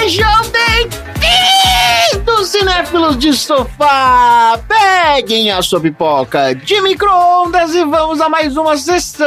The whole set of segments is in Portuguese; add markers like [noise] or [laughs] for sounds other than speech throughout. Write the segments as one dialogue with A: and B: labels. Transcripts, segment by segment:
A: Sejam bem-vindos, cinéfilos de sofá! Peguem a sua pipoca de micro-ondas e vamos a mais uma sessão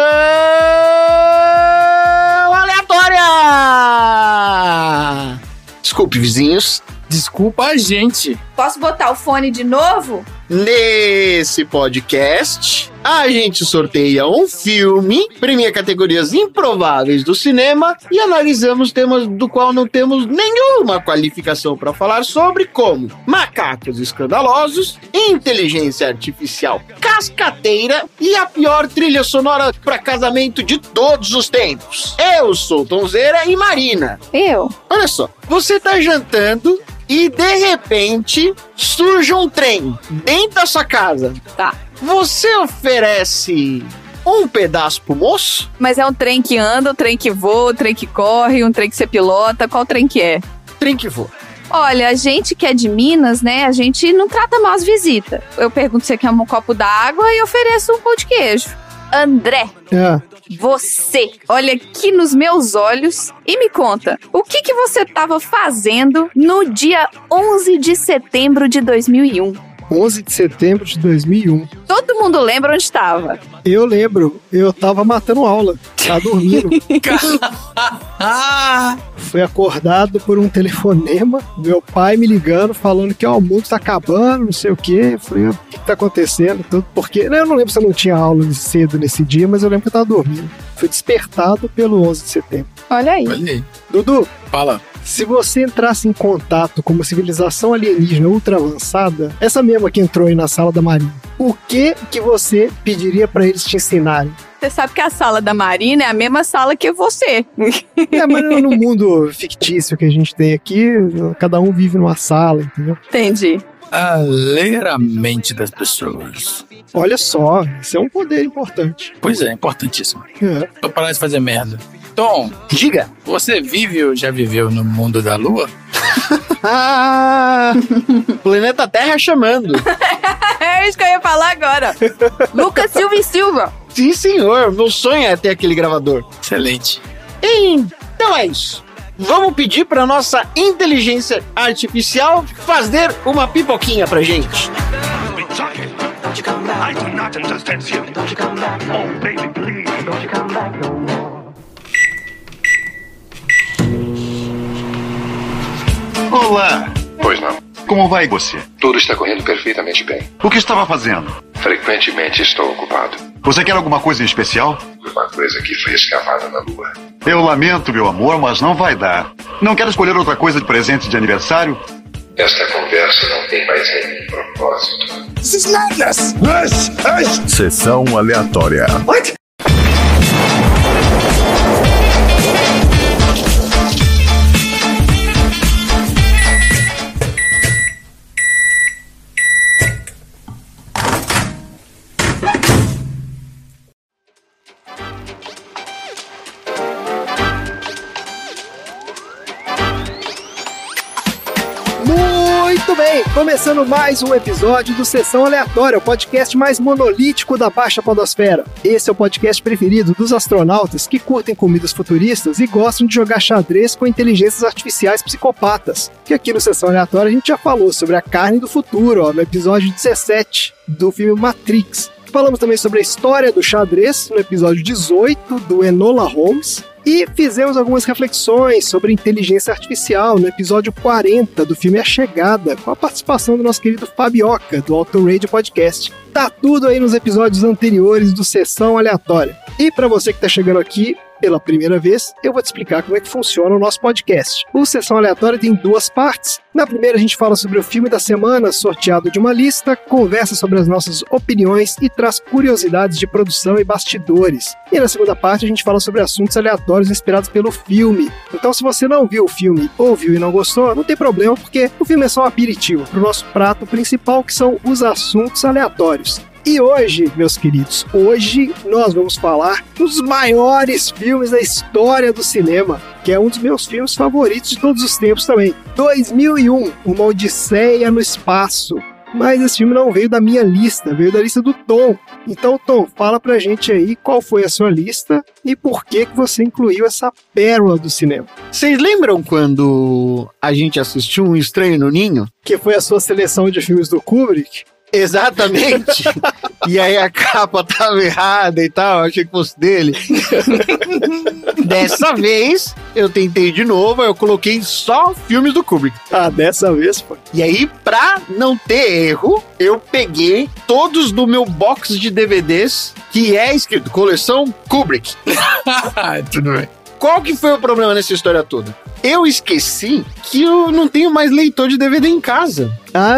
A: aleatória! Desculpe, vizinhos.
B: Desculpa a gente.
C: Posso botar o fone de novo?
A: Nesse podcast, a gente sorteia um filme, premia categorias improváveis do cinema e analisamos temas do qual não temos nenhuma qualificação para falar sobre, como macacos escandalosos, inteligência artificial cascateira e a pior trilha sonora para casamento de todos os tempos. Eu sou Tonzeira e Marina.
C: Eu?
A: Olha só, você tá jantando e de repente surge um trem dentro da sua casa.
C: Tá.
A: Você oferece um pedaço pro moço?
C: Mas é um trem que anda, um trem que voa, um trem que corre, um trem que você pilota. Qual trem que é?
A: Trem que voa.
C: Olha, a gente que é de Minas, né? A gente não trata mal as visitas. Eu pergunto se quer um copo d'água e ofereço um pão de queijo. André, você olha aqui nos meus olhos e me conta, o que, que você estava fazendo no dia 11 de setembro de 2001?
B: 11 de setembro de 2001.
C: Todo mundo lembra onde estava.
B: Eu lembro, eu tava matando aula, tava dormindo. Fui acordado por um telefonema, meu pai me ligando, falando que ó, o mundo tá acabando, não sei o quê. Eu Falei, o que, que tá acontecendo? Tudo porque. né, Eu não lembro se eu não tinha aula cedo nesse dia, mas eu lembro que eu tava dormindo. Fui despertado pelo 11 de setembro.
C: Olha aí.
D: Olha
B: Dudu,
D: Fala.
B: Se você entrasse em contato com uma civilização alienígena ultra avançada, essa mesma que entrou aí na sala da Marinha, o que que você pediria pra eles te ensinarem?
C: Você sabe que a sala da Marina é a mesma sala que você. [laughs]
B: É, mas no mundo fictício que a gente tem aqui, cada um vive numa sala, entendeu?
C: Entendi. [laughs]
D: A ler a mente das pessoas.
B: Olha só, isso é um poder importante.
D: Pois é, importantíssimo.
B: É.
D: Tô parando de fazer merda. Tom,
A: Diga.
D: você vive ou já viveu no mundo da lua?
A: Ah, planeta Terra chamando.
C: É isso que eu ia falar agora. Lucas Silva e Silva.
A: Sim, senhor. Meu sonho é ter aquele gravador.
D: Excelente. [laughs]
A: Então é isso. Vamos pedir para nossa inteligência artificial fazer uma pipoquinha pra gente.
E: been talking. Don't you come back. I do not understand you. Don't you come back. Oh, baby, please. Don't you come back.
F: Olá!
G: Pois não.
F: Como vai você?
G: Tudo está correndo perfeitamente bem.
F: O que estava fazendo?
G: Frequentemente estou ocupado.
F: Você quer alguma coisa em especial?
G: Uma coisa que foi escavada na lua.
F: Eu lamento, meu amor, mas não vai dar. Não quer escolher outra coisa de presente de aniversário?
G: Esta conversa não tem mais nenhum propósito.
H: Sessão aleatória.
B: Muito bem, começando mais um episódio do Sessão Aleatória, o podcast mais monolítico da Baixa Podosfera. Esse é o podcast preferido dos astronautas que curtem comidas futuristas e gostam de jogar xadrez com inteligências artificiais psicopatas. Que aqui no Sessão Aleatória a gente já falou sobre a carne do futuro, ó, no episódio 17 do filme Matrix. Falamos também sobre a história do xadrez no episódio 18 do Enola Holmes. E fizemos algumas reflexões sobre inteligência artificial no episódio 40 do filme A Chegada, com a participação do nosso querido Fabioca, do Auto Radio Podcast. Tá tudo aí nos episódios anteriores do Sessão Aleatória. E para você que tá chegando aqui pela primeira vez, eu vou te explicar como é que funciona o nosso podcast. O Sessão Aleatória tem duas partes. Na primeira, a gente fala sobre o filme da semana, sorteado de uma lista, conversa sobre as nossas opiniões e traz curiosidades de produção e bastidores. E na segunda parte, a gente fala sobre assuntos aleatórios inspirados pelo filme. Então, se você não viu o filme, ouviu e não gostou, não tem problema, porque o filme é só um aperitivo para o nosso prato principal, que são os assuntos aleatórios. E hoje, meus queridos, hoje nós vamos falar dos maiores filmes da história do cinema, que é um dos meus filmes um, favoritos de todos os tempos também. 2001, Uma Odisseia no Espaço. Mas esse filme não veio da minha lista, veio da lista do Tom. Então, Tom, fala pra gente aí qual foi a sua lista e por que, que você incluiu essa pérola do cinema.
A: Vocês lembram quando a gente assistiu Um Estranho no Ninho?
B: Que foi a sua seleção de filmes do Kubrick?
A: Exatamente. [laughs] e aí a capa tava errada e tal, achei que fosse dele. Dessa vez, eu tentei de novo, eu coloquei só filmes do Kubrick.
B: Ah, dessa vez foi.
A: E aí, pra não ter erro, eu peguei todos do meu box de DVDs, que é escrito coleção Kubrick.
D: Tudo bem.
A: Qual que foi o problema nessa história toda? Eu esqueci que eu não tenho mais leitor de DVD em casa.
B: Ah,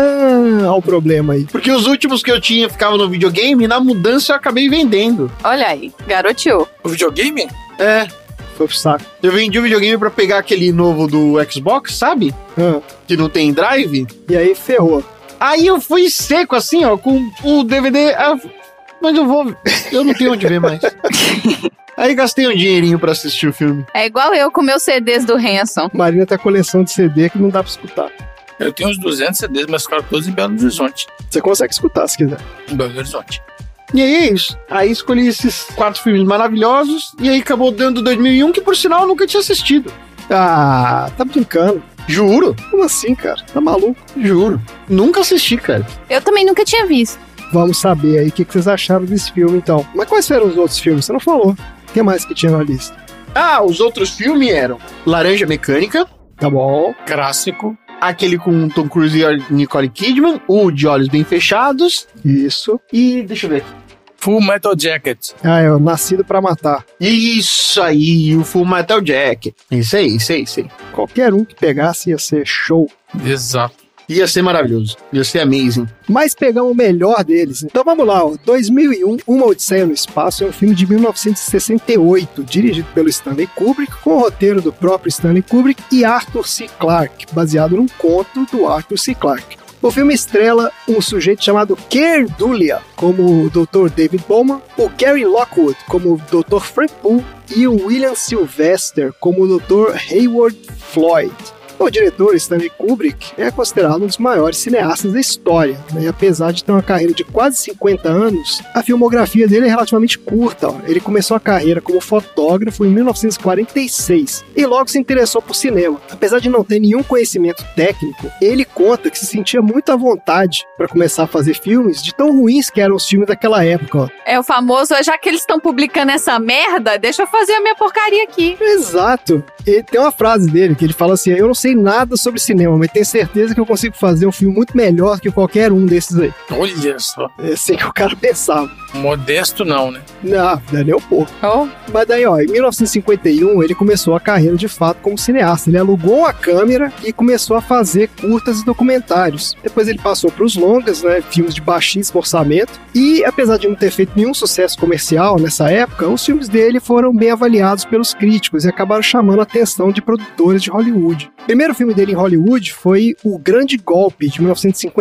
B: olha o problema aí.
A: Porque os últimos que eu tinha ficavam no videogame e na mudança eu acabei vendendo.
C: Olha aí, garoteou.
D: O videogame?
A: É,
B: Foi pro saco.
A: eu vendi o videogame pra pegar aquele novo do Xbox, sabe?
B: Ah,
A: Que não tem drive.
B: e aí ferrou.
A: Aí eu fui seco assim, ó, com o DVD. ah, Mas eu vou. Eu não tenho onde ver mais. Aí gastei um dinheirinho pra assistir o filme.
C: É igual eu com meus CDs do Hanson.
B: Marina tem a coleção de CD que não dá pra escutar.
D: Eu tenho uns 200 CDs, mas ficaram todos em Belo Horizonte.
B: Você consegue escutar se quiser.
D: Em Belo Horizonte.
A: E aí é isso. Aí escolhi esses quatro filmes maravilhosos. E aí acabou dando 2001, que por sinal eu nunca tinha assistido.
B: Ah, tá brincando.
A: Juro,
B: Como assim, cara? Tá maluco?
A: juro. Nunca assisti, cara.
C: Eu também nunca tinha visto.
B: Vamos saber aí o que, que vocês acharam desse filme, então. Mas quais foram os outros filmes? Você não falou. O que mais que tinha na lista?
A: Ah, os outros filmes eram Laranja Mecânica,
B: Tá bom.
D: Clássico.
A: aquele com Tom Cruise e a Nicole Kidman, o De Olhos Bem Fechados
B: Isso.
A: e. deixa eu ver aqui.
D: Full Metal Jacket.
B: Ah, é o Nascido pra Matar.
A: Isso aí, o Full Metal Jack. Isso aí, isso aí, isso aí.
B: Qualquer um que pegasse ia ser show.
D: Exato.
A: Ia ser maravilhoso. Ia ser amazing.
B: Mas pegamos o melhor deles. Então vamos lá, ó. 2001, Uma Odisseia no Espaço é um filme de 1968, dirigido pelo Stanley Kubrick, com o roteiro do próprio Stanley Kubrick e Arthur C. Clarke, baseado num conto do Arthur C. Clarke. O filme estrela um sujeito chamado Kerr Dulia como o Dr. David Bowman, o Gary Lockwood como o Dr. Frank Poole e o William Sylvester como o Dr. Hayward Floyd. O diretor Stanley Kubrick é considerado um dos maiores cineastas da história, né? e apesar de ter uma carreira de quase 50 anos, a filmografia dele é relativamente curta. ó. Ele começou a carreira como fotógrafo em 1946 e logo se interessou por cinema. Apesar de não ter nenhum conhecimento técnico, ele conta que se sentia muito à vontade para começar a fazer filmes de tão ruins que eram os filmes daquela época. ó.
C: É o famoso, já que eles estão publicando essa merda, deixa eu fazer a minha porcaria aqui.
B: Exato. Ele tem uma frase dele que ele fala assim: Eu não sei nada sobre cinema, mas tenho certeza que eu consigo fazer um filme muito melhor que qualquer um desses aí.
D: Olha só.
B: É assim que o cara [laughs] pensava.
D: Modesto não, né?
B: Não, não é nem um pouco.
C: Oh,
B: Mas daí, ó, em 1951 ele começou a carreira de fato como cineasta. Ele alugou a câmera e começou a fazer curtas e documentários. Depois ele passou para os longas, né, filmes de baixíssimo orçamento. E apesar de não ter feito nenhum sucesso comercial nessa época, os filmes dele foram bem avaliados pelos críticos e acabaram chamando a atenção de produtores de Hollywood. O primeiro filme dele em Hollywood foi O Grande Golpe, de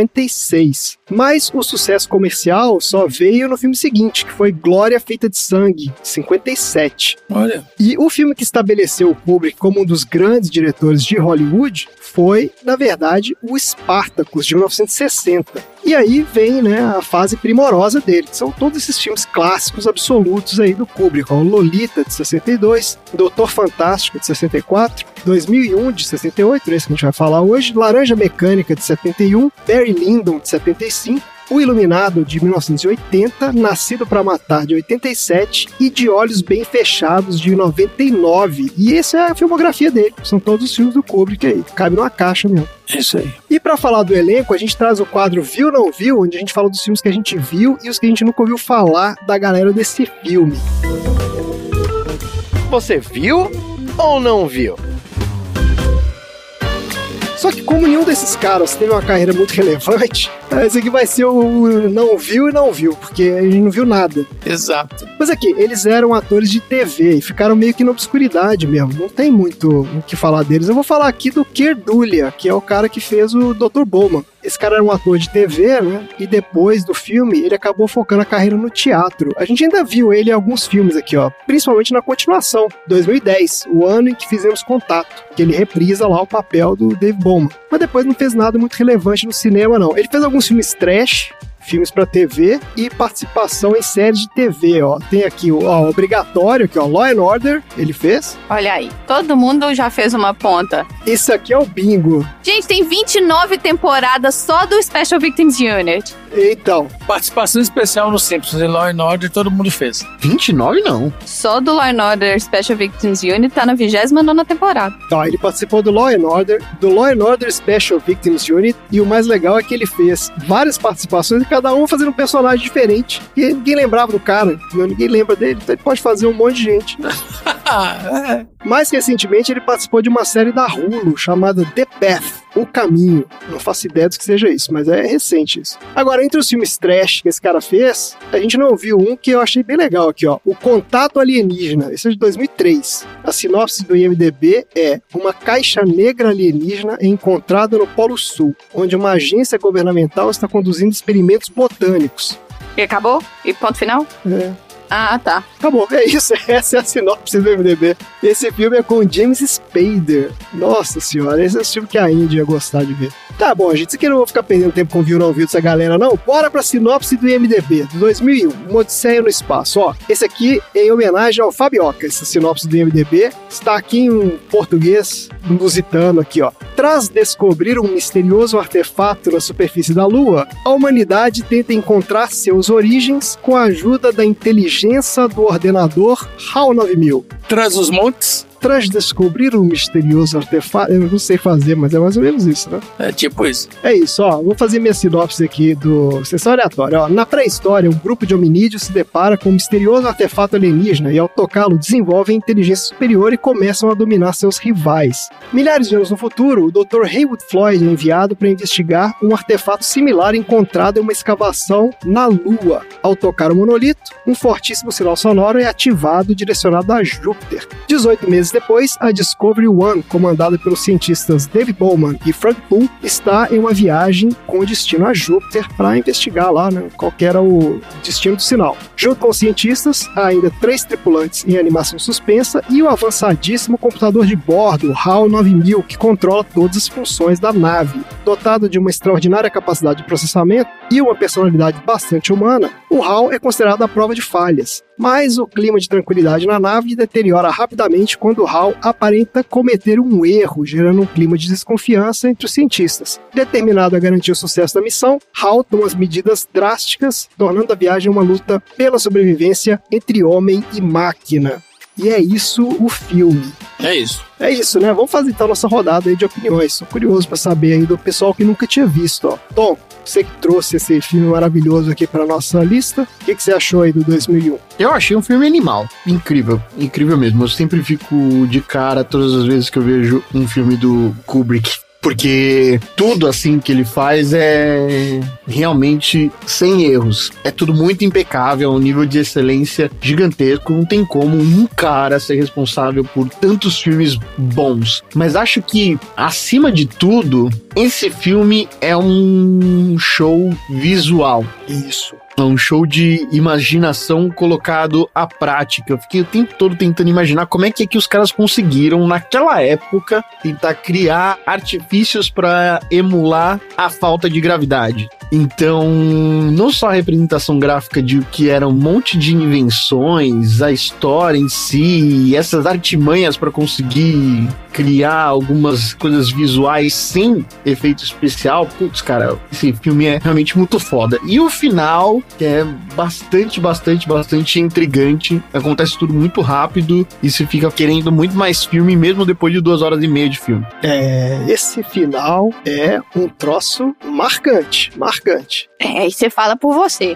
B: 1956. Mas o sucesso comercial só veio no filme seguinte, que foi Glória Feita de Sangue, 57.
D: Olha,
B: E o filme que estabeleceu o Kubrick como um dos grandes diretores de Hollywood foi, na verdade, o Spartacus, de 1960. E aí vem né, a fase primorosa dele, que são todos esses filmes clássicos absolutos aí do Kubrick. ó, O Lolita, de 62, Doutor Fantástico, de 64, 2001, de 68, é esse que a gente vai falar hoje, Laranja Mecânica, de 71, Barry Lyndon, de 75, o Iluminado de 1980, Nascido para Matar de 87 e De Olhos Bem Fechados de 99. E essa é a filmografia dele. São todos os filmes do Kubrick aí. Cabe numa caixa mesmo.
D: é isso aí.
B: E pra falar do elenco, a gente traz o quadro Viu Não Viu, onde a gente fala dos filmes que a gente viu e os que a gente nunca ouviu falar da galera desse filme.
I: Você viu ou não viu?
B: Só que como nenhum desses caras teve uma carreira muito relevante, [laughs] esse aqui vai ser o não viu e não viu, porque a gente não viu nada.
D: Exato.
B: Mas aqui, eles eram atores de TV e ficaram meio que na obscuridade mesmo. Não tem muito o que falar deles. Eu vou falar aqui do Kerdulia, que é o cara que fez o Dr. Bowman. Esse cara era um ator de TV, né? E depois do filme, ele acabou focando a carreira no teatro. A gente ainda viu ele em alguns filmes aqui, ó. Principalmente na continuação, 2010, o ano em que fizemos contato, que ele reprisa lá o papel do Dave Bowman. Mas depois não fez nada muito relevante no cinema, não. Ele fez alguns filmes trash, filmes para TV e participação em séries de TV, ó. Tem aqui o ó, obrigatório, que ó, Law and Order, ele fez.
C: Olha aí, todo mundo já fez uma ponta.
B: Esse aqui é o Bingo.
C: Gente, tem 29 temporadas só do Special Victims Unit.
B: Então,
D: Participação especial no Simpsons e Law and Order todo mundo fez. [laughs]
A: 29 não.
C: Só do Law and Order Special Victims Unit tá na 29 temporada.
B: tá, ele participou do Law and Order, do Law and Order Special Victims Unit e o mais legal é que ele fez várias participações e cada um fazendo um personagem diferente. E ninguém lembrava do cara, entendeu? ninguém lembra dele, então ele pode fazer um monte de gente.
D: Ah,
B: Mais recentemente, ele participou de uma série da Hulu chamada The Path. O Caminho. Não faço ideia do que seja isso, mas é recente isso. Agora, entre os filmes trash que esse cara fez, a gente não viu um que eu achei bem legal aqui, ó. O Contato Alienígena. Esse é de 2003. A sinopse do IMDB é uma caixa negra alienígena é encontrada no Polo Sul, onde uma agência governamental está conduzindo experimentos botânicos.
C: E acabou? E ponto final?
B: É.
C: Ah, tá.
B: Acabou, é isso. [laughs] Essa é a sinopse do MDB. Esse filme é com o James Spader. Nossa senhora, esse é o filme que a Indy ia gostar de ver. Tá bom, gente, isso aqui eu não vou ficar perdendo tempo com viu não viu dessa galera, não. Bora pra sinopse do IMDB, de 2001, Uma Odisseia no Espaço. Ó, esse aqui é em homenagem ao Fabioca, essa sinopse do IMDB. Está aqui em um português um lusitano aqui, ó. Tras descobrir um misterioso artefato na superfície da Lua, a humanidade tenta encontrar seus origens com a ajuda da inteligência do ordenador HAL 9000.
D: Traz os montes.
B: Tras descobrir um misterioso artefato, eu não sei fazer, mas é mais ou menos isso, né?
D: É tipo isso.
B: É isso, ó. Vou fazer minha sinopse aqui do Sessão Aleatória. Ó, na pré-história, um grupo de hominídeos se depara com um misterioso artefato alienígena e, ao tocá-lo, desenvolvem inteligência superior e começam a dominar seus rivais. Milhares de anos no futuro, o Dr. Haywood Floyd é enviado para investigar um artefato similar encontrado em uma escavação na Lua. Ao tocar o monolito, um fortíssimo sinal sonoro é ativado direcionado a Júpiter. 18 meses depois, a Discovery One, comandada pelos cientistas Dave Bowman e Frank Poole, está em uma viagem com destino a Júpiter para investigar lá né, qual que era o destino do sinal. Junto com os cientistas, há ainda três tripulantes em animação suspensa e o avançadíssimo computador de bordo, HAL 9000, que controla todas as funções da nave. Dotado de uma extraordinária capacidade de processamento e uma personalidade bastante humana, o HAL é considerado a prova de falhas. Mas o clima de tranquilidade na nave deteriora rapidamente quando HAL aparenta cometer um erro, gerando um clima de desconfiança entre os cientistas. Determinado a garantir o sucesso da missão, HAL toma as medidas drásticas, tornando a viagem uma luta pela sobrevivência entre homem e máquina. E é isso o filme.
D: É isso.
B: É isso, né? Vamos fazer então nossa rodada aí de opiniões. Sou curioso pra saber aí do pessoal que nunca tinha visto, ó. Tom, você que trouxe esse filme maravilhoso aqui pra nossa lista, o que, que você achou aí do 2001?
A: Eu achei um filme animal. Incrível. Incrível mesmo. Eu sempre fico de cara todas as vezes que eu vejo um filme do Kubrick. Porque tudo assim que ele faz é realmente sem erros. É tudo muito impecável, é um nível de excelência gigantesco. Não tem como um cara ser responsável por tantos filmes bons. Mas acho que, acima de tudo, esse filme é um show visual.
B: Isso.
A: É um show de imaginação colocado à prática. Eu fiquei o tempo todo tentando imaginar como é que, é que os caras conseguiram, naquela época, tentar criar artifícios para emular a falta de gravidade. Então, não só a representação gráfica de o que era um monte de invenções, a história em si, essas artimanhas para conseguir criar algumas coisas visuais sem efeito especial. Putz, cara, esse filme é realmente muito foda. E o final, que é bastante, bastante, bastante intrigante. Acontece tudo muito rápido e se fica querendo muito mais filme, mesmo depois de duas horas e meia de filme.
B: É, esse final é um troço marcante, marcante. [laughs]
C: É, aí você fala por você.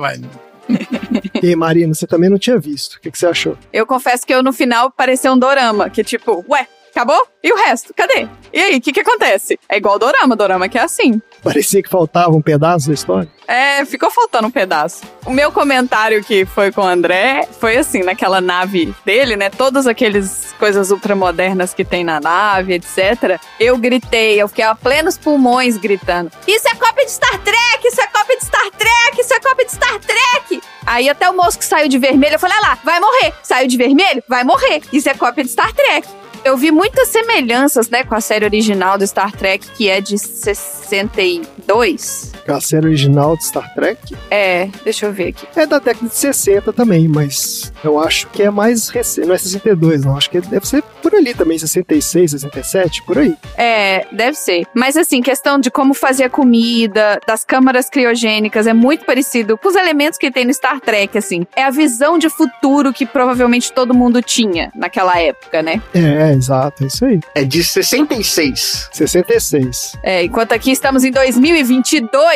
D: Vai.
B: E aí, Marina, você também não tinha visto. O que, que você achou?
C: Eu confesso que eu no final pareceu um dorama, que tipo, ué, acabou? E o resto? Cadê? E aí, o que que acontece? É igual dorama, dorama que é assim.
B: Parecia que faltava um pedaço da história.
C: É, ficou faltando um pedaço. O meu comentário que foi com o André foi assim, naquela nave dele, né? Todas aquelas coisas ultramodernas que tem na nave, etc. Eu gritei, eu fiquei a plenos pulmões gritando. Isso é cópia de Star Trek! Isso é cópia de Star Trek! Isso é cópia de Star Trek! Aí até o moço que saiu de vermelho, eu falei, olha lá, vai morrer. Saiu de vermelho? Vai morrer. Isso é cópia de Star Trek. Eu vi muitas semelhanças, né, com a série original do Star Trek, que é de 62.
B: A série original de Star Trek
C: É, deixa eu ver aqui.
B: é da década de 60 também, mas eu acho que é mais recente. Não é 62, não. Acho que deve ser por ali também, 66, 67, por aí.
C: É, deve ser. Mas assim, questão de como fazer a comida, das câmaras criogênicas, é muito parecido com os elementos que tem no Star Trek, assim. É a visão de futuro que provavelmente todo mundo tinha naquela época, né?
B: É, é, exato, é isso aí.
A: É de 66.
B: 66.
C: É, enquanto aqui estamos em 2022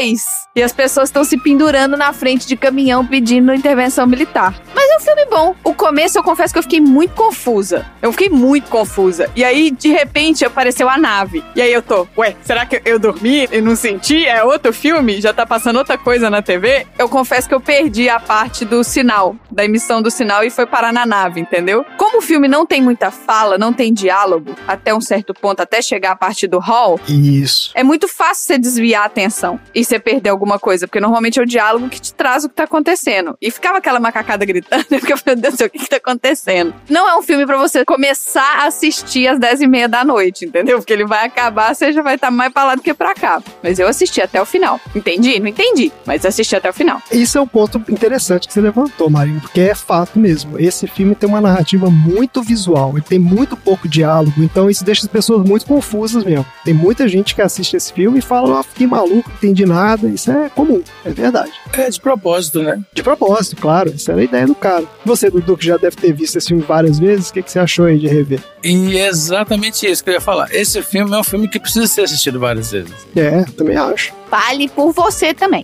C: e as pessoas estão se pendurando na frente de caminhão pedindo intervenção militar. Mas é um filme bom. O começo, eu confesso que eu fiquei muito confusa. Eu fiquei muito confusa. E aí, de repente, apareceu a nave. E aí eu tô, ué, será que eu dormi e não senti? É outro filme? Já tá passando outra coisa na TV? Eu confesso que eu perdi a parte do sinal, da emissão do sinal e foi parar na nave, entendeu? Como o filme não tem muita fala, não tem diálogo, até um certo ponto, até chegar a parte do hall,
B: Isso.
C: é muito fácil você desviar a atenção e você perder alguma coisa, porque normalmente é o diálogo que te traz o que tá acontecendo. E ficava aquela macacada gritando, [laughs] porque eu falei, meu Deus, do céu, o que, que tá acontecendo? Não é um filme pra você começar a assistir às 10 e meia da noite, entendeu? Porque ele vai acabar, você já vai estar mais pra lá do que pra cá. Mas eu assisti até o final. Entendi? Não entendi, mas assisti até o final.
B: Isso é um ponto interessante que você levantou, Marinho, porque é fato mesmo. Esse filme tem uma narrativa muito visual, ele tem muito pouco diálogo, então isso deixa as pessoas muito confusas mesmo. Tem muita gente que assiste esse filme e fala, ó, fiquei maluco, não entendi nada. Isso é comum, é verdade.
D: É de propósito, né?
B: De propósito, claro, essa era a ideia do cara. Você, Dudu, que já deve ter visto esse filme várias vezes, o que, que você achou aí de rever?
D: E é exatamente isso que eu ia falar. Esse filme é um filme que precisa ser assistido várias vezes.
B: É, também acho.
J: Fale por você também.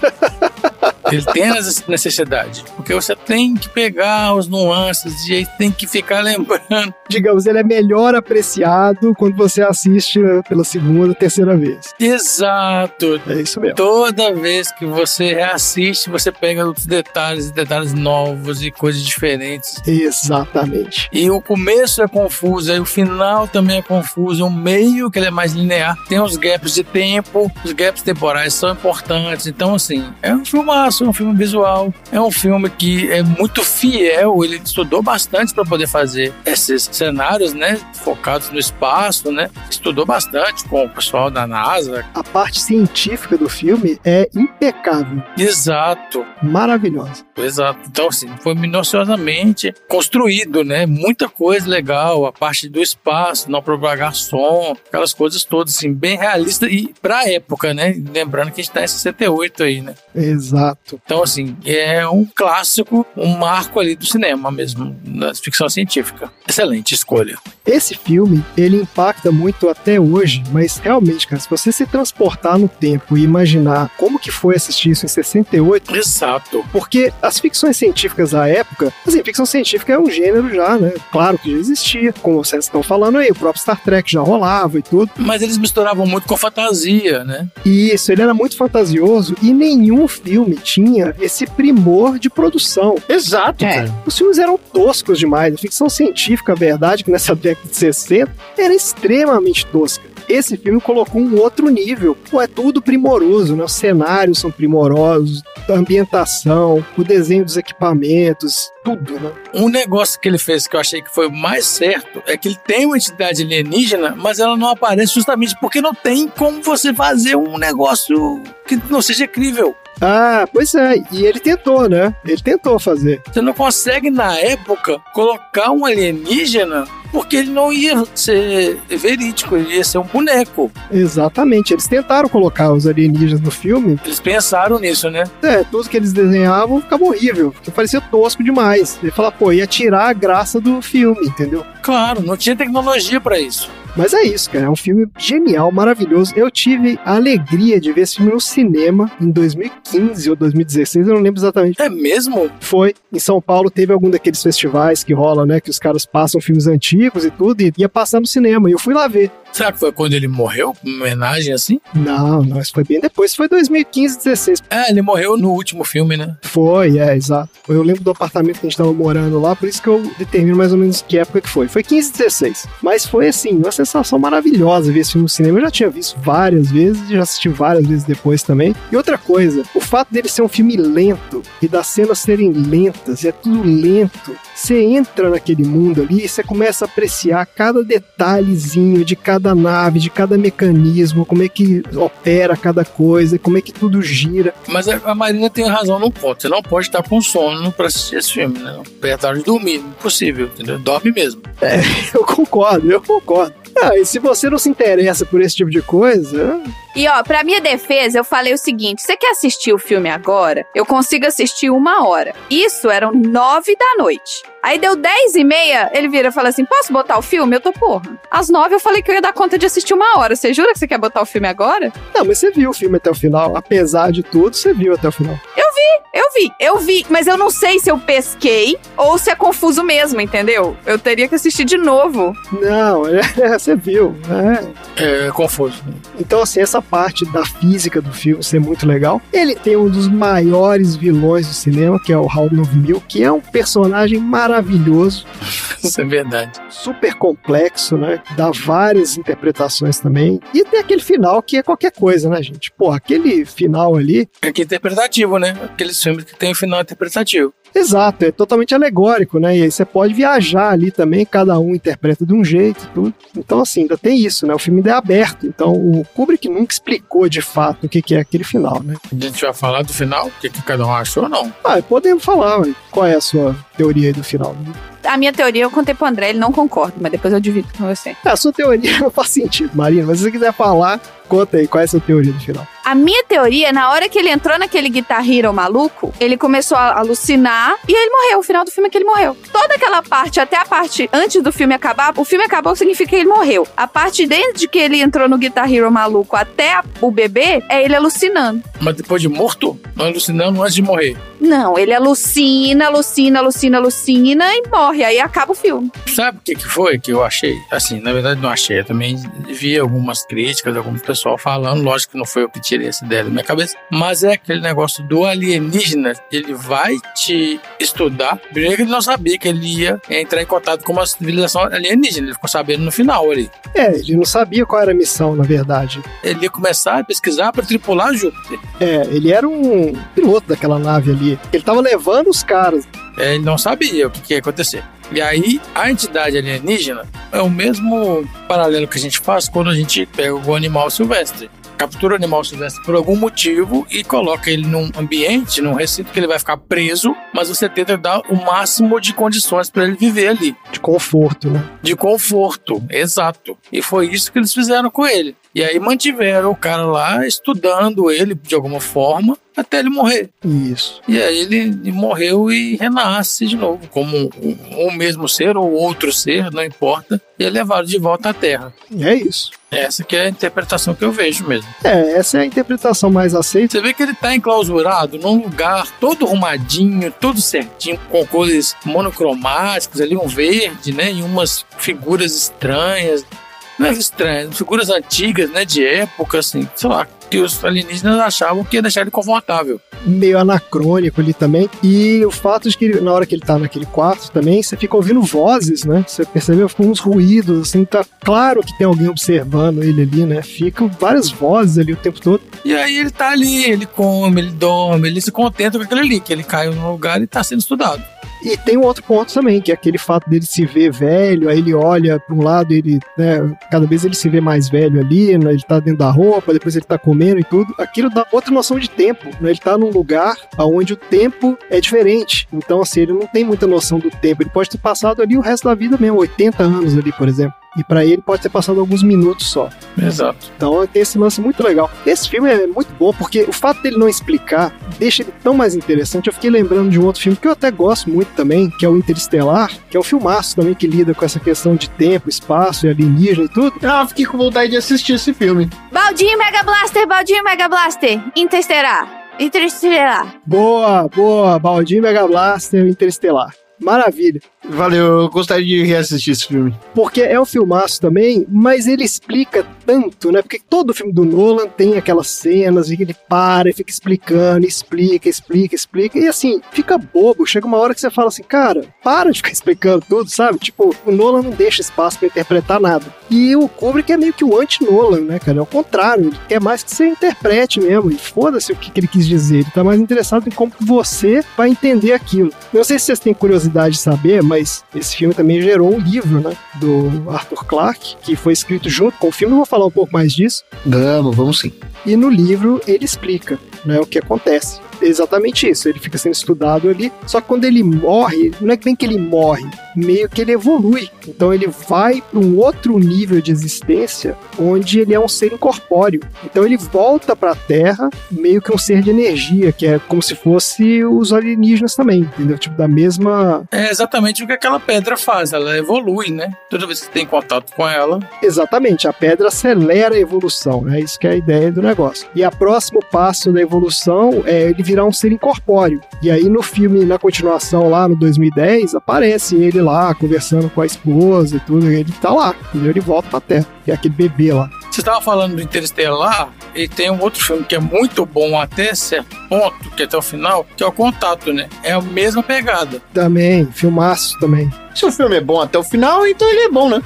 D: [laughs] Ele tem essa necessidade. Porque você tem que pegar os nuances e aí tem que ficar lembrando. [laughs]
B: Digamos, ele é melhor apreciado quando você assiste né, pela segunda, terceira vez.
D: Exato.
B: É isso mesmo.
D: Toda vez que você reassiste, você pega outros detalhes, detalhes novos e coisas diferentes.
B: Exatamente.
D: E o começo é confuso, aí o final também é confuso, o meio que ele é mais linear, tem os gaps de tempo, os gaps temporais são importantes. Então, assim, é um filmaço, é um filme visual, é um filme que é muito fiel, ele estudou bastante para poder fazer esses cenários, né? Focados no espaço, né? Estudou bastante com o pessoal da NASA.
B: A parte científica do filme é impecável,
D: Exato,
B: maravilhosa.
D: exato. Então, assim, foi minuciosamente construído, né? Muita coisa legal, a parte do espaço, não propagar som, aquelas coisas todas, assim, bem realista e pra época, né? Lembrando que a gente tá em 68 aí, né?
B: Exato.
D: Então, assim, é um clássico, um marco ali do cinema mesmo, da ficção científica. Excelente escolha.
B: Esse filme, ele impacta muito até hoje, mas realmente, cara, se você se transportar no tempo e imaginar como que foi assistir isso em 68,
D: Exato.
B: porque as ficções científicas da época, assim, ficção científica é um gênero já, né? Claro que já existia, como vocês estão falando aí, o próprio Star Trek já rolava e tudo.
D: Mas eles misturavam muito com fantasia, né?
B: E isso, ele era muito fantasioso e nenhum filme tinha esse primor de produção.
A: Exato,
C: É.
A: cara.
B: Os filmes eram toscos demais. A ficção científica, a verdade, que nessa década de 60 era extremamente tosca. Esse filme colocou um outro nível. Pô, é tudo primoroso, né? Os cenários são primorosos, a ambientação, o desenho dos equipamentos, tudo, né?
D: Um negócio que ele fez que eu achei que foi o mais certo é que ele tem uma entidade alienígena, mas ela não aparece justamente porque não tem como você fazer um negócio que não seja crível.
B: Ah, pois é. E ele tentou, né? Ele tentou fazer.
D: Você não consegue, na época, colocar um alienígena porque ele não ia ser verídico, ele ia ser um boneco.
B: Exatamente. Eles tentaram colocar os alienígenas no filme.
D: Eles pensaram nisso, né?
B: É, tudo que eles desenhavam ficava horrível. Porque parecia tosco demais. Ele fala, pô, ia tirar a graça do filme, entendeu?
D: Claro, não tinha tecnologia pra isso.
B: Mas é isso, cara. É um filme genial, maravilhoso. Eu tive a alegria de ver esse filme no cinema em 2015 ou 2016, eu não lembro exatamente.
D: É mesmo?
B: Foi. Em São Paulo teve algum daqueles festivais que rola, né? Que os caras passam filmes antigos e tudo, e ia passar no cinema. E eu fui lá ver.
D: Será que foi quando ele morreu? Uma homenagem assim?
B: Não, não, isso foi bem depois. Isso foi 2015, 16.
D: É, ele morreu no último filme, né?
B: Foi, é, exato. Eu lembro do apartamento que a gente tava morando lá, por isso que eu determino mais ou menos que época que foi. Foi 15, 16. Mas foi, assim, uma sensação maravilhosa ver esse filme no cinema. Eu já tinha visto várias vezes, já assisti várias vezes depois também. E outra coisa, o fato dele ser um filme lento e das cenas serem lentas, e é tudo lento. Você entra naquele mundo ali e você começa a apreciar cada detalhezinho de cada nave, de cada mecanismo, como é que opera cada coisa, como é que tudo gira.
D: Mas a a Marina tem razão num ponto. Você não pode estar com sono pra assistir esse filme, né? Apertar de dormir, impossível, entendeu? Dorme mesmo.
B: [laughs] Eu concordo, eu concordo. Ah, e se você não se interessa por esse tipo de coisa,
C: E ó, pra minha defesa, eu falei o seguinte: você quer assistir o filme agora? Eu consigo assistir uma hora. Isso eram nove da noite. Aí deu dez e meia, ele vira e fala assim: posso botar o filme? Eu tô porra. Às nove eu falei que eu ia dar conta de assistir uma hora. Você jura que você quer botar o filme agora?
B: não, mas você viu o filme até o final. Apesar de tudo, você viu até o final.
C: Eu vi, eu vi, mas eu não sei se eu pesquei ou se é confuso mesmo, entendeu? Eu teria que assistir de novo.
B: Não, [laughs] é, você viu. é.
D: É confuso. [laughs]
B: Então, assim, essa parte da física do filme ser muito legal. Ele tem um dos maiores vilões do cinema, que é o Hal 9000, que é um personagem maravilhoso.
D: Isso é verdade.
B: super complexo, né? Dá várias interpretações também. E tem aquele final que é qualquer coisa, né, gente? Pô, aquele final ali,
D: É que é interpretativo, né? Aqueles filmes que tem o final interpretativo.
B: exato, é totalmente alegórico, né? E aí você pode viajar ali também, cada um interpreta de um jeito, e tudo. Então, assim, ainda tem isso, né? O filme ainda é aberto. Então, o Kubrick nunca explicou de fato o que que é aquele final, né?
D: A gente vai falar do final, o que, que cada um achou ou não.
B: Ah, podemos falar, ué, qual é a sua teoria aí do final? né?
C: A minha teoria eu contei pro André, ele não concorda, mas depois eu divido com você.
B: É, A sua teoria [laughs] não faz sentido, Marina, mas se você quiser falar, conta aí qual é a sua teoria do final.
C: A minha teoria, na hora que ele entrou naquele Guitar Hero maluco, ele começou a alucinar e ele morreu. O final do filme é que ele morreu. Toda aquela parte, até a parte antes do filme acabar, o filme acabou significa que ele morreu. A parte desde que ele entrou no Guitar Hero maluco até a- o bebê, é ele alucinando.
D: Mas depois de morto, nós alucinamos antes de morrer.
C: Não, ele alucina, alucina, alucina, alucina e morre. Aí acaba o filme.
D: Sabe o que, que foi que eu achei? Assim, na verdade não achei. Eu também vi algumas críticas, algum pessoal falando. Lógico que não foi eu que tirei essa ideia da minha cabeça. Mas é aquele negócio do alienígena. Ele vai te estudar. Primeiro que ele não sabia que ele ia entrar em contato com uma civilização alienígena. Ele ficou sabendo no final ali.
B: É, ele não sabia qual era a missão, na verdade.
D: Ele ia começar a pesquisar para tripular Júpiter.
B: É, ele era um piloto daquela nave ali. Ele tava levando os caras.
D: É, Ele não sabia o que, que ia acontecer. E aí, a entidade alienígena é o mesmo paralelo que a gente faz quando a gente pega algum animal silvestre. Captura o animal silvestre por algum motivo e coloca ele num ambiente, num recinto que ele vai ficar preso, mas você tenta dar o máximo de condições para ele viver ali,
B: De conforto, né?
D: de conforto, exato. E foi isso que eles fizeram com ele. E aí mantiveram o cara lá estudando ele de alguma forma até ele morrer.
B: Isso.
D: E aí ele morreu e renasce de novo, como o mesmo ser ou outro ser, não importa, e é levado de volta à Terra.
B: E é isso.
D: Essa que é a interpretação que eu vejo mesmo.
B: É, essa é a interpretação mais aceita.
D: Você vê que ele tá enclausurado num lugar todo arrumadinho, todo certinho, com cores monocromáticas, ali um verde, né, e umas figuras estranhas. Não é estranhas, figuras antigas, né, de época, assim, sei lá, que os alienígenas achavam que ia deixar ele confortável.
B: Meio anacrônico ali também. E o fato de que ele- na hora que ele tá naquele quarto também, você fica ouvindo vozes, né? Você percebeu? Ficam uns ruídos, assim, tá claro que tem alguém observando ele ali, né? Ficam várias vozes ali o tempo todo.
D: E aí ele tá ali, ele come, ele dorme, ele se contenta com aquilo ali, que ele caiu num lugar e tá sendo estudado.
B: E tem um outro ponto também, que é aquele fato dele se ver velho, aí ele olha para um lado, ele, né, cada vez ele se vê mais velho ali, né, ele tá dentro da roupa, depois ele tá comendo e tudo. Aquilo dá outra noção de tempo, né? Ele tá num lugar onde o tempo é diferente. Então, assim, ele não tem muita noção do tempo. Ele pode ter passado ali o resto da vida mesmo, 80 anos ali, por exemplo. E pra ele pode ter passado alguns minutos só.
D: Exato.
B: Então tem esse lance muito legal. Esse filme é muito bom porque o fato dele não explicar deixa ele tão mais interessante. Eu fiquei lembrando de um outro filme que eu até gosto muito também, que é o Interestelar, que é um filmaço também que lida com essa questão de tempo, espaço e alienígena e tudo.
A: Ah, fiquei com vontade de assistir esse filme.
C: Baldinho Mega Blaster, Baldinho Mega Blaster. Interestelar. Interestelar.
B: Boa, boa, Baldinho Mega Blaster, Interestelar. Maravilha.
A: Valeu, eu gostaria de reassistir esse filme.
B: Porque é um filmaço também, mas ele explica tanto, né? Porque todo filme do Nolan tem aquelas cenas em que ele para e fica explicando, explica, explica, explica. E assim, fica bobo. Chega uma hora que você fala assim, cara, para de ficar [laughs] explicando tudo, sabe? Tipo, o Nolan não deixa espaço para interpretar nada. E o Kubrick é meio que o anti-Nolan, né, cara? É o contrário. Ele quer mais que você interprete mesmo. E foda-se o que, que ele quis dizer. Ele tá mais interessado em como você vai entender aquilo. Não sei se vocês têm curiosidade de saber, mas mas esse filme também gerou um livro, né? Do Arthur Clarke, que foi escrito junto com o filme. Eu vou falar um pouco mais disso.
A: Vamos, vamos sim.
B: E no livro ele explica né, o que acontece. Exatamente isso, ele fica sendo estudado ali. Só que quando ele morre, não é que nem que ele morre, meio que ele evolui. Então ele vai para um outro nível de existência, onde ele é um ser incorpóreo. Então ele volta para a Terra, meio que um ser de energia, que é como se fosse os alienígenas também, entendeu? Tipo, da mesma.
D: É exatamente o que aquela pedra faz, ela evolui, né? Toda vez que tem contato com ela.
B: Exatamente, a pedra acelera a evolução, né? Isso que é a ideia do negócio. E a próximo passo da evolução é ele virar um ser incorpóreo. E aí no filme, na continuação lá no 2010, aparece ele lá conversando com a esposa e tudo, e ele tá lá, entendeu? Ele volta pra terra. E é aquele bebê lá.
D: Você estava falando do Interestelar e tem um outro filme que é muito bom até certo ponto, que é até o final, que é o Contato, né? É a mesma pegada.
B: Também, filmaço também.
A: Se o filme é bom até o final, então ele é bom, né?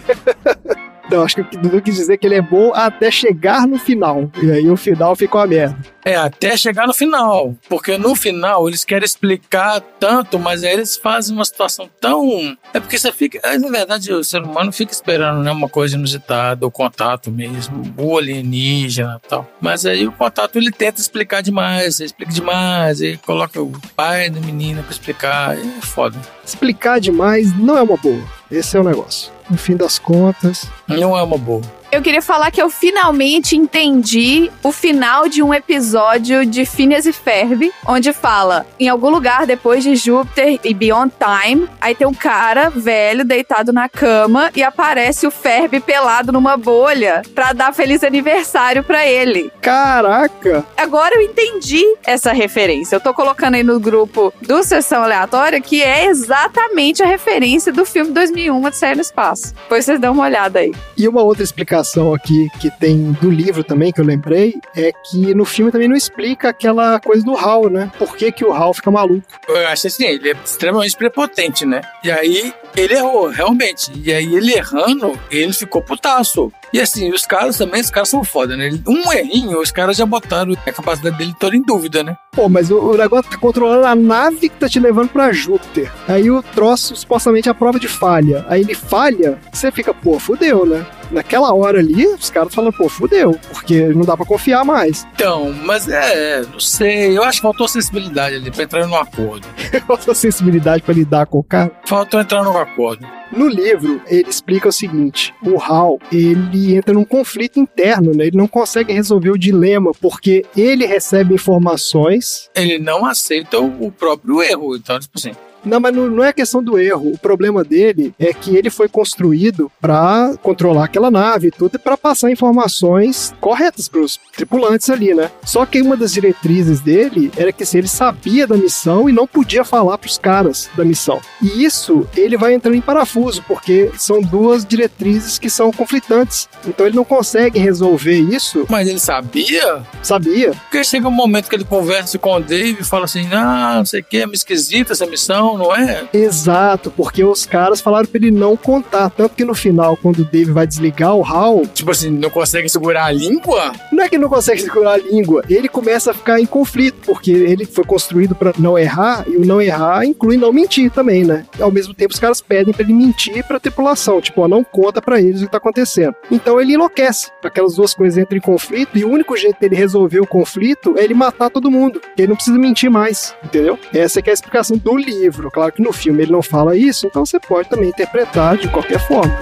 B: Não, Então, acho que o que Dudu quis dizer é que ele é bom até chegar no final. E aí o final ficou a merda.
D: É, até chegar no final. Porque no final eles querem explicar tanto, mas aí eles fazem uma situação tão. É porque você fica. Na verdade, o ser humano fica esperando né, uma coisa inusitada, o contato mesmo, o alienígena e tal. Mas aí o contato ele tenta explicar demais, ele explica demais, ele coloca o pai da menina pra explicar. É foda.
B: Explicar demais não é uma boa. Esse é o negócio. No fim das contas.
D: Não é uma boa.
K: Eu queria falar que eu finalmente entendi o final de um episódio de Phineas e Ferb, onde fala, em algum lugar depois de Júpiter e Beyond Time, aí tem um cara velho deitado na cama e aparece o Ferb pelado numa bolha pra dar feliz aniversário pra ele.
B: Caraca!
K: Agora eu entendi essa referência. Eu tô colocando aí no grupo do Sessão Aleatória que é exatamente a referência do filme 2001, de Sair um, no Espaço. Depois vocês dão uma olhada aí.
B: E uma outra explicação aqui que tem do livro também, que eu lembrei, é que no filme também não explica aquela coisa do Hal, né? Por que, que o Hal fica maluco?
D: Eu acho assim, ele é extremamente prepotente, né? E aí ele errou, realmente. E aí ele errando, ele ficou putaço. E assim, os caras também, os caras são foda, né? Um errinho, os caras já botaram a capacidade dele toda em dúvida, né?
B: Pô, mas o, o negócio tá controlando a nave que tá te levando pra Júpiter. Aí o troço supostamente é a prova de falha. Aí ele falha, você fica, pô, fudeu, né? Naquela hora ali, os caras falam, pô, fudeu, porque não dá pra confiar mais. [laughs]
D: Então, mas é, não sei, eu acho que faltou sensibilidade ali pra entrar num acordo.
B: faltou sensibilidade pra lidar com o cara?
D: Faltou entrar num acordo.
B: No livro, ele explica o seguinte: o Hal ele entra num conflito interno, né? Ele não consegue resolver o dilema porque ele recebe informações.
D: Ele não aceita o próprio erro, então, tipo assim.
B: Não, mas não, não é questão do erro. O problema dele é que ele foi construído para controlar aquela nave e tudo e para passar informações corretas para os tripulantes ali, né? Só que uma das diretrizes dele era que assim, ele sabia da missão e não podia falar para os caras da missão. E isso ele vai entrando em parafuso, porque são duas diretrizes que são conflitantes. Então ele não consegue resolver isso.
D: Mas ele sabia?
B: Sabia.
D: Porque chega um momento que ele conversa com o Dave e fala assim: ah, não sei o que, é esquisita essa missão não é?
B: Exato, porque os caras falaram pra ele não contar. Tanto que no final, quando o Dave vai desligar o Hal.
D: Tipo assim, não consegue segurar a língua?
B: Não é que não consegue segurar a língua, ele começa a ficar em conflito, porque ele foi construído para não errar, e o não errar inclui não mentir também, né? Ao mesmo tempo, os caras pedem pra ele mentir pra tripulação, tipo, ó, não conta pra eles o que tá acontecendo. Então ele enlouquece, aquelas duas coisas entram em conflito, e o único jeito dele resolver o conflito é ele matar todo mundo, porque ele não precisa mentir mais, entendeu? Essa é que é a explicação do livro. Claro que no filme ele não fala isso, então você pode também interpretar de qualquer forma.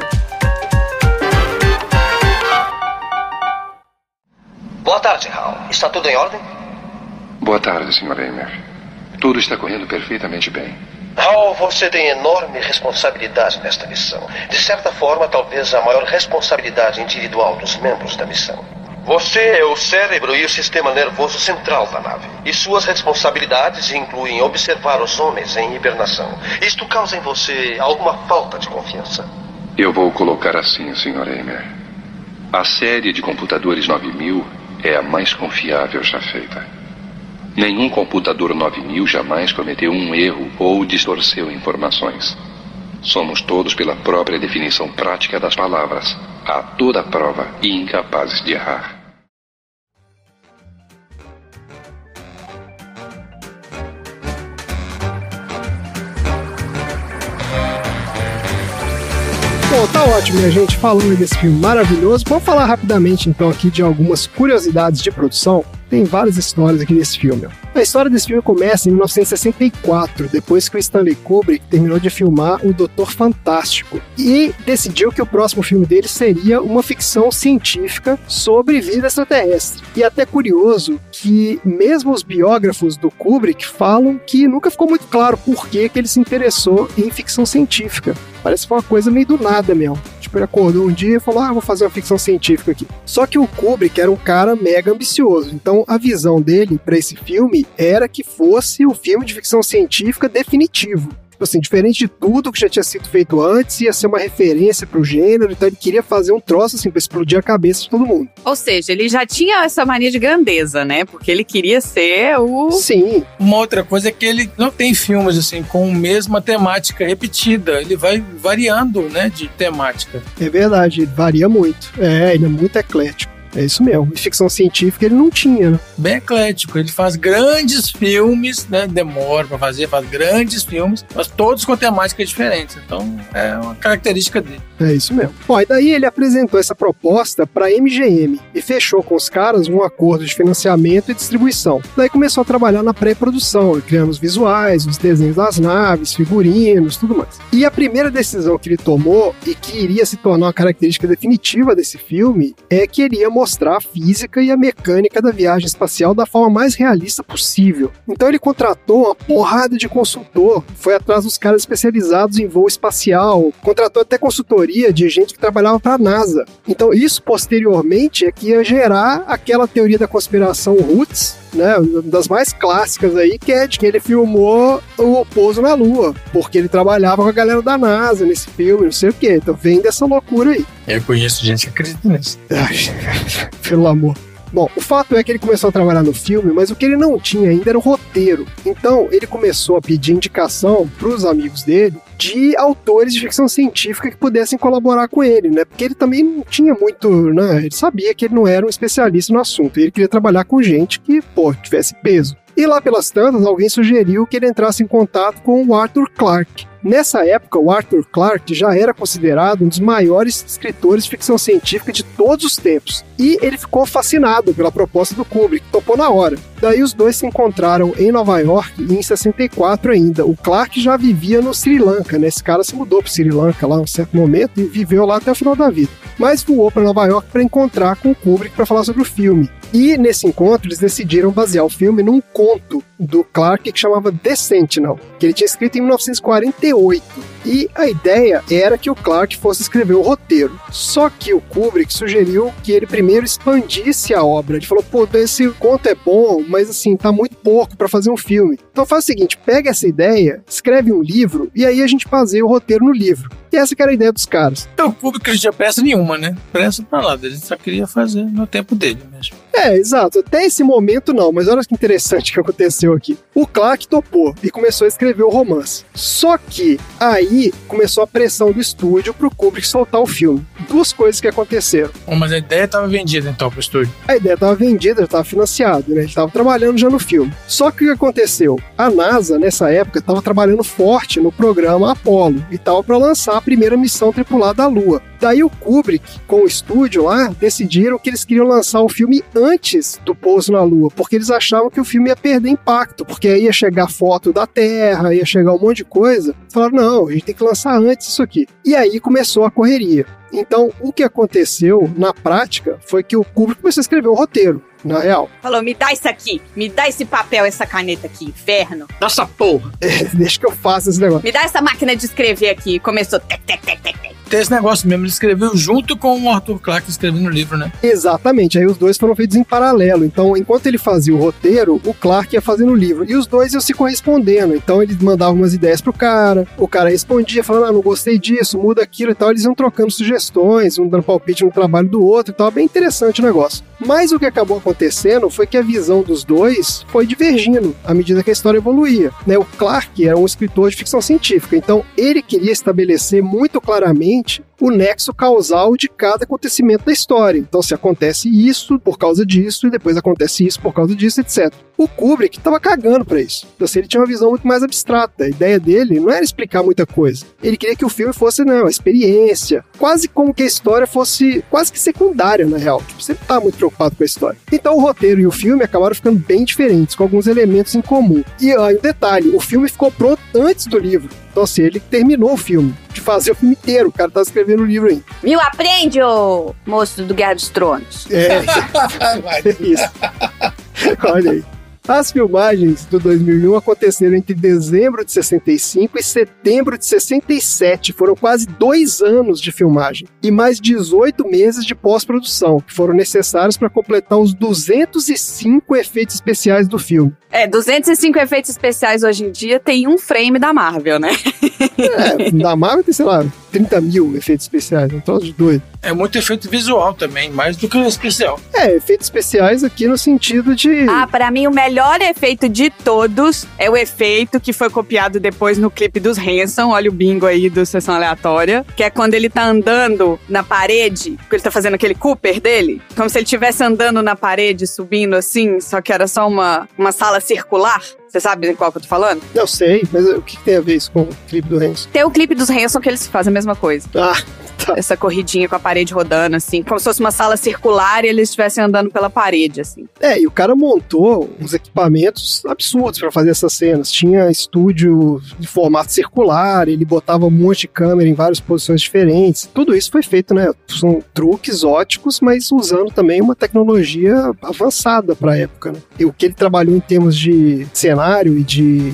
L: Boa tarde, Hal. Está tudo em ordem?
G: Boa tarde, Sr. Eimer. Tudo está correndo perfeitamente bem.
L: Hal, você tem enorme responsabilidade nesta missão. De certa forma, talvez a maior responsabilidade individual dos membros da missão. Você é o cérebro e o sistema nervoso central da nave. E suas responsabilidades incluem observar os homens em hibernação. Isto causa em você alguma falta de confiança.
G: Eu vou colocar assim, Sr. Eimer. A série de computadores 9000 é a mais confiável já feita. Nenhum computador 9000 jamais cometeu um erro ou distorceu informações. Somos todos, pela própria definição prática das palavras, a toda prova e incapazes de errar.
B: Bom, tá ótimo, minha gente. Falando desse filme maravilhoso, vamos falar rapidamente então aqui de algumas curiosidades de produção. Tem várias histórias aqui nesse filme. A história desse filme começa em 1964, depois que o Stanley Kubrick terminou de filmar O Doutor Fantástico e decidiu que o próximo filme dele seria uma ficção científica sobre vida extraterrestre. E até curioso que mesmo os biógrafos do Kubrick falam que nunca ficou muito claro por que, que ele se interessou em ficção científica. Parece que foi uma coisa meio do nada mesmo. Tipo, ele acordou um dia e falou: Ah, vou fazer uma ficção científica aqui. Só que o Kubrick era um cara mega ambicioso, então a visão dele para esse filme era que fosse o filme de ficção científica definitivo. Tipo assim, diferente de tudo que já tinha sido feito antes, ia ser uma referência pro gênero, então ele queria fazer um troço assim pra explodir a cabeça de todo mundo.
K: Ou seja, ele já tinha essa mania de grandeza, né? Porque ele queria ser o.
C: Uhum.
B: Sim.
D: Uma outra coisa é que ele não tem filmes assim com a mesma temática repetida. Ele vai variando, né, de temática.
B: É verdade, ele varia muito. É, ele é muito eclético. É isso mesmo. E ficção científica ele não tinha, né?
D: Bem eclético. Ele faz grandes filmes, né? Demora pra fazer, faz grandes filmes, mas todos com temáticas diferentes. Então é uma característica dele.
B: É isso mesmo. Bom, e daí ele apresentou essa proposta pra MGM e fechou com os caras um acordo de financiamento e distribuição. Daí começou a trabalhar na pré-produção, criando os visuais, os desenhos das naves, figurinos, tudo mais. E a primeira decisão que ele tomou e que iria se tornar uma característica definitiva desse filme é que ele ia mostrar a física e a mecânica da viagem espacial da forma mais realista possível. Então ele contratou uma porrada de consultor, foi atrás dos caras especializados em voo espacial, contratou até consultoria de gente que trabalhava para a NASA. Então isso posteriormente é que ia gerar aquela teoria da conspiração Roots, né, das mais clássicas aí, que é de que ele filmou o pouso na Lua, porque ele trabalhava com a galera da NASA nesse filme, não sei o quê. Então vem dessa loucura aí.
D: Eu conheço gente que acredita nisso.
B: Ai, [laughs] pelo amor. Bom, o fato é que ele começou a trabalhar no filme, mas o que ele não tinha ainda era o roteiro. Então, ele começou a pedir indicação para os amigos dele de autores de ficção científica que pudessem colaborar com ele, né? Porque ele também não tinha muito, né? Ele sabia que ele não era um especialista no assunto. Ele queria trabalhar com gente que, pô, tivesse peso. E lá pelas tantas, alguém sugeriu que ele entrasse em contato com o Arthur Clarke. Nessa época, o Arthur Clarke já era considerado um dos maiores escritores de ficção científica de todos os tempos, e ele ficou fascinado pela proposta do Kubrick, topou na hora. Daí os dois se encontraram em Nova York e em 64 ainda. O Clarke já vivia no Sri Lanka, né? Esse cara se mudou para Sri Lanka lá um certo momento e viveu lá até o final da vida. Mas voou para Nova York para encontrar com o Kubrick para falar sobre o filme. E nesse encontro eles decidiram basear o filme num conto do Clark que chamava The Sentinel, que ele tinha escrito em 1948. E a ideia era que o Clark fosse escrever o roteiro. Só que o Kubrick sugeriu que ele primeiro expandisse a obra. Ele falou: pô, esse conto é bom, mas assim, tá muito pouco para fazer um filme. Então faz o seguinte: pega essa ideia, escreve um livro e aí a gente baseia o roteiro no livro. E essa era a ideia dos caras.
D: Então o Kubrick não tinha pressa nenhuma, né? Pressa pra lá, ele só queria fazer no tempo dele mesmo.
B: É, exato. Até esse momento não, mas olha que interessante [laughs] que aconteceu aqui. O Clark topou e começou a escrever o romance. Só que aí começou a pressão do estúdio pro Kubrick soltar o filme. Duas coisas que aconteceram.
D: Bom, mas a ideia estava vendida então pro estúdio.
B: A ideia estava vendida, já estava financiada, né? Ele estava trabalhando já no filme. Só que o que aconteceu? A NASA, nessa época, estava trabalhando forte no programa Apollo e estava para lançar a primeira missão tripulada à Lua. Daí o Kubrick, com o estúdio lá, decidiram que eles queriam lançar o filme antes do pouso na Lua, porque eles achavam que o filme ia perder impacto, porque aí ia chegar foto da Terra, ia chegar um monte de coisa. Falaram, não, a gente tem que lançar antes isso aqui. E aí começou a correria. Então, o que aconteceu na prática foi que o Kubrick começou a escrever o roteiro, na real. [laughs]
M: Falou, me dá isso aqui, me dá esse papel, essa caneta aqui, inferno.
A: Dá essa porra.
B: É, deixa que eu faça esse negócio.
M: Me dá essa máquina de escrever aqui. Começou, tec, tec, tec, tec, tec.
D: Tem esse negócio mesmo, ele escreveu junto com o Arthur Clarke escrevendo o livro, né?
B: Exatamente, aí os dois foram feitos em paralelo. Então, enquanto ele fazia o roteiro, o Clarke ia fazendo o livro. E os dois iam se correspondendo. Então, ele mandava umas ideias pro cara, o cara respondia, falando, ah, não gostei disso, muda aquilo e tal. Eles iam trocando sugestões, um dando palpite no trabalho do outro e tal. Bem interessante o negócio. Mas o que acabou acontecendo foi que a visão dos dois foi divergindo à medida que a história evoluía. Né? O Clarke era um escritor de ficção científica, então ele queria estabelecer muito claramente o nexo causal de cada acontecimento da história. Então, se acontece isso por causa disso, e depois acontece isso por causa disso, etc. O Kubrick estava cagando para isso. Então, assim, ele tinha uma visão muito mais abstrata. A ideia dele não era explicar muita coisa. Ele queria que o filme fosse, né, uma experiência. Quase como que a história fosse quase que secundária, na real. Tipo, você não tá muito preocupado com a história. Então, o roteiro e o filme acabaram ficando bem diferentes, com alguns elementos em comum. E, aí, um detalhe, o filme ficou pronto antes do livro. Então, assim, ele terminou o filme, de fazer o filme inteiro. O cara tá escrevendo o livro aí.
M: Mil aprende, ô moço do Guerra dos Tronos.
B: É. isso. [laughs] Olha aí. As filmagens do 2001 aconteceram entre dezembro de 65 e setembro de 67. Foram quase dois anos de filmagem e mais 18 meses de pós-produção, que foram necessários para completar os 205 efeitos especiais do filme.
K: É, 205 efeitos especiais hoje em dia tem um frame da Marvel, né?
B: é, da Marvel tem, sei lá, 30 mil efeitos especiais, um troço de doido.
D: É muito efeito visual também, mais do que especial.
B: É, efeitos especiais aqui no sentido de.
K: Ah, pra mim o melhor efeito de todos é o efeito que foi copiado depois no clipe dos Hanson. Olha o bingo aí do Sessão Aleatória. Que é quando ele tá andando na parede, porque ele tá fazendo aquele Cooper dele. Como se ele estivesse andando na parede, subindo assim, só que era só uma, uma sala circular. Você sabe de qual que eu tô falando?
B: Não sei, mas o que tem a ver isso com o clipe do Hanson?
K: Tem o clipe dos Hanson que eles fazem a mesma coisa.
B: Ah, tá.
K: Essa corridinha com a parede rodando, assim, como se fosse uma sala circular e eles estivessem andando pela parede, assim.
B: É, e o cara montou uns equipamentos absurdos para fazer essas cenas. Tinha estúdio de formato circular, ele botava um monte de câmera em várias posições diferentes. Tudo isso foi feito, né? São truques óticos, mas usando também uma tecnologia avançada pra época, né? E o que ele trabalhou em termos de cenário e de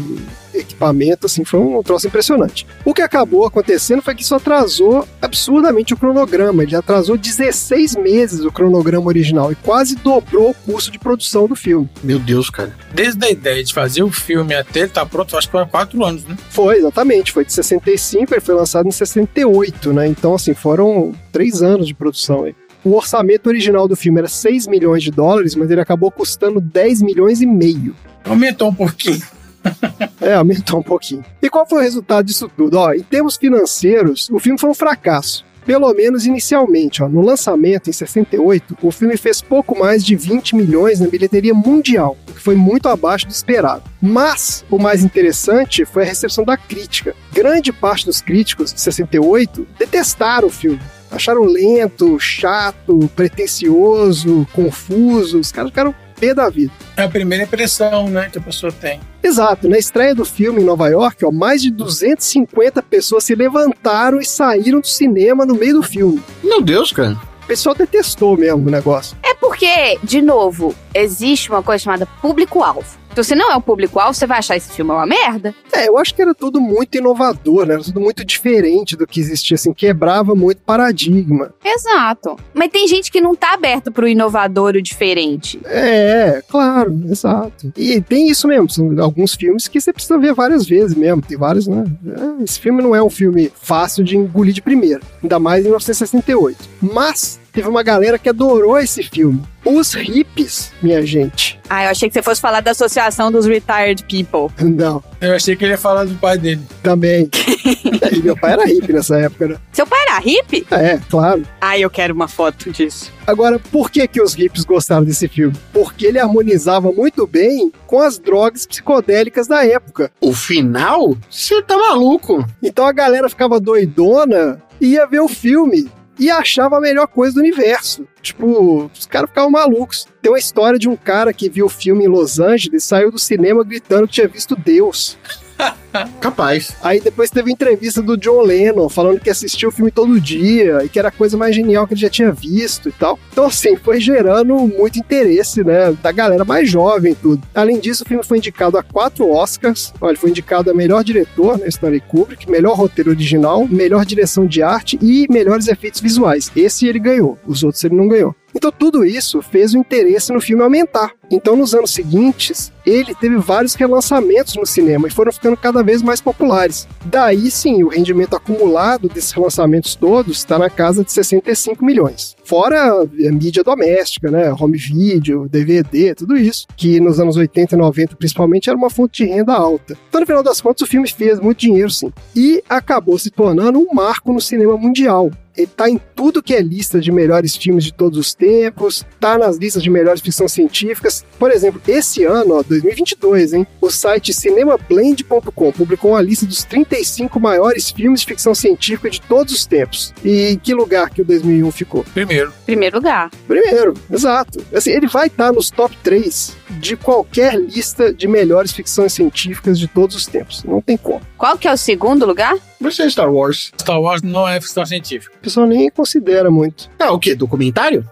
B: equipamento, assim, foi um troço impressionante. O que acabou acontecendo foi que isso atrasou absurdamente o cronograma. Ele atrasou 16 meses o cronograma original e quase dobrou o custo de produção do filme.
A: Meu Deus, cara.
D: Desde a ideia de fazer o filme até ele tá pronto, acho que foram 4 anos, né?
B: Foi, exatamente. Foi de 65, ele foi lançado em 68, né? Então, assim, foram 3 anos de produção aí. O orçamento original do filme era 6 milhões de dólares, mas ele acabou custando 10 milhões e meio.
D: Aumentou um pouquinho.
B: [laughs] é, aumentou um pouquinho. E qual foi o resultado disso tudo? Ó, em termos financeiros, o filme foi um fracasso. Pelo menos inicialmente, ó, no lançamento em 68, o filme fez pouco mais de 20 milhões na bilheteria mundial, o que foi muito abaixo do esperado. Mas o mais interessante foi a recepção da crítica. Grande parte dos críticos de 68 detestaram o filme, acharam lento, chato, pretencioso, confuso. Os caras ficaram pé da vida.
D: É a primeira impressão, né, que a pessoa tem.
B: Exato, na estreia do filme em Nova York, ó, mais de 250 pessoas se levantaram e saíram do cinema no meio do filme.
A: Meu Deus, cara.
B: O pessoal detestou mesmo o negócio.
M: É porque, de novo, existe uma coisa chamada público-alvo. Então, se não é o público-alvo, você vai achar esse filme uma merda?
B: É, eu acho que era tudo muito inovador, né? Era tudo muito diferente do que existia, assim, quebrava muito paradigma.
M: Exato. Mas tem gente que não tá aberto pro inovador o diferente.
B: É, claro, exato. E tem isso mesmo, são alguns filmes que você precisa ver várias vezes mesmo, tem vários, né? Esse filme não é um filme fácil de engolir de primeira, ainda mais em 1968. Mas teve uma galera que adorou esse filme. Os hippies, minha gente.
K: Ah, eu achei que você fosse falar da Associação dos Retired People.
B: Não.
D: Eu achei que ele ia falar do pai dele.
B: Também. [laughs] e meu pai era hippie nessa época, né?
K: Seu pai era hippie?
B: É, claro.
K: Ah, eu quero uma foto disso.
B: Agora, por que, que os hippies gostaram desse filme? Porque ele harmonizava muito bem com as drogas psicodélicas da época.
A: O final? Você tá maluco.
B: Então a galera ficava doidona e ia ver o filme e achava a melhor coisa do universo. Tipo, os caras ficavam malucos. Tem uma história de um cara que viu o filme em Los Angeles e saiu do cinema gritando que tinha visto Deus.
A: Capaz.
B: Aí depois teve entrevista do John Lennon falando que assistia o filme todo dia e que era a coisa mais genial que ele já tinha visto e tal. Então, assim, foi gerando muito interesse, né? Da galera mais jovem e tudo. Além disso, o filme foi indicado a quatro Oscars. Olha, foi indicado a melhor diretor, né? Stanley Kubrick, melhor roteiro original, melhor direção de arte e melhores efeitos visuais. Esse ele ganhou, os outros ele não ganhou. Então tudo isso fez o interesse no filme aumentar. Então nos anos seguintes, ele teve vários relançamentos no cinema e foram ficando cada vez mais populares. Daí sim, o rendimento acumulado desses relançamentos todos está na casa de 65 milhões. Fora a mídia doméstica, né, home video, DVD, tudo isso, que nos anos 80 e 90 principalmente era uma fonte de renda alta. Então no final das contas o filme fez muito dinheiro sim e acabou se tornando um marco no cinema mundial. Ele tá em tudo que é lista de melhores filmes de todos os tempos, tá nas listas de melhores ficção científicas. Por exemplo, esse ano, ó, 2022, hein, o site cinemablend.com publicou uma lista dos 35 maiores filmes de ficção científica de todos os tempos. E em que lugar que o 2001 ficou?
D: Primeiro.
C: Primeiro lugar.
B: Primeiro, exato. Assim, ele vai estar tá nos top 3 de qualquer lista de melhores ficções científicas de todos os tempos. Não tem como.
C: Qual que é o segundo lugar?
A: Vai ser é Star Wars.
D: Star Wars não é ficção científica.
B: O pessoal nem considera muito.
A: É o quê? Documentário?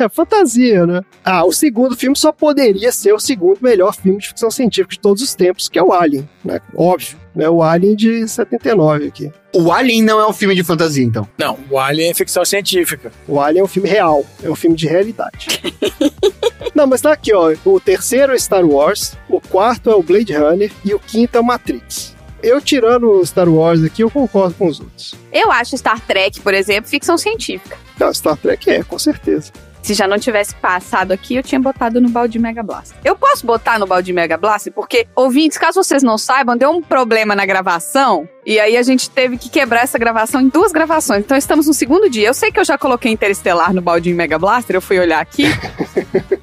B: é fantasia, né? Ah, o segundo filme só poderia ser o segundo melhor filme de ficção científica de todos os tempos, que é o Alien, né? Óbvio. Né? O Alien de 79 aqui.
A: O Alien não é um filme de fantasia, então?
D: Não, o Alien é ficção científica.
B: O Alien é um filme real, é um filme de realidade. não, mas tá aqui, ó. O terceiro é Star Wars, o quarto é o Blade Runner e o quinto é o Matrix. Eu tirando Star Wars aqui, eu concordo com os outros.
C: Eu acho Star Trek, por exemplo, ficção científica.
B: Não, Star Trek é, com certeza.
C: Se já não tivesse passado aqui, eu tinha botado no balde Mega Blast. Eu posso botar no balde Mega Blast? Porque, ouvintes, caso vocês não saibam, deu um problema na gravação. E aí a gente teve que quebrar essa gravação em duas gravações. Então estamos no segundo dia. Eu sei que eu já coloquei Interestelar no baldinho Mega Blaster, eu fui olhar aqui.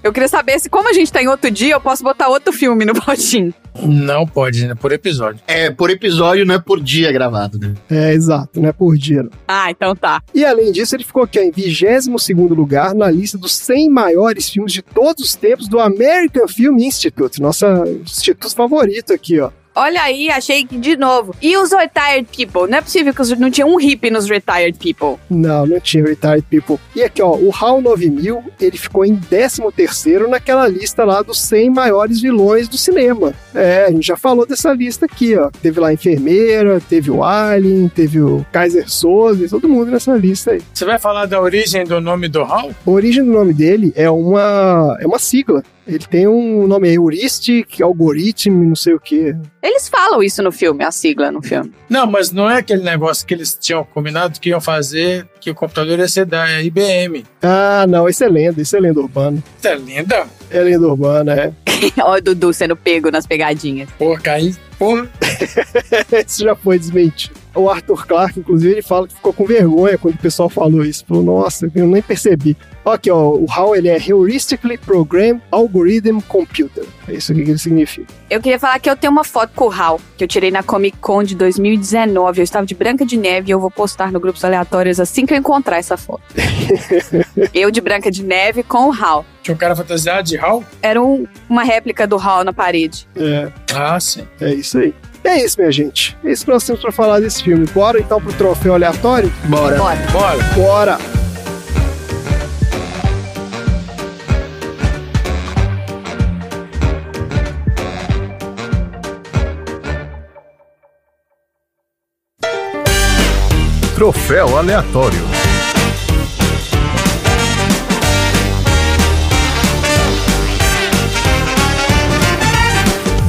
C: eu queria saber se, como a gente tá em outro dia, eu posso botar outro filme no baldinho.
D: Não pode, né? Por episódio.
A: É, por episódio, não é por dia gravado, né?
B: É, exato, não é por dia. Não.
C: Ah, então tá.
B: E além disso, ele ficou aqui em 22 lugar na lista dos 100 maiores filmes de todos os tempos do American Film Institute, nosso instituto favorito aqui, ó.
C: Olha aí, achei que de novo. E os retired people? Não é possível que não tinha um hippie nos retired people.
B: Não, não tinha retired people. E aqui, ó, o HAL 9000, ele ficou em 13º naquela lista lá dos 100 maiores vilões do cinema. É, a gente já falou dessa lista aqui, ó. Teve lá a enfermeira, teve o Alien, teve o Kaiser Soze, todo mundo nessa lista aí.
D: Você vai falar da origem do nome do HAL?
B: A origem do nome dele é uma, é uma sigla. Ele tem um nome aí, heuristic, algoritmo, não sei o quê.
C: Eles falam isso no filme, a sigla no filme.
D: Não, mas não é aquele negócio que eles tinham combinado que iam fazer, que o computador ia ser da IBM.
B: Ah, não, isso é lenda, isso é lenda urbana.
D: Isso é lenda?
B: É lenda urbana, é. [laughs]
C: [laughs] Olha o Dudu sendo pego nas pegadinhas.
D: Porra, aí, porra.
B: isso já foi desmentido. O Arthur Clarke, inclusive, ele fala que ficou com vergonha quando o pessoal falou isso. Falou, nossa, eu nem percebi. Aqui, ó, o HAL, ele é Heuristically Programmed Algorithm Computer. É isso que ele significa.
C: Eu queria falar que eu tenho uma foto com o HAL, que eu tirei na Comic Con de 2019. Eu estava de branca de neve e eu vou postar no grupos aleatórios assim que eu encontrar essa foto. eu de branca de neve com o HAL.
D: Tinha um cara fantasiado de HAL?
C: Era um, uma réplica do HAL na parede.
B: É.
D: Ah, sim.
B: É isso aí. É isso, minha gente. É isso que nós temos pra falar desse filme. Bora então pro troféu aleatório?
A: Bora.
C: Bora.
D: Bora.
B: Bora.
N: Troféu aleatório.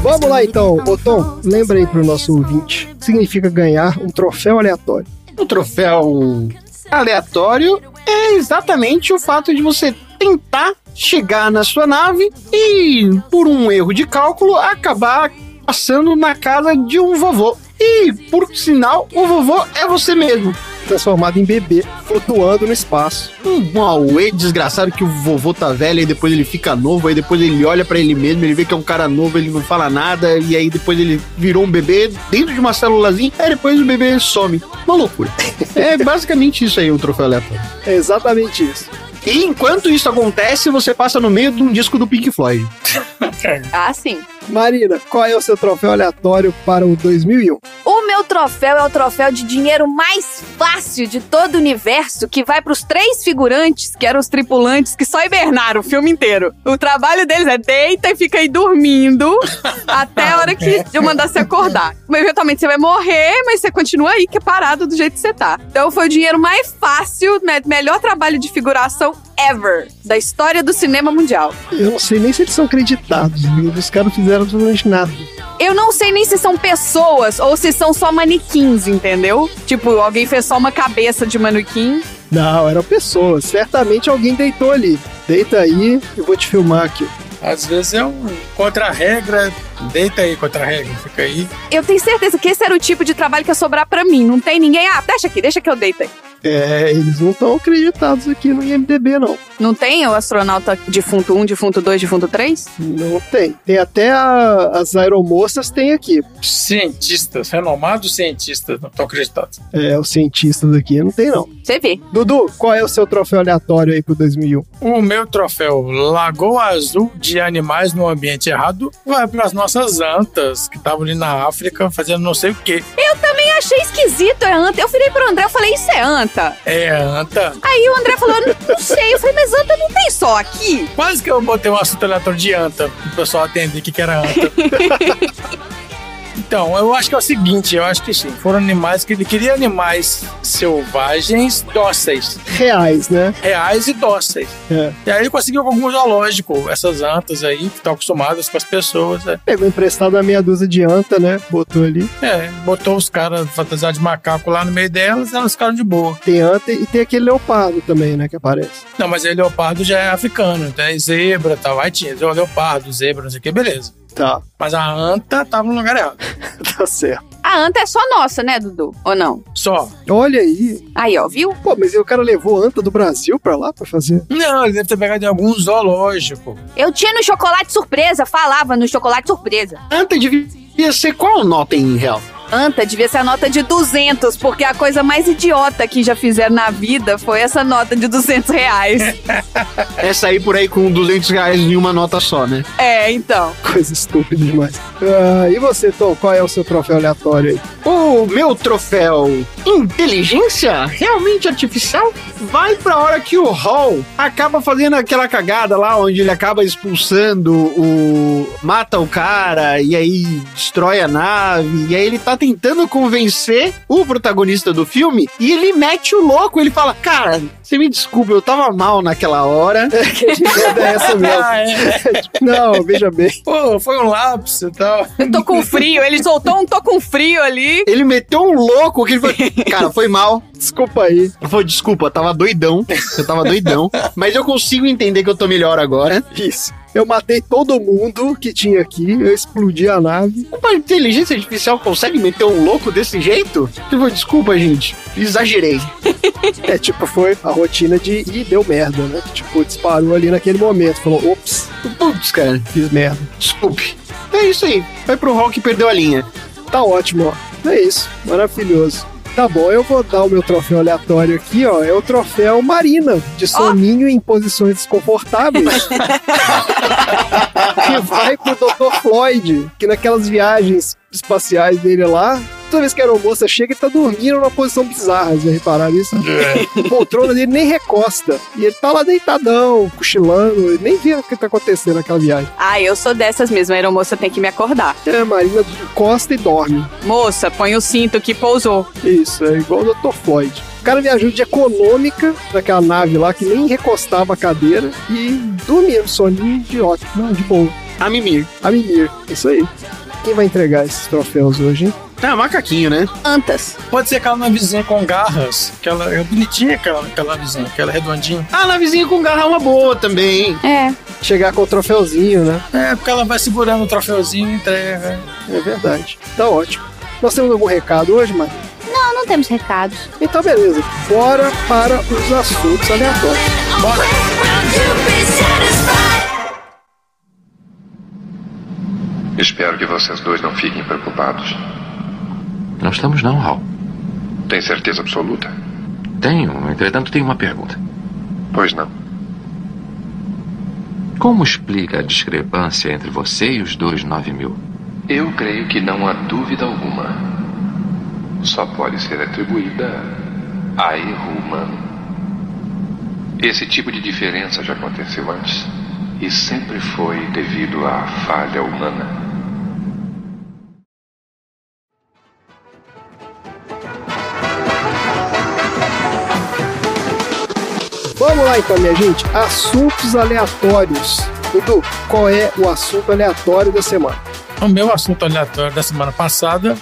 B: Vamos lá então, Otom, lembra aí pro nosso ouvinte, significa ganhar um troféu aleatório.
A: Um troféu aleatório é exatamente o fato de você tentar chegar na sua nave e, por um erro de cálculo, acabar passando na casa de um vovô. E, por sinal, o vovô é você mesmo
B: transformado em bebê, flutuando no espaço.
A: Um auê desgraçado que o vovô tá velho, aí depois ele fica novo, aí depois ele olha para ele mesmo, ele vê que é um cara novo, ele não fala nada, e aí depois ele virou um bebê dentro de uma célulazinha, aí depois o bebê some. Uma loucura. é basicamente isso aí o troféu aleatório.
B: É exatamente isso.
D: É,
A: E enquanto isso acontece, você passa no meio de um disco do Pink Floyd.
C: ah, sim.
B: Marina, qual é o seu troféu aleatório para o 2001?
C: O meu troféu é o troféu de dinheiro mais fácil de todo o universo, que vai para os três figurantes, que eram os tripulantes que só hibernaram o filme inteiro. O trabalho deles é deita e fica aí dormindo até a hora que eu mandar você acordar. Mas, eventualmente você vai morrer, mas você continua aí, que é parado do jeito que você tá. Então foi o dinheiro mais fácil, né, melhor trabalho de figuração ever da história do cinema mundial.
B: Eu não sei nem se eles são creditados, viu? os caras fizeram absolutamente nada.
C: Eu não sei nem se são pessoas ou se são só manequins, entendeu? Tipo, alguém fez só uma cabeça de manequim.
B: Não, eram pessoas. Certamente alguém deitou ali. Deita aí, eu vou te filmar aqui.
D: Às vezes é um contra-regra, deita aí contra-regra, fica aí.
C: Eu tenho certeza que esse era o tipo de trabalho que ia sobrar pra mim. Não tem ninguém, ah, deixa aqui, deixa que eu deito aí.
B: É, eles não estão acreditados aqui no IMDB, não.
C: Não tem o astronauta defunto 1, defunto 2, defunto 3?
B: Não tem. Tem até a, as aeromoças tem aqui.
D: Cientistas, renomados cientistas não estão acreditados.
B: É, os cientistas aqui não tem, não.
C: Você vê.
B: Dudu, qual é o seu troféu aleatório aí pro 2001?
D: O meu troféu, Lagoa Azul de Animais no Ambiente Errado, vai para as nossas antas, que estavam ali na África fazendo não sei o quê.
C: Eu também achei esquisito, é anta. Eu virei pro André, eu falei, isso é anta.
D: É, anta.
C: Aí o André falou, não sei. Eu falei, mas anta não tem só aqui.
D: Quase que eu botei um assunto aleatório de anta, o pessoal atender o que, que era anta. Então, eu acho que é o seguinte, eu acho que sim, foram animais que ele queria animais selvagens dóceis.
B: Reais, né?
D: Reais e dóceis. É. E aí ele conseguiu com algum zoológico, essas antas aí, que estão acostumadas com as pessoas. Né?
B: Pegou emprestado a meia dúzia de anta, né? Botou ali.
D: É, botou os caras fantasiados de macaco lá no meio delas, elas ficaram de boa.
B: Tem anta e tem aquele leopardo também, né, que aparece.
D: Não, mas aí leopardo já é africano, tem né? zebra e tal. Aí tinha leopardo, zebra, não sei o que, beleza.
B: Tá. [laughs]
D: Mas a anta tava no lugar errado.
B: tá certo.
C: A anta é só nossa, né, Dudu? Ou não?
D: Só.
B: Olha aí.
C: Aí, ó, viu?
B: Pô, mas o cara levou anta do Brasil pra lá pra fazer? [laughs]
D: Não, ele deve ter pegado em algum zoológico.
C: Eu tinha no chocolate surpresa, falava no chocolate surpresa.
A: Anta devia ser qual nota em real?
C: Anta devia ser a nota de 200, porque a coisa mais idiota que já fizeram na vida foi essa nota de 200 reais.
A: é sair por aí com 200 reais em uma nota só, né?
C: É, então.
B: Coisa estúpida demais. Ah, e você, Tom, qual é o seu troféu aleatório [laughs] aí?
A: O meu troféu inteligência realmente artificial vai pra hora que o Hall acaba fazendo aquela cagada lá, onde ele acaba expulsando o... mata o cara e aí destrói a nave, e aí ele tá tentando convencer o protagonista do filme e ele mete o louco. Ele fala: Cara, você me desculpa, eu tava mal naquela hora.
B: É que a gente é essa mesmo. Ah, é. Não, veja bem.
D: Pô, foi um lápis e tal.
C: Eu tô com frio. Ele soltou um tô com frio ali.
A: Ele meteu um louco que ele falou: Cara, foi mal.
B: Desculpa aí.
A: Eu falei: Desculpa, eu tava doidão. Eu tava doidão. Mas eu consigo entender que eu tô melhor agora.
B: Isso. Eu matei todo mundo que tinha aqui, eu explodi a nave.
A: Uma inteligência artificial consegue meter um louco desse jeito? Tipo, desculpa, gente, exagerei.
B: é, tipo, foi a rotina de e deu merda, né? Tipo, disparou ali naquele momento, falou, ops.
A: Putz, cara.
B: Fiz merda.
A: Desculpe. É isso aí, vai pro Hulk que perdeu a linha.
B: Tá ótimo, ó. É isso, maravilhoso. Tá bom, eu vou dar o meu troféu aleatório aqui, ó. É o troféu Marina, de soninho oh. em posições desconfortáveis. que vai pro Dr. Floyd, que naquelas viagens espaciais dele lá, toda vez que a aeromoça chega, ele tá dormindo numa posição bizarra, vocês repararam isso? É. O poltrona dele nem recosta. E ele tá lá deitadão, cochilando, ele nem vê o que tá acontecendo naquela viagem.
C: Ah, eu sou dessas mesmo, um a aeromoça tem que me acordar.
B: É, Marina encosta e dorme.
C: Moça, põe o cinto que pousou.
B: Isso, é igual o Dr. Floyd. O cara viajou de econômica naquela nave lá que nem recostava a cadeira e dormindo, soninho de ótimo, não, de boa.
A: A mimir.
B: A mimir, isso aí. Quem vai entregar esses troféus hoje, hein?
A: É, macaquinho, né?
C: Antas.
D: Pode ser aquela navezinha com garras. Aquela, é bonitinha aquela, aquela navezinha, aquela redondinha.
A: Ah, navezinha com garra é uma boa também, hein?
C: É.
B: Chegar com o troféuzinho, né?
D: É, porque ela vai segurando o troféuzinho e entrega.
B: É verdade. Tá ótimo. Nós temos algum recado hoje, Mari?
O: Não, não temos recados.
B: Então, beleza. Bora para os assuntos aleatórios. Bora!
G: Espero que vocês dois não fiquem preocupados.
P: Não estamos não, Hal.
G: Tem certeza absoluta?
P: Tenho, entretanto tenho uma pergunta.
G: Pois não.
Q: Como explica a discrepância entre você e os dois nove mil?
G: Eu creio que não há dúvida alguma. Só pode ser atribuída a erro humano. Esse tipo de diferença já aconteceu antes e sempre foi devido à falha humana.
B: Vamos lá então, minha gente. Assuntos aleatórios. Dudu, qual é o assunto aleatório da semana?
D: O meu assunto aleatório da semana passada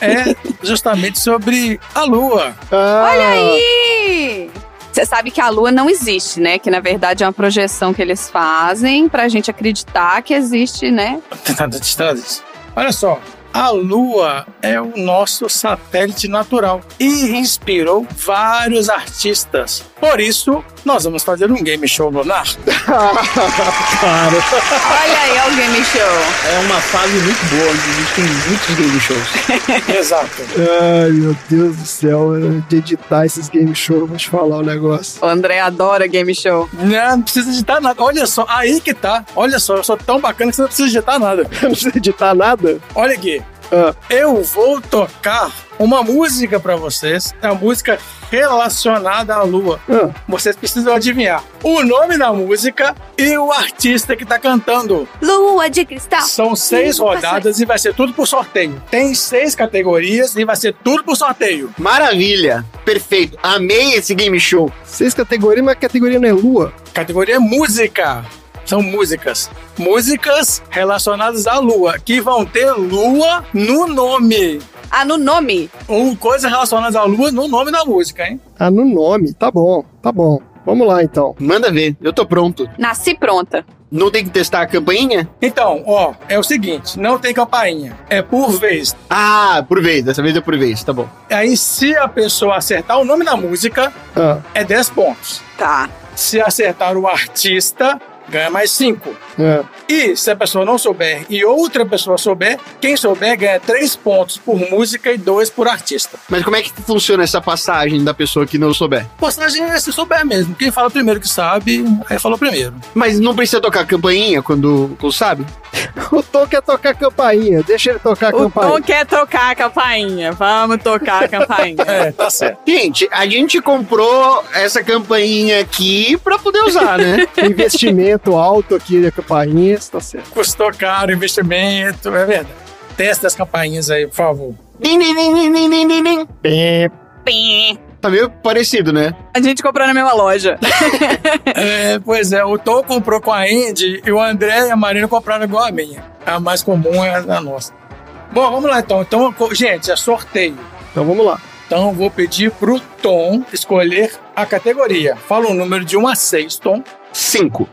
D: é justamente sobre a Lua.
C: Ah. Olha aí! Você sabe que a Lua não existe, né? Que na verdade é uma projeção que eles fazem pra gente acreditar que existe, né?
D: Tentando distrair isso. Olha só, a Lua é o nosso satélite natural e inspirou vários artistas. Por isso, nós vamos fazer um game show lunar.
B: claro.
C: Olha aí, é o game show.
R: É uma fase muito boa, onde existem muitos game shows.
D: Exato.
B: Ai, meu Deus do céu, de editar esses game shows, vou te falar o um negócio. [laughs]
C: O André adora game show.
D: É, Não, não precisa editar nada. Olha só, aí que tá. Olha só, eu sou tão bacana que você não precisa editar nada.
B: não precisa editar nada?
D: Olha aqui. Uh, eu vou tocar uma música para vocês. É uma música relacionada à lua. Uh. Vocês precisam adivinhar o nome da música e o artista que tá cantando.
C: Lua de cristal.
D: São seis Lua rodadas passar. e Ah, vai ser tudo por sorteio. Tem seis categorias e vai ser tudo por sorteio.
A: Maravilha. Perfeito. Amei esse game show.
B: Seis categorias, mas a categoria não é lua.
D: Categoria é música são músicas. Músicas relacionadas à lua, que vão ter lua no nome.
C: Ah, no nome?
D: Ou coisa relacionada à lua no nome da música, hein?
B: Ah, no nome. Tá bom, tá bom. Vamos lá então.
A: Manda ver, eu tô pronto.
C: Nasci pronta.
A: Não tem que testar a campainha?
D: Então, ó, é o seguinte, não tem campainha. É por vez.
A: Ah, por vez. Dessa vez é por vez, tá bom.
D: Aí, se a pessoa acertar o nome da música, ah. é 10 pontos.
C: Tá.
D: Se acertar o artista, ganha mais 5.
B: É.
D: E se a pessoa não souber e outra pessoa souber, quem souber ganha 3 pontos por música e 2 por artista.
A: Mas como é que funciona essa passagem da pessoa que não souber?
D: Passagem é se souber mesmo. Quem fala primeiro que sabe, aí falou primeiro.
A: Mas não precisa tocar campainha quando, quando sabe?
B: o Tom quer tocar campainha, deixa ele tocar a campainha.
M: O Tom quer tocar a campainha, vamos tocar a
C: [laughs]
M: campainha.
D: é, [laughs] tá certo.
A: Gente, a gente comprou essa campainha aqui pra poder usar,
C: [laughs]
A: né?
B: Investimento alto aqui da campainha, está certo.
D: Custou caro o investimento, é verdade. Testa as campainhas aí, por favor.
A: Din, din, din, din, din, din, din. Pim. Pim. Tá meio parecido, né?
M: A gente comprou na mesma loja.
D: é, pois é, o Tom comprou com a Andy e o André e a Marina compraram igual a minha. A mais comum é a nossa. Bom, vamos lá então. Então, gente, é sorteio.
B: Então vamos lá.
D: Então vou pedir pro Tom escolher a categoria. Fala um número de 1 a 6, Tom.
A: 5.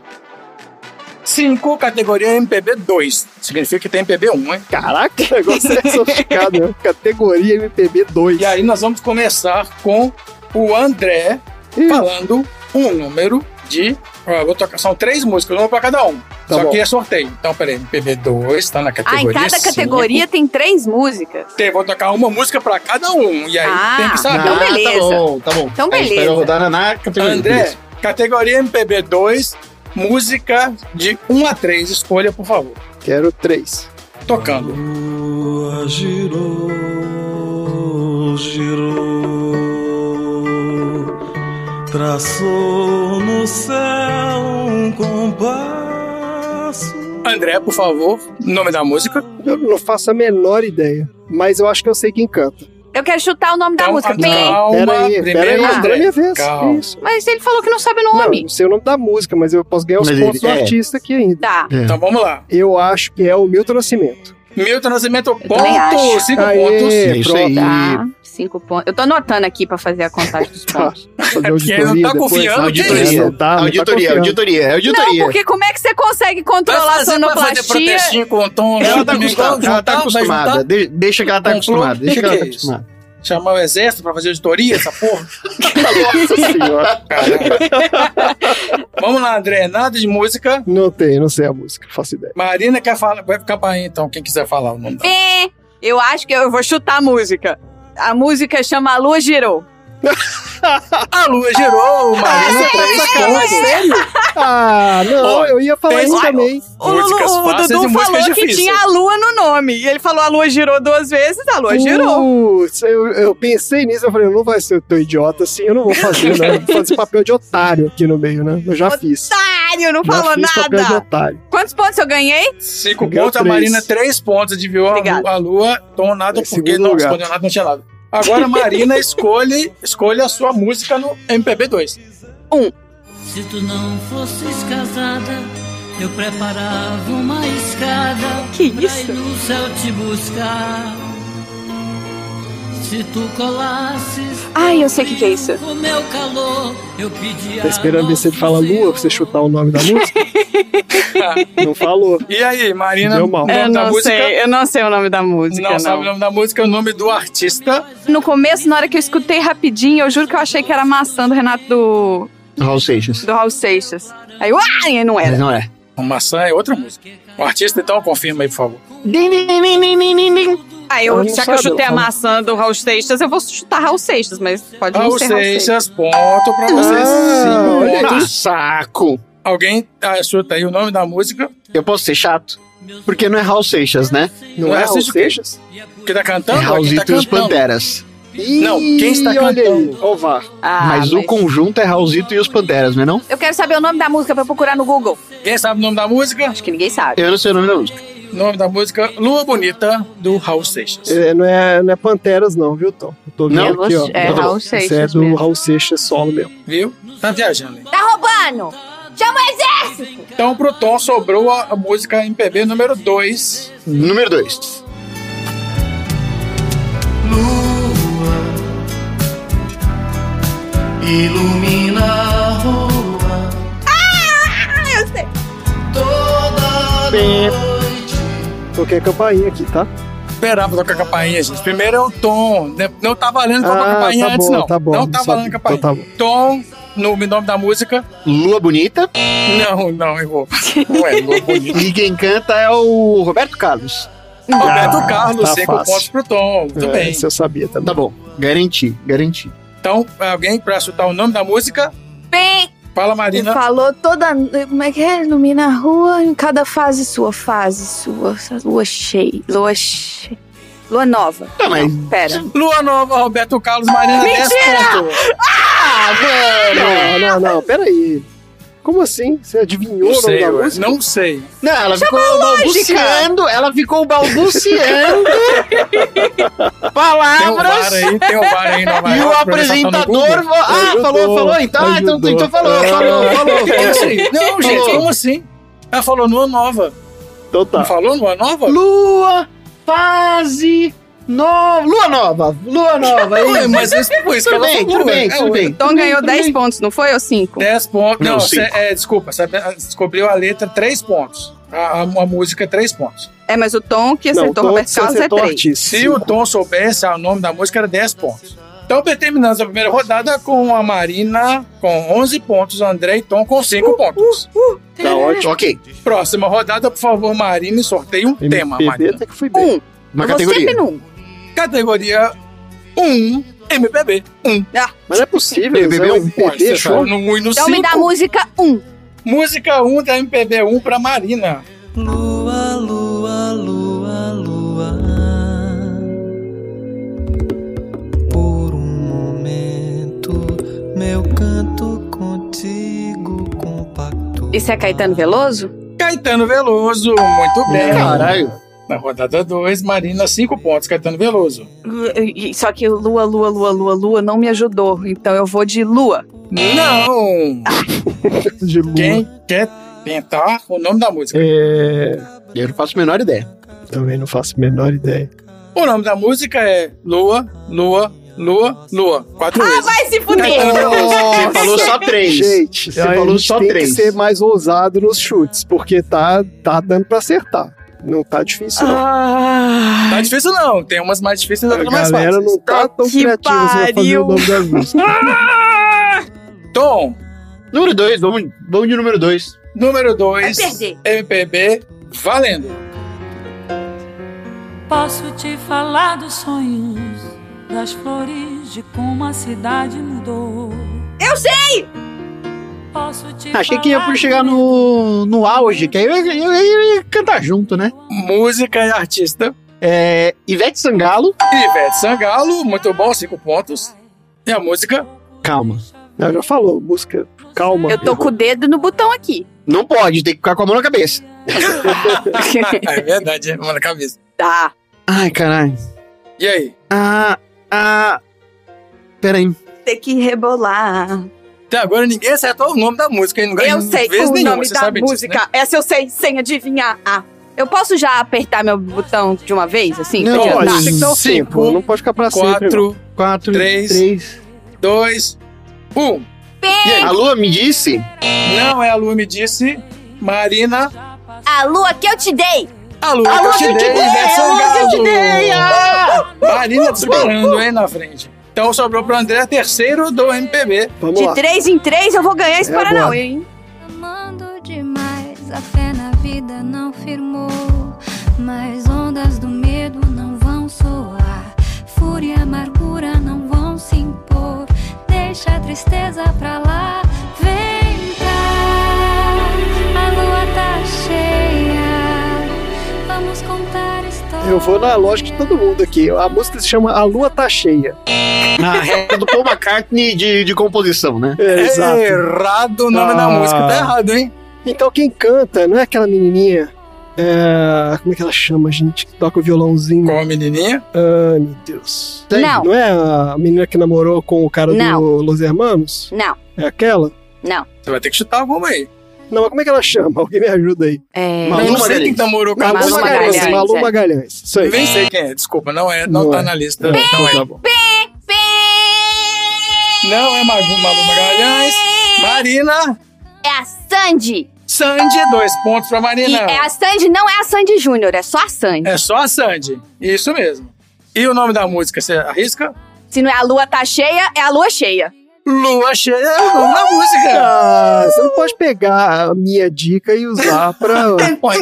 D: 5, categoria MPB 2. Significa que tem MPB 1, um, hein?
B: Caraca, [laughs] o negócio é sofisticado, né? Categoria MPB 2.
D: E aí nós vamos começar com o André Isso. falando um número de. Ó, vou tocar, são três músicas, uma pra cada um. Tá Só bom. que é sorteio. Então, peraí, MPB 2, tá na categoria. Ah, em
C: cada
D: cinco.
C: categoria tem três músicas.
D: Tem, vou tocar uma música pra cada um. E aí
C: ah,
D: tem que saber.
C: Então, beleza.
A: Ah, tá bom, tá bom.
C: Então, beleza.
A: Espera rodar na categoria.
D: André, categoria MPB 2, música de 1 a 3. Escolha, por favor.
B: Quero 3.
D: Tocando.
S: girou, girou, traçou no céu um compasso.
D: André, por favor, nome da música?
B: Eu não faço a menor ideia, mas eu acho que eu sei quem canta.
C: Eu quero chutar o nome então, da música.
D: Calma, pera
B: aí, pera aí, André, minha vez. Calma. Isso.
C: Mas ele falou que não sabe o nome.
B: Não, não sei o nome da música, mas eu posso ganhar os mas pontos ele, do é. artista aqui ainda.
C: Tá.
D: É. Então vamos lá.
B: Eu acho que é o Milton Nascimento.
D: Milton Nascimento, ponto! Cinco Aê, pontos.
A: É isso aí.
C: Tá. Cinco pontos. Eu tô anotando aqui pra fazer a contagem dos pontos.
D: Fazer auditoria não tá depois. confiando
A: auditoria,
D: disso.
A: Não tá, não auditoria, tá auditoria, auditoria.
C: Não, porque como é que você consegue controlar
D: fazer,
C: a sonoplastia?
D: Fazer com o tom,
A: ela tá acostumada. Ela tá acostumada. Deixa que ela tá acostumada. Deixa que ela tá acostumada
D: chamar o exército pra fazer auditoria, essa porra?
B: Nossa senhora.
D: Vamos lá, André. Nada de música?
B: Não tem, não sei a música, não faço ideia.
D: Marina quer falar, vai ficar pra aí, então, quem quiser falar o nome
M: é, Eu acho que eu vou chutar a música. A música chama A Lua Girou.
C: Ah, é
D: a lua girou, Marina, três pontos.
B: Ah, não,
T: Ó,
B: eu ia falar
T: tem-
B: isso
T: Ai,
B: também.
T: ó, Músicas
C: o
T: fáceis
C: Dudu
T: e músicas
C: falou que
T: difíceis.
C: tinha a lua no nome. E ele falou a lua girou duas vezes, a
B: Uh.
C: lua girou.
B: Putz, eu, eu pensei nisso, eu falei, não vai ser tão idiota assim, eu não vou fazer, né? Vou fazer papel de otário aqui no meio, né? Eu já fiz.
C: Otário, não
B: Já
C: falou
B: fiz papel de
C: nada.
B: otário.
C: Quantos pontos eu ganhei?
D: Cinco
B: Ganhou
D: pontos, a
B: três.
D: Marina três pontos, adivinhou a
C: Obrigada.
D: lua, a lua, tom nada,
B: Em
D: porque
B: segundo
D: não
B: lugar.
D: respondeu nada, não tinha nada. Agora a Marina [laughs] escolhe, escolhe a sua música no MPB2.
C: Um.
L: Se tu não fosses casada, eu preparava uma escada
C: que
L: pra
C: isso?
L: ir no céu te buscar. Se tu colasses
C: Ai, eu sei o que, que é isso.
L: o meu calor, eu pedia.
B: Tá esperando ver se ele fala lua, pra você chutar o nome da música? não falou.
D: E aí, Marina?
B: Deu mal.
D: o nome
C: Eu
D: da
C: É, não
D: música?
C: sei, eu não sei o nome da música,
D: Não,
C: não.
D: sabe o nome da música, o nome do artista.
C: No começo, na hora que eu escutei rapidinho, eu juro que eu achei que era maçã do Renato do,
A: Raul Seixas.
C: do Raul Seixas. Aí, eu, ai, não era.
A: não é.
D: A maçã é outra música. O artista, então, confirma aí, por favor.
C: Aí,
D: Eu
C: eu,
D: não
C: já que
D: sabe,
C: eu chutei
D: eu
C: a
D: falo.
C: maçã do Raul Seixas, eu vou chutar Raul Seixas, mas pode não
D: Raul
C: ser Raul Seixas.
D: Seixas, ponto pra vocês.
B: Ah,
A: olha
D: Cinco
B: tá.
A: que
D: pontos.
A: Tá, saco.
D: Alguém ah, chuta aí o nome da música?
A: Eu posso ser chato? Porque não é Raul Seixas, né?
B: Não é Raul
D: assiste o quê?
B: Seixas?
D: Que tá
A: É
D: cantando? ou quem tá
A: Raulzito e os
D: cantando?
A: Panteras.
D: Não, quem está
B: Ih, olha aí,
D: cantando?
B: ó o VAR.
C: Ah,
A: mas, o conjunto é Raulzito e os Panteras, não é não?
C: Eu quero saber o nome da música pra eu procurar no Google.
D: Quem sabe o nome da música?
C: Acho que ninguém sabe.
A: Eu não sei o nome da música.
D: O nome da música Lua Bonita, do Raul Seixas.
B: É, não, é, não é Panteras, não, viu, Tom? Eu tô vendo
C: Não,
B: aqui, ó.
C: é
B: Não,
C: Raul
B: Isso é
C: Seixas
B: do
C: mesmo.
B: Raul Seixas solo mesmo.
D: Viu? Tá viajando. aí.
C: Tá roubando! Chama o exército!
D: Então pro Tom sobrou a, a música MPB número 2.
A: Número 2.
U: Lua ilumina a rua.
C: Ah, eu sei.
U: Toda
B: Bem. Toquei a campainha aqui, tá?
D: Esperava tocar a campainha, gente. Primeiro é o Tom. né? Não tá valendo tocar a
B: Ah,
D: campainha
B: tá
D: antes,
B: bom,
D: não.
B: tá bom,
D: não tá
B: não
D: valendo
B: sabia.
D: campainha.
B: Então tá bom.
D: Tom, no nome da música.
A: Lua Bonita.
D: Não, não, errou. Não é
B: [laughs]
D: Lua Bonita.
A: E quem canta é o Roberto Carlos.
D: Roberto Carlos,
B: Ah, tá
D: cinco
B: fácil.
D: pontos pro Tom. Muito
B: É,
D: bem.
B: Isso é- eu sabia também.
A: Tá bom. Garanti, garanti.
D: Então, alguém pra chutar o nome da música?
C: Bem,
D: Fala,
C: Ele
D: Marina.
C: falou toda. Como é que é? Ilumina a rua em cada fase sua, fase sua. Lua cheia. Lua cheia. Lua nova.
A: Tá, mas.
C: Pera.
D: Lua Nova, Roberto Carlos, Marina, 10 pontos.
A: Ah, velho!
B: Não, não, não, peraí. Como assim? Você adivinhou o
D: Não
B: nome
D: sei,
B: da
D: ué,
B: música?
D: não sei.
A: Não, ela ficou
C: lógica.
A: balbuciando, ela ficou
D: [laughs]
A: balbuciando
D: Tem o VAR
A: palavras
D: aí, tem um o VAR
B: [laughs]
D: aí na
A: e o
D: tá
A: apresentador. vo- Ah,
B: Ajudou,
A: falou, falou, então, ah, então,
B: ajudou.
A: então falou, falou, falou.
D: [laughs] Como assim?
A: falou.
D: Não, gente,
A: Falou.
D: como assim? Ela falou Lua Nova.
B: Então
D: Não
B: Tá tá.
D: falou Lua Nova?
A: Lua, fase nova. Lua nova, lua nova.
D: Ué, mas isso foi isso que
A: Tudo
D: ela
A: bem,
D: falou.
A: tudo bem,
D: ué.
A: tudo
D: É,
A: bem.
C: Tom ganhou 10 pontos, não foi? Ou 5?
D: 10 pontos. Não,
A: Não,
D: cê-
A: cinco.
D: é, desculpa, sabe, descobriu a letra 3 pontos. A, a, a música 3 pontos.
C: É, mas o Tom que
B: Não,
C: acertou
B: tô-
C: Roberto
B: você
C: Carlos é
B: acertou
C: 3.
B: artista.
D: Se o Tom soubesse ah, o nome da música, era 10 pontos. Então, terminamos a primeira rodada com a Marina com 11 pontos, André e Tom com 5 pontos.
B: Tá ótimo.
A: Ok,
D: Próxima rodada, por favor, Marina, e sorteie um tema,
B: MPB
D: Marina.
B: até que foi bem.
C: Um.
A: uma
C: eu vou
A: categoria.
C: sempre num.
D: Categoria 1, MPB 1.
B: Mas não é possível.
A: MPB
B: né?
A: é um
B: MPB, show.
D: no 1 e no 5.
C: Então me dá a música 1. Um.
D: Música 1 da MPB 1 pra Marina.
V: Lua, lua, lua, lua. Por um momento, meu canto contigo compacto.
C: Isso é Caetano Veloso?
D: Caetano Veloso, muito
B: é
D: bem.
A: Caralho.
D: Na rodada 2, Marina, 5 pontos, Caetano Veloso.
C: E- e- Só que lua, lua, lua, lua, lua não me ajudou. Então eu vou de lua.
D: Não!
B: De lua.
D: Quem quer tentar o nome da música?
B: É...
A: Eu não faço a menor ideia.
B: Também não faço a menor ideia.
D: O nome da música é Lua, Lua, Lua, Lua. Quatro vezes.
C: Ah, Vai se
D: Caetano
C: fuder!
D: Veloso.
A: Você falou só três.
B: Gente,
A: Você
B: a
A: falou
B: gente
A: só
B: tem
A: três.
B: que ser mais ousado nos chutes, porque tá, tá dando pra acertar. Não tá difícil, não.
C: Ah,
D: Não tá difícil não, tem umas mais difíceis e
B: a
D: outras mais
B: galera
D: fáceis.
B: não tá tão
C: Que
B: criativa assim pra fazer
C: pariu.
B: o nome da música. [laughs]
D: Tom,
A: Número 2, vamos, vamos de número 2.
D: número 2,
C: Vai perder.
D: MPB, valendo.
L: Posso te falar dos sonhos, das flores, de como a cidade mudou.
C: Eu sei!
B: Achei que ia por chegar no, no auge, que aí eu, eu- eu- eu ia cantar junto, né?
D: Música e artista.
B: É, Ivete Sangalo.
D: Ivete Sangalo, muito bom, cinco pontos. E a música? [laughs]
B: Calma. Não, já falou, música. Calma.
C: Eu tô com o dedo no botão aqui.
B: Não pode, tem que ficar com a mão na cabeça.
D: é verdade, é mão na cabeça.
C: Tá.
B: Ai, caralho.
D: E aí?
B: Ah, ah. Peraí.
C: Tem que rebolar.
D: Até agora ninguém acertou o nome da música, hein? Não ganhou
C: Eu sei
D: vez
C: o
D: nenhuma,
C: nome
D: você
C: da
D: sabe disso,
C: música.
D: né?
C: Essa eu sei, sem adivinhar. Ah, eu posso já apertar meu botão de uma vez, assim?
B: Não,
C: pra adiantar?
B: pode, tem que dar o
D: Cinco,
B: tempo. Não pode ficar pra sempre.
D: quatro,
B: irmão. Quatro,
D: três.
B: três.
D: Dois, um. E aí?
A: A lua me disse?
D: Não é a Lua me disse, Marina.
C: A lua que eu te dei!
D: A Lua
C: A
D: que eu
C: lua
D: te dei, Ivete
C: a lua que eu te dei!
D: Sangalo.
C: ah!
D: Marina disparando, hein, na frente. Então sobrou pro André, terceiro do MPB.
B: Vamos
C: De três em três eu vou ganhar esse
D: É
C: Paranauê,
D: agora.
C: hein?
W: Amando demais, a fé na vida não firmou. Mas ondas do medo não vão soar. Fúria e amargura não vão se impor. Deixa a tristeza pra lá. Vem cá, a lua tá cheia. Vamos contar histórias.
B: Eu vou na lógica de todo mundo aqui. A música se chama A Lua Tá Cheia.
A: Na regra do Paul McCartney de, de composição, né?
B: É, exato.
D: Errado o nome da
B: Ah.
D: música, tá errado, hein?
B: Então quem canta não é aquela menininha. é, como é que ela chama, gente? Que toca o violãozinho.
D: Qual a menininha?
B: Ai, meu Deus. Tem,
C: Não.
B: Não é a menina que namorou com o cara
C: Não.
B: do Los Hermanos?
C: Não,
B: É aquela?
C: não.
D: Você vai ter que chutar alguma aí.
B: Não, mas como é que ela chama? Alguém me ajuda aí.
C: É.
D: Não, eu não sei quem namorou com a
B: Malu
D: Malu
B: Magalhães.
D: Magalhães,
B: Malu
D: é.
B: Magalhães. Isso aí.
D: Nem sei quem é, desculpa, não é, não,
B: Não
D: tá
B: é.
D: na lista. Não é. Não é Magu, Malu Magalhães. Marina,
C: É a Sandy!
D: Sandy, dois pontos pra
C: E
D: Marina.
C: é a Sandy, não é a Sandy Júnior, é só a Sandy.
D: É só a Sandy, isso mesmo. E o nome da música, você arrisca?
C: Se não é a lua tá cheia, é a lua cheia.
D: Lua cheia é o nome da música.
B: Ah, você não pode pegar a minha dica e usar pra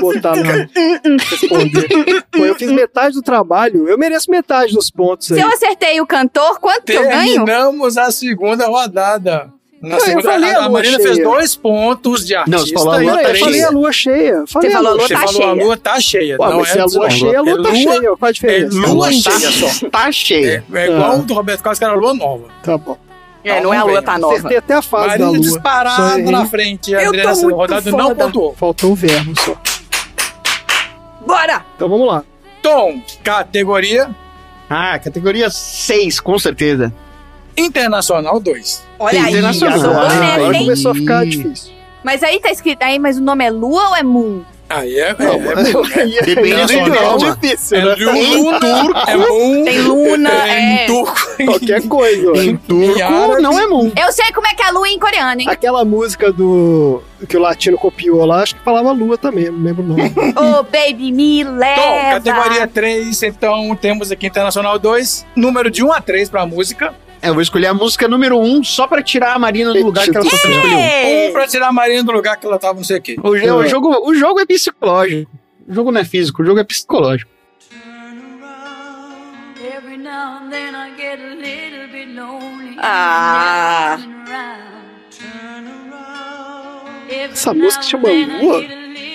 B: botar na responder. Pô, eu fiz metade do trabalho, eu mereço metade dos pontos aí.
C: Se eu acertei o cantor, quanto que eu ganho?
D: Terminamos a segunda rodada. Na
B: eu
D: segunda,
B: falei
D: a,
B: a
D: a
B: lua
D: Marina
B: cheia.
D: fez dois pontos de artista.
A: Não, você falou a lua
D: e
B: Peraí,
A: tá
B: eu falei
A: cheia.
B: a lua cheia. Falei
C: Você falou a lua
D: Você
C: tá
D: falou a
C: cheia.
D: lua tá cheia.
B: Ué,
D: não
B: mas
D: é
B: se a lua
D: desculpa.
B: cheia, a lua
D: É
B: tá cheia. Qual a
D: É
B: diferença?
D: lua
A: Tá
D: cheia
A: cheia.
D: só.
A: Tá
D: É,
A: cheia.
D: é igual
B: Ah.
D: o do Roberto Carlos, que era a lua nova.
B: Tá bom.
C: É, não é a lua tá nova.
B: Acertei até a fase da
D: Marina
B: lua. Só
D: disparado
B: errei.
D: na frente.
C: Eu tô
D: André nessa
C: muito
D: rodada não
C: foda.
D: pontuou.
B: Faltou o verbo só.
C: Bora!
B: Então vamos lá.
D: Tom, categoria
A: Ah, categoria 6, com certeza.
D: internacional 2.
C: Olha aí,
A: Internacional.
C: sou
A: Ah,
C: honesta,
B: né? agora
A: aí.
C: hein?
B: começou a ficar difícil.
C: Mas aí tá escrito aí, mas o nome é lua ou é moon?
D: Aí é, é,
B: Não,
D: é,
B: [laughs]
D: bom, né?
A: Depende do idioma.
B: difícil,
D: é
B: né?
D: Luna, é Moon,
C: Tem luna,
D: é
C: é.
D: em turco,
B: Qualquer coisa. ué.
A: Em turco
D: árabe.
A: não é mundo.
C: Eu sei como é que é a lua em coreano, hein?
B: Aquela música do que o latino copiou lá, acho que falava lua também, não lembro o
D: [laughs]
B: nome.
C: Ô, baby, me leva.
D: Tom, categoria 3, então temos aqui Internacional 2, número de 1 a 3 pra música,
A: É, Eu vou escolher a música número 1 um, só pra tirar a Marina do lugar que ela só escolheu. um.
C: É.
D: 1 pra tirar a Marina do lugar que ela tava, não sei o quê.
A: O, jo- o jogo, o jogo é psicológico. O jogo não é físico, o jogo é psicológico.
B: um.
W: Every now and then I get a little bit lonely.
C: Ah.
B: Essa música chama Lua?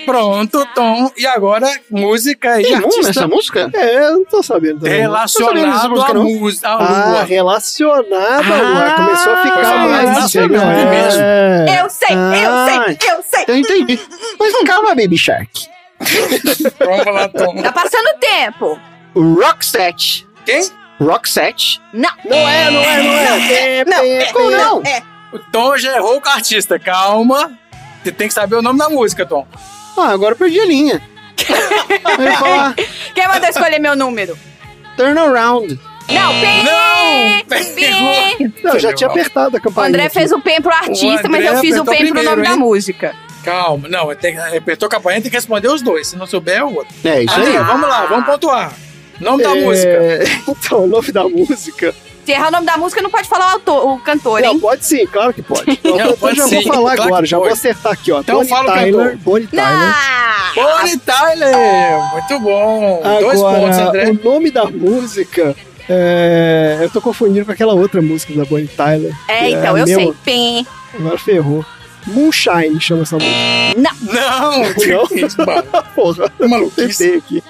D: Pronto, Tom, e agora música e
A: Tem mundo
D: artista
A: nessa música?
B: É, eu não tô sabendo. também.
A: Eu não sabia dessa
D: relacionado à
A: música, não.
D: música, à
B: Ah,
D: lua.
A: Tá
D: Ah,
B: relacionada, ué. Ah, Começou a
D: foi
B: ficar
D: falar
B: mais
D: nacional
B: é.
D: mesmo.
C: Eu sei,
B: Ah.
C: eu sei, eu
A: né?
C: sei.
A: Então eu entendi. Mas calma, Baby Shark.
D: Vamos lá, Tom.
C: Tá passando tempo.
A: O Rockset.
D: Quem?
A: Rockset.
C: Não. é.
B: Não é, não é, não é. Não,
A: Como não?
D: O Tom já errou com o artista, calma. Você tem que saber o nome da música, Tom.
A: Ah, agora eu perdi a
B: [laughs]
A: linha. Eu "Ah, ia falar
C: Quem mandou escolher meu número?
A: Turnaround.
C: Não, pen.
D: Não!
C: Pi.
B: eu já tinha apertado a
C: O
B: campainha.
C: André
B: aqui.
C: fez o pen pro artista, mas eu
D: André
C: fiz o
D: apertou
C: pen pro
D: primeiro,
C: nome da
D: hein?
C: música.
D: Calma, não, tem, apertou com a campainha, tem que responder os dois. Se não souber, é o outro.
A: É isso aí.
D: André, vamos lá, vamos pontuar. Nome da
B: É,
D: música.
B: Então, o nome da música.
C: Se errar o nome da música, não pode falar o, autor, o cantor,
B: Não,
C: hein?
B: pode sim, claro que pode. Eu
D: Não, pode
B: já
D: sim,
B: vou falar
D: claro
B: agora,
D: que
B: já vou
D: pode.
B: acertar aqui, ó.
D: Então
B: Bonnie
D: fala o
B: Tyler,
D: cantor.
B: Bonnie Tyler.
C: Ah!
D: Bonnie Tyler! Muito bom! Dois pontos,
B: Agora, um-
D: André.
B: o nome da música. é, eu tô confundindo com aquela outra música da Bonnie Tyler.
C: É,
B: que
C: então,
B: a
C: eu
B: mesma-
C: sei. Pen.
B: Agora ferrou. Moonshine chama essa música.
D: [laughs]
C: Não!
D: Não! [laughs] Não?
B: Porra,
D: maluquice.
B: aqui.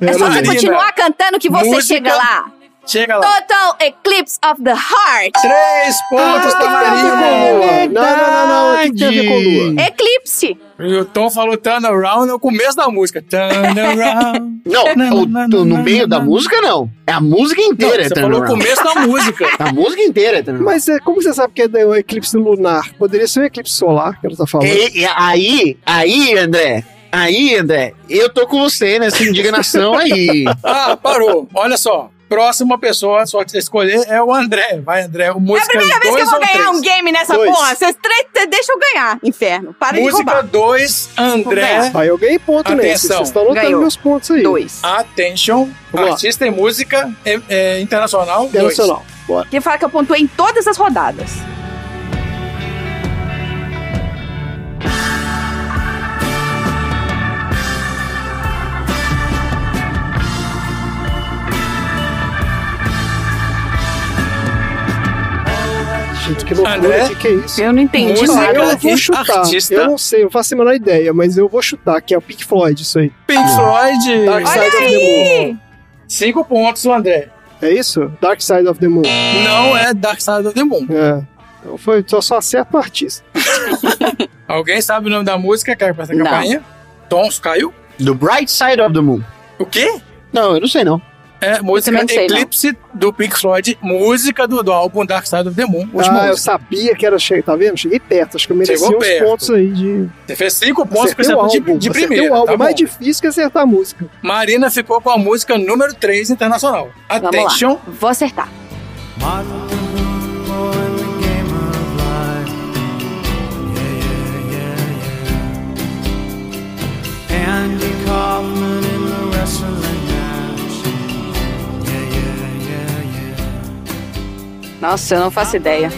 C: É, só você continuar cantando que você
D: Música.
C: chega lá.
D: Chega lá.
C: Total Eclipse of the Heart.
D: Três pontos para
B: "Ah, Não, não,
D: Marico!
B: não, não. O que tem a ver com lua?
C: Eclipse. É
D: E o Tom falou turnaround no começo da música. Turnaround.
A: Não, o- no meio da música não. É a música inteira,
D: Não,
A: é
D: você falou o
A: turnaround.
D: começo da música.
A: A música inteira é turnaround.
B: Mas é, como você sabe que é da- o eclipse lunar? Poderia ser um eclipse solar que ela tá falando.
A: E- e aí, aí, André. Aí, André, eu tô com você nessa indignação aí.
D: Ah, parou. Olha só. Próxima pessoa, só que você escolher, é o André. Vai, André. O
C: É a
D: música
C: primeira vez que eu
D: dois
C: vou
D: ou
C: ganhar
D: três?
C: um game nessa
D: Dois.
C: porra. Vocês três, cê- deixa eu ganhar, inferno. Para de
D: Música
C: roubar.
D: 2, André.
B: Aí eu ganhei ponto nesse.
D: Atenção.
B: Vocês estão anotando
C: Ganhou.
B: meus pontos aí.
C: Dois.
D: Attention.
B: Vamos lá.
D: Artista e música é, é, internacional.
B: Internacional. Bora.
C: Quem fala que eu pontuei em todas as rodadas.
B: Gente, que loucura.
D: André?
B: Que que é isso?
C: Eu não entendi
D: Música.
C: nada.
B: Eu
D: e
B: vou chutar.
D: artista.
B: Eu não sei, eu faço a menor ideia, mas eu vou chutar, que é o Pink Floyd, isso aí.
D: Dois. Pink Floyd.
B: Dark Side of the Moon.
D: Cinco pontos, o André.
B: É isso? Dark Side of the Moon.
D: Não é Dark Side of the Moon.
B: É. Então foi, só, só acerta o artista.
D: Alguém sabe o nome da música? Caiu pra essa campainha? Tons caiu?
A: Do Bright Side of the Moon.
D: O quê?
A: Não, eu não sei não.
D: É, música
C: também não sei, não.
D: Eclipse do Pink Floyd, música do, do álbum Dark Side of the Moon. Última
B: Ah, eu
D: música.
B: sabia que era cheio, tá vendo? Cheguei perto, acho que eu mereci
D: Chegou
B: uns
D: perto.
B: pontos aí de.
D: Você fez cinco pontos
B: Acertei
D: com
B: o
D: essa de,
B: álbum,
D: de
B: acertei
D: primeira.
B: o álbum. É
D: tá
B: mais
D: bom.
B: difícil que acertar a música.
D: Marina ficou com a música número 3 internacional.
C: Vamos
D: Attention.
C: lá. Vou acertar.
S: Andy Kaufman in the wrestling match. Yeah, yeah, yeah, yeah.
C: Nossa, eu não faço ideia.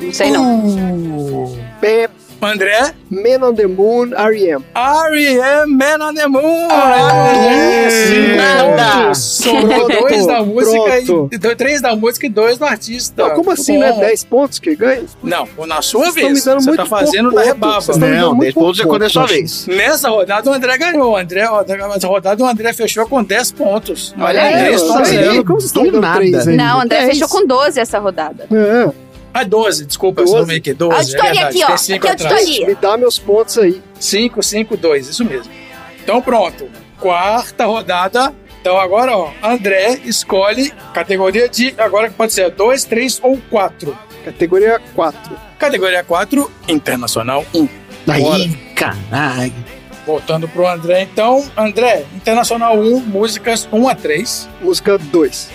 C: Não sei não.
B: Pé,
D: André.
B: Man on the Moon, R.E.M.
D: R.E.M. Man on the Moon.
B: Ah,
A: sim,
D: Nada.
A: nada.
D: Somou
B: Pronto,
D: dois da música
B: pronto.
D: e do- três da música e dois do artista.
B: Não, como assim,
D: Tá, Bom.
B: né? 10 pontos que ganha?
D: Não, na sua
B: Vocês tão
D: vez.
B: me dando
D: Você
B: muito
D: tá fazendo
B: pouco
D: da
B: ponto.
D: rebaba.
B: Vocês tão me dando
A: Não,
B: muito
A: 10 pontos é
B: pouco
A: quando é sua
B: ponto,
A: vez.
D: Nessa rodada o André ganhou. O André, o André- nessa rodada o André fechou com 10 pontos.
A: Olha aí,
D: aí,
B: É,
A: Três,
B: eu
A: tá
B: sabia.
A: zero.
B: Como vocês estão
A: Do
B: dando
A: nada.
B: três ainda?
C: Não, André
B: Dez.
C: fechou com 12 essa rodada.
B: É,
D: Ah, 12, desculpa,
B: 12.
D: esse nome aqui, 12.
C: Auditoria
D: é
C: tá
D: verdade,
C: aqui, ó.
D: Tem 5
C: Aqui,
D: atrás.
C: auditoria.
B: É, me dá meus pontos aí.
D: 5, 5, 2, isso mesmo. Então pronto, quarta rodada. Então agora, ó, André escolhe categoria de, agora que pode ser 2, 3 ou 4.
B: Categoria 4.
D: Categoria 4, internacional 1.
A: Aí, caralho.
D: Voltando pro André, então, André, internacional 1, músicas 1
B: [laughs]
D: a 3.
B: Música 2.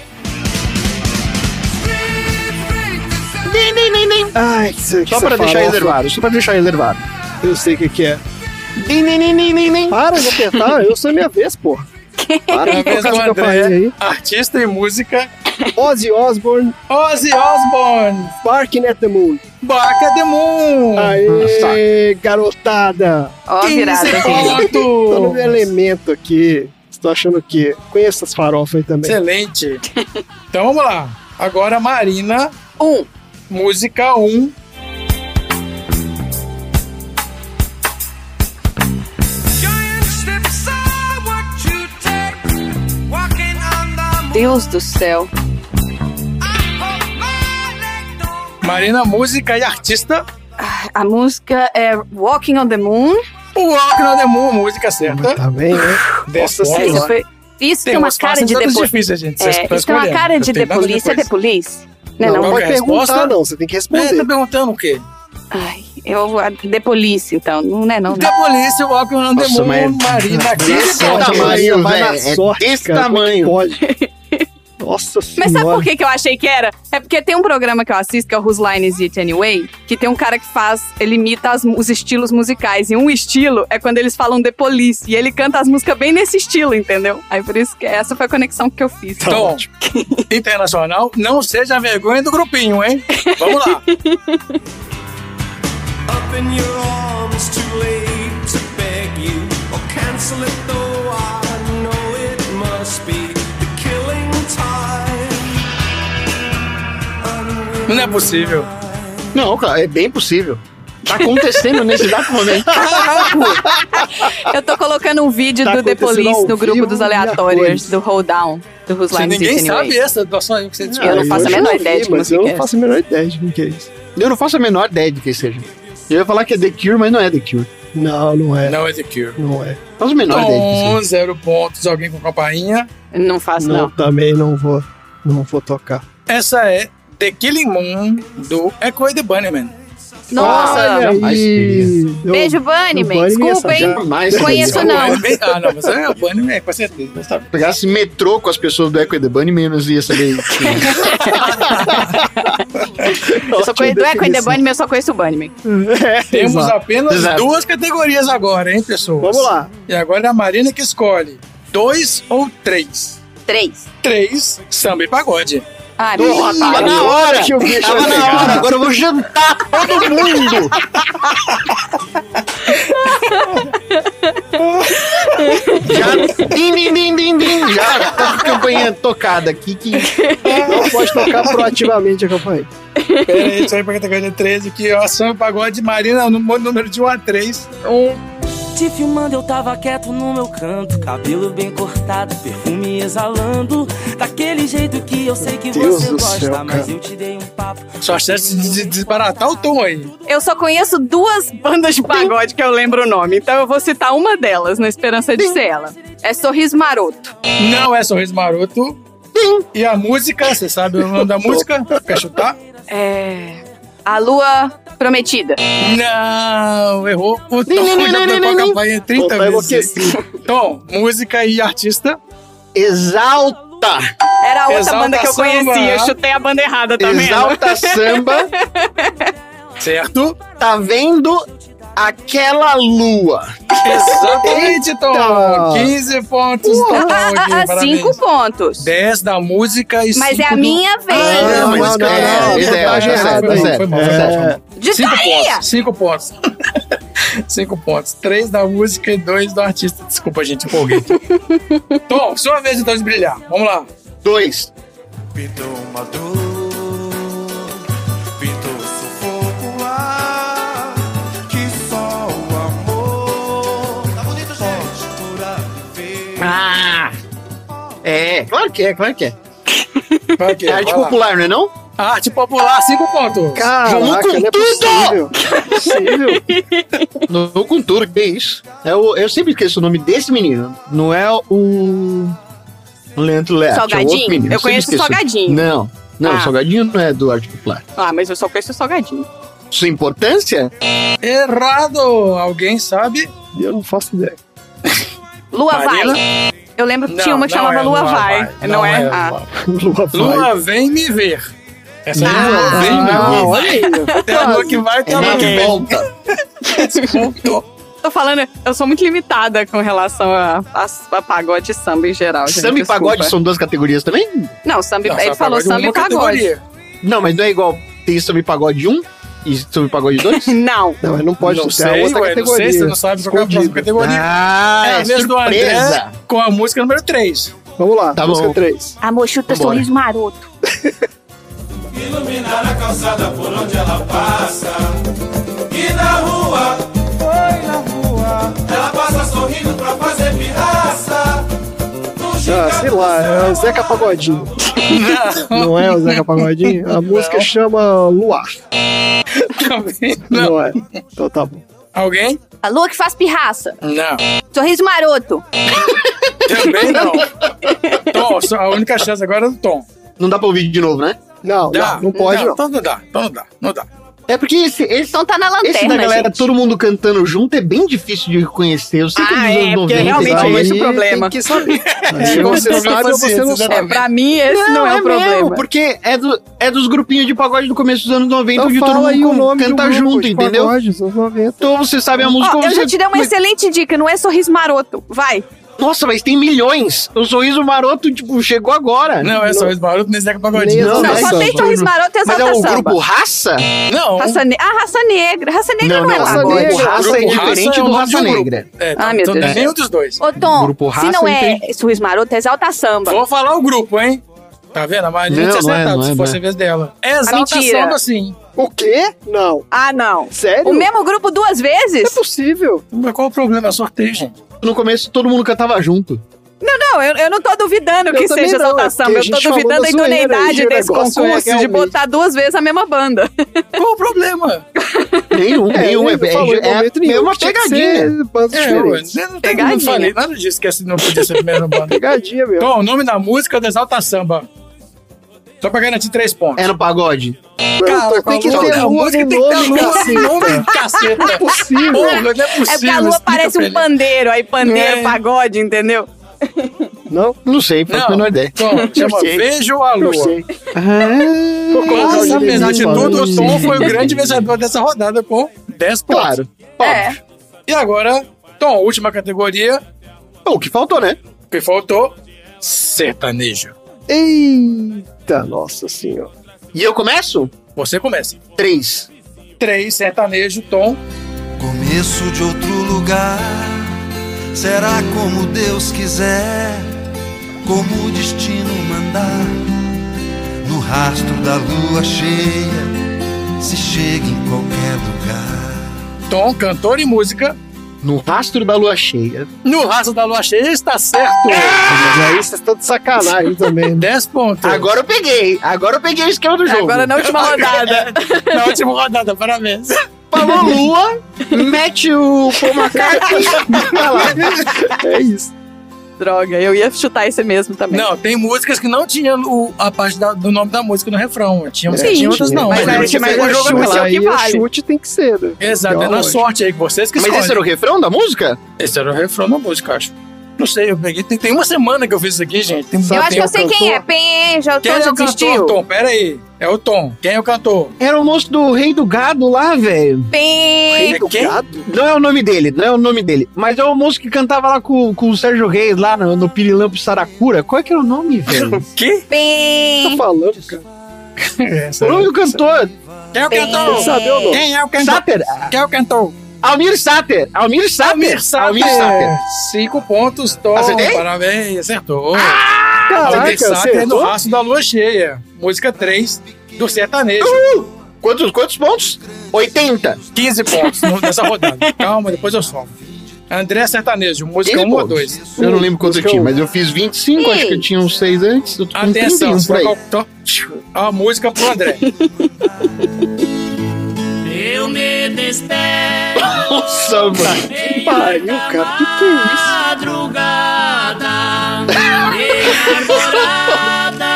B: Ai, que isso
A: Só pra deixar
B: reservado.
A: reservado, só pra deixar reservado.
B: Eu sei o que, que é. Para de apertar, eu sou minha vez, poror. Para de
D: vez
B: tocar
D: do
B: de campainha
D: André,
B: aí.
D: artista e música,
B: Ozzy Osbourne,
D: Ozzy Osbourne,
B: Barking at the Moon.
D: Barca de Moon.
B: Aê, garotada!
C: Ó, a
D: 15
C: virada.
B: [laughs] Tô no meu
D: pontos.
B: elemento aqui. Estou achando que conheço essas farofas aí
D: é
B: também.
D: Excelente. Então vamos lá. Agora Marina,
C: Um.
D: música 1.
C: Deus do céu.
D: Marina, música e artista.
C: A música é Walking on the Moon.
D: Walk on the Moon, música certa.
B: Tá bem, né?
D: Dez
B: Nossa
D: pontos.
C: Essa foi... Isso tem, uma
D: umas
C: cara
D: fáceis
C: de
D: e outras
C: The Police.
D: difíceis, gente. Vocês
C: É,
D: estão
C: isso tem uma
D: escolhendo.
C: cara
D: Eu
C: de
D: tenho
C: The
D: nada a ver
C: Police. É
D: com
C: The
D: isso.
C: Police? Não,
B: Não,
C: não.
B: não
D: qual
B: pode
D: que é a
B: perguntar,
D: resposta?
B: não. Você tem que
D: É, tá
B: responder.
D: perguntando o quê?
C: Ai, eu vou... The Police, então. Não é não, né?
D: The Police, Walk on the
A: Nossa,
D: Moon,
A: mas- [laughs]
D: Marina. tá
A: Desse
D: Quem
B: Nossa,
A: tamanho,
B: Marina, vai
A: velho,
B: na
A: é
B: sorte,
A: desse
B: cara, como é que
A: tamanho.
B: Pode. Nossa
C: [laughs] Mas
B: senhora.
C: sabe por que, que eu achei que era? É porque tem um programa que eu assisto, que é o Whose Line Is It Anyway, que tem um cara que faz, ele imita as mu- os estilos musicais. E um estilo é quando eles falam The Police. E ele canta as músicas bem nesse estilo, entendeu? Aí por isso que essa foi a conexão que eu fiz.
D: Tom, [laughs] internacional, não seja a vergonha do grupinho, hein?
C: [laughs]
D: Vamos lá.
S: Up in your arms, too late to beg you. Or cancel it though I know it must be the killing time.
D: Não é possível.
A: Não, cara, é bem possível. tá acontecendo nesse exato momento.
C: Eu tô colocando um vídeo
A: Tá
C: do The
A: acontecendo
C: Police
A: ao
C: no grupo
A: vivo
C: dos
A: e a
C: aleatórios,
A: cores.
C: do Hold Down, do Who's
D: Se
C: Lines
D: ninguém
C: Anyway.
D: sabe essa, só eu que você
C: Eu não faço a menor ideia de que
A: mas
C: música
A: eu
C: que
A: Ah,
C: é
A: não faço a menor ideia de quem que é isso. Eu não faço a menor ideia de quem seja. Eu ia falar que é The Cure, mas não é The Cure.
B: Não, não é.
D: Não é The Cure.
B: Não é.
A: Faço a menor ideia de quem seja.
D: Tom, zero pontos, alguém com campainha.
C: Não faço,
B: Não, também não vou. Não vou tocar.
D: Essa é The Killing Moon do Echo and the Bunnymen.
C: Nossa!
B: Olha
D: jamais
B: aí.
C: Beijo, Bunnyman. Desculpa,
A: Então,
C: hein? Conheço não.
D: Ah, não, mas é o Bunnymen, com certeza. Mas tá bom.
A: Pegasse metrô com as pessoas do Echo and the Bunny, menos ia saber. [laughs] tá
C: Eu só conheço do Echo and the Bunnyman, eu só conheço o Bunnyman.
B: É,
D: Temos
A: Exato.
D: apenas
A: Exato.
D: duas categorias agora, hein, pessoas?
B: Vamos lá.
D: E agora é a Marina que escolhe. Dois ou três?
C: Três.
D: Três, samba e pagode.
C: Ah,
A: Nossa,
C: minha
A: tava
C: pariu.
A: na hora!
B: que o bicho
A: Tava
B: vai
A: na
B: pegar.
A: hora, agora eu vou jantar todo mundo! já, din, din, din, din, din, já tá com a campainha tocada aqui que
B: Não pode tocar proativamente a campanha.
D: Pera aí, deixa eu ir pra categoria 13 aqui, ó. Samba e pagode, Marina, no número de 1 a 3. Um.
F: Te filmando, eu tava quieto no meu canto. Cabelo bem cortado, perfume exalando. Daquele jeito que eu sei que
D: Deus
F: você
D: do
F: gosta,
D: céu, cara.
F: mas eu te dei um papo.
D: Só a chance de de desbaratar o tom aí.
C: Eu só conheço duas bandas de pagode que eu lembro o nome, então eu vou citar uma delas, na esperança de ser ela. É Sorriso Maroto.
D: Não é Sorriso Maroto. E a música, você sabe o nome da música? Quer chutar?
C: É. A Lua Prometida.
D: Não, errou. O Tom
C: Nem, nem, nem,
D: já
C: nem, nem,
D: tocou a
C: nem.
D: campanha 30
B: Tom tá
D: vezes. Tom, música e artista.
A: exalta!
C: Era a outra
D: Exalta
C: banda que eu
D: Samba.
C: conhecia. Eu chutei a banda errada, tá
A: Exalta samba, [laughs]
D: Certo?
A: tá vendo aquela lua.
D: Exatamente, Tom.
A: Eita.
D: 15 pontos. Tom, aqui,
C: vendo?
D: parabéns.
C: [laughs] Cinco pontos.
D: 10 da música e 5
C: Mas é a
D: do...
C: minha
A: Ah,
C: vez.
A: não, mas
B: não, não,
A: é,
B: não,
A: ideia,
B: contagem
A: tá certo,
B: errada
A: tá
B: aí.
A: certo, tá
B: É.
A: certo, tá certo.
C: De
D: Cinco
C: Bahia!
D: pontos. Cinco pontos. [laughs] cinco pontos. Três da música e dois do artista. Desculpa, gente, empolguei. Tom, sua vez então de brilhar. Vamos lá.
A: Dois.
L: Pintou uma dor, pintou sufoco lá, que só o amor tá bonito, pode curar viver.
A: Ah! É, claro que é, claro que é.
D: Vai aqui,
A: É arte
D: vai lá.
A: popular, não é não?
D: Arte popular, cinco pontos.
A: Vamos
B: Caraca,
A: com
B: não é possível.
A: tudo! [laughs]
B: Possível.
A: No, no Cultura, que é isso? É o, eu sempre esqueço o nome desse menino. Não é o. Leandro Learte.
C: Salgadinho?
A: É o outro menino.
C: Eu
A: sempre
C: conheço o
A: esqueço.
C: Salgadinho.
A: Não, não,
C: Ah.
A: o Salgadinho não é do Arte Popular.
C: Ah, mas eu só conheço o Salgadinho.
A: Sua importância?
D: Errado. Alguém sabe?
B: Eu não faço ideia.
C: Lua
D: Marina?
C: Vai. Eu lembro que
D: Não,
C: tinha uma que
D: não
C: chamava
D: é
C: Lua Vai. Não, é?
D: Lua
C: Ah.
D: Vai.
B: Lua vai.
D: Lua, vem me ver. Essa
C: é
D: aí
A: Lua
D: Lua, vem
B: Ah,
D: me
B: olha aí.
D: ver. Tem a lua que vai, tem
A: É
D: a
A: na
D: lua que volta.
A: volta.
D: Descontou.
C: Tô falando, eu sou muito limitada com relação a, a- a pagode e samba em geral. gente,
A: Samba e
C: desculpa.
A: pagode são duas categorias também?
C: Não, samba,
D: Não,
C: ele
D: só
C: falou
D: pagode é
C: samba e
D: uma
C: pagode.
D: categoria.
A: Não, mas não é igual. Tem samba e pagode 1 e samba e pagode
C: [laughs]
A: 2?
C: Não.
B: Não, mas não pode
D: não
B: ser é
D: sei,
B: outra
D: ué, não sei,
B: categoria.
D: você não sabe qual é a próxima
B: Escondido.
D: categoria.
A: Ah,
D: é a vez do André com a música número 3.
B: Vamos lá,
A: Tá
B: música
A: bom.
B: 3.
C: Amor, chuta
A: Vambora. sorriso
C: maroto.
L: Iluminar a calçada por onde ela passa. E na rua, oi na rua, ela passa sorrindo pra fazer pirraça. No
B: Ah, sei lá, é o
A: [laughs]
B: Zeca Pagodinho. Não é o Zeca Pagodinho? A música chama Luar.
D: Também
B: Não.
D: não.
B: é? Então tá bom.
D: Alguém?
C: A lua que faz pirraça.
D: Não.
C: Sorriso maroto.
D: Também não.
C: [laughs]
D: Tom, só a única chance agora é do Tom.
A: Não dá pra ouvir de novo, né?
B: Não,
D: Dá?
B: não, não
A: Tá.
B: pode não.
D: Então não dá, então não dá, não dá.
A: É porque esse, esse,
C: Então tá na
A: esse da
C: lanterna,
A: galera,
C: gente.
A: todo mundo cantando junto, é bem difícil de reconhecer. Eu sei que
C: Ah,
A: é dos anos
C: é, porque
A: 90.
C: realmente
A: isso
C: é
A: aí.
C: esse o problema.
B: Tem que saber. Aí ou você
D: Não,
B: sabe ou você não
D: paciência, né?
B: sabe.
C: [laughs] É, pra mim, esse não, é o problema.
A: mesmo, porque é, do- é dos grupinhos de pagode do começo dos anos 90,
B: Então
A: onde todo
B: fala aí o
A: mundo com-
B: nome do
A: canta
B: grupo
A: junto,
B: de
A: entendeu?
B: pagode dos anos 90.
A: Então você sabe a música.
C: Ó, eu
A: você...
C: já te dei um uma
A: mas-
C: excelente dica, não é sorriso maroto. Vai.
A: Nossa, mas tem milhões. O sorriso maroto, tipo, chegou agora.
D: Não, é só esse barulho nem Zeca Pagodinho.
B: Não,
C: Não,
B: é
C: só
B: samba.
C: tem sorriso maroto e
A: mas é
C: exalta
A: o
C: samba.
A: grupo raça?
D: Não.
C: Raça ne ah, raça negra. Raça negra não,
A: Não,
C: é um
A: não,
B: Raça
A: o
C: pagode.
A: grupo
B: Negra.
A: raça é
D: Grupo
A: diferente
D: Raça é o
A: do
D: nome
A: raça
D: do grupo.
A: negra.
D: É,
C: Ah, meu
D: então
C: Deus.
D: nenhum dos dois.
C: Ô, Tom,
A: Grupo
C: se
A: raça,
C: não é
A: entendi.
C: sorriso maroto, é exalta samba.
D: Vou falar o grupo, hein? Tá vendo? A Marina
A: Não,
D: tinha
A: não é,
D: acertado,
A: não é,
D: se
A: não
D: fosse
A: é.
D: a vez dela. assim. Exalta
C: mentira.
D: samba, sim.
B: O quê? Não.
K: Ah, não.
B: Sério?
K: O mesmo grupo duas vezes?
B: É possível.
D: Mas qual o problema? É sorteio, gente.
A: No começo todo mundo cantava junto.
K: Não, não, eu, eu não tô duvidando
B: Eu
K: que
B: também
K: seja
B: não,
K: Salta
B: é porque
K: Samba.
B: a
K: Eu tô
B: gente falou
K: duvidando
B: da
K: da
B: zoeira,
K: idoneidade
B: gente, o
K: desse
B: negócio é
K: concurso de
B: realmente-
K: botar duas vezes a mesma banda. É
D: Qual o problema?
A: Nenhum,
B: É,
A: nenhum. É,
B: ele não falou em
A: é,
B: momento
A: é,
B: nenhum
A: uma
B: que tinha que
A: pegadinha.
B: ser bandos
D: É, eu,
B: diferentes.
D: eu não, tenho-
K: Pegadinha.
D: não falei nada disso, que essa não podia ser a
B: [laughs]
D: primeira banda.
B: Pegadinha, meu.
D: Tom, o nome da música é do Exalta Samba. Só pra garantir três pontos.
A: É no pagode.
B: Cara, tem que ter
D: a
B: lua
D: música
B: no
D: tem que ter um a
B: nome,
D: lua
B: cacete.
D: no nome, caceta.
B: Não é possível.
D: Porra, não é possível.
K: É porque a lua
D: explica
K: parece
D: pra
K: um
D: ele.
K: pandeiro, aí pandeiro,
D: É.
K: pagode, entendeu?
B: Não?
A: Não sei, faço a menor ideia.
D: Tom, chama
A: sei.
D: Vejo a
B: Não
D: Lua.
B: sei.
A: Ah,
D: Mas,
B: Colocar o
D: apesar de
B: Lua.
D: tudo, o Tom
A: Lua.
D: foi o grande vencedor dessa rodada com 10 pontos.
A: Claro.
K: É.
D: E agora, Tom, última categoria,
A: O que faltou, né?
D: que faltou, sertanejo.
B: Eita, nossa senhora.
A: E eu começo?
D: Você começa.
A: Três.
D: Três, sertanejo, Tom.
S: Começo de outro lugar, será como Deus quiser, como o destino mandar. No rastro da lua cheia, se chega em qualquer lugar.
D: Tom, cantor e música.
A: No rastro da lua cheia.
D: No Raça da Lua Cheia está certo.
B: Mas aí vocês estão de sacanagem também, né?
D: 10 pontos.
A: Agora eu peguei. Agora eu peguei o esquema do jogo.
K: Agora na última
A: [laughs]
D: [laughs]
K: rodada.
D: Na última rodada, parabéns.
A: Falou lua, mete o Paul McCartney e vai lá.
B: É isso.
K: Droga, eu ia chutar esse mesmo também.
D: Não, tem músicas que não tinha o- a parte da- do nome da música no refrão. Tinha
A: É.
D: umas que
K: Sim.
D: tinha outras não.
K: Mas
D: né?
K: a gente- mas o jogo
B: Chute
K: vai ser o que
B: aí, é
K: vale.
B: chute tem que ser, né?
D: Exato, é
B: Então,
D: na
B: hoje.
D: sorte aí que vocês que
A: [laughs] Mas esse era o
D: escolhem.
A: refrão da música?
D: Esse era o refrão da música, acho. Não sei, eu peguei. Tem, tem uma semana que eu fiz isso aqui, gente. Tem
C: Eu
D: tem
C: acho que
D: o
C: eu sei quem é.
D: cantor.
C: Penja, o
D: Quem é
C: Tom
D: o cantor,
C: desistiu.
D: Tom? Pera aí. É o Tom. Quem é o cantor?
A: Era o moço do Rei do Gado lá, velho.
C: Penja.
D: É quem?
A: Não é o nome dele, não é o nome dele. Mas é o moço que cantava lá com, com o Sérgio Reis, lá no, no Pirilampo Saracura. Qual é que era o nome,
D: [laughs]
A: velho?
D: O
C: [laughs]
D: quê?
B: Tá
C: Penja.
B: falando, cara.
A: o nome
D: Quem
A: do cantor.
D: é o
B: Tem que
D: cantor?
B: saber o nome.
D: Quem é o cantor?
A: Sáter.
D: Quem é o cantor?
A: Almir Sáter. Almir Sáter.
D: Almir Sater. Cinco pontos, Tom.
A: Acertei?
D: Parabéns, acertou.
B: Caraca,
D: Almir Sater é no
B: acertou?
D: Raço da Lua Cheia. Música 3 do sertanejo.
A: Quantos, quantos pontos? 80.
D: 15 pontos no- nessa rodada. Calma, depois eu somo. André Sertanejo, música
A: 15
D: 1 ou
A: pontos.
D: 2?
A: Eu não lembro quanto eu
B: Busca
A: tinha,
B: um.
A: mas eu fiz 25, acho que eu tinha uns 6 antes. Eu tô com
D: Atenção,
A: 31 por aí.
D: Então, a música pro André.
X: Eu me desperto
A: Nossa, mano.
X: em
B: Pariu, cara. Que que é isso?
X: madrugada enarbolada.
D: Tá.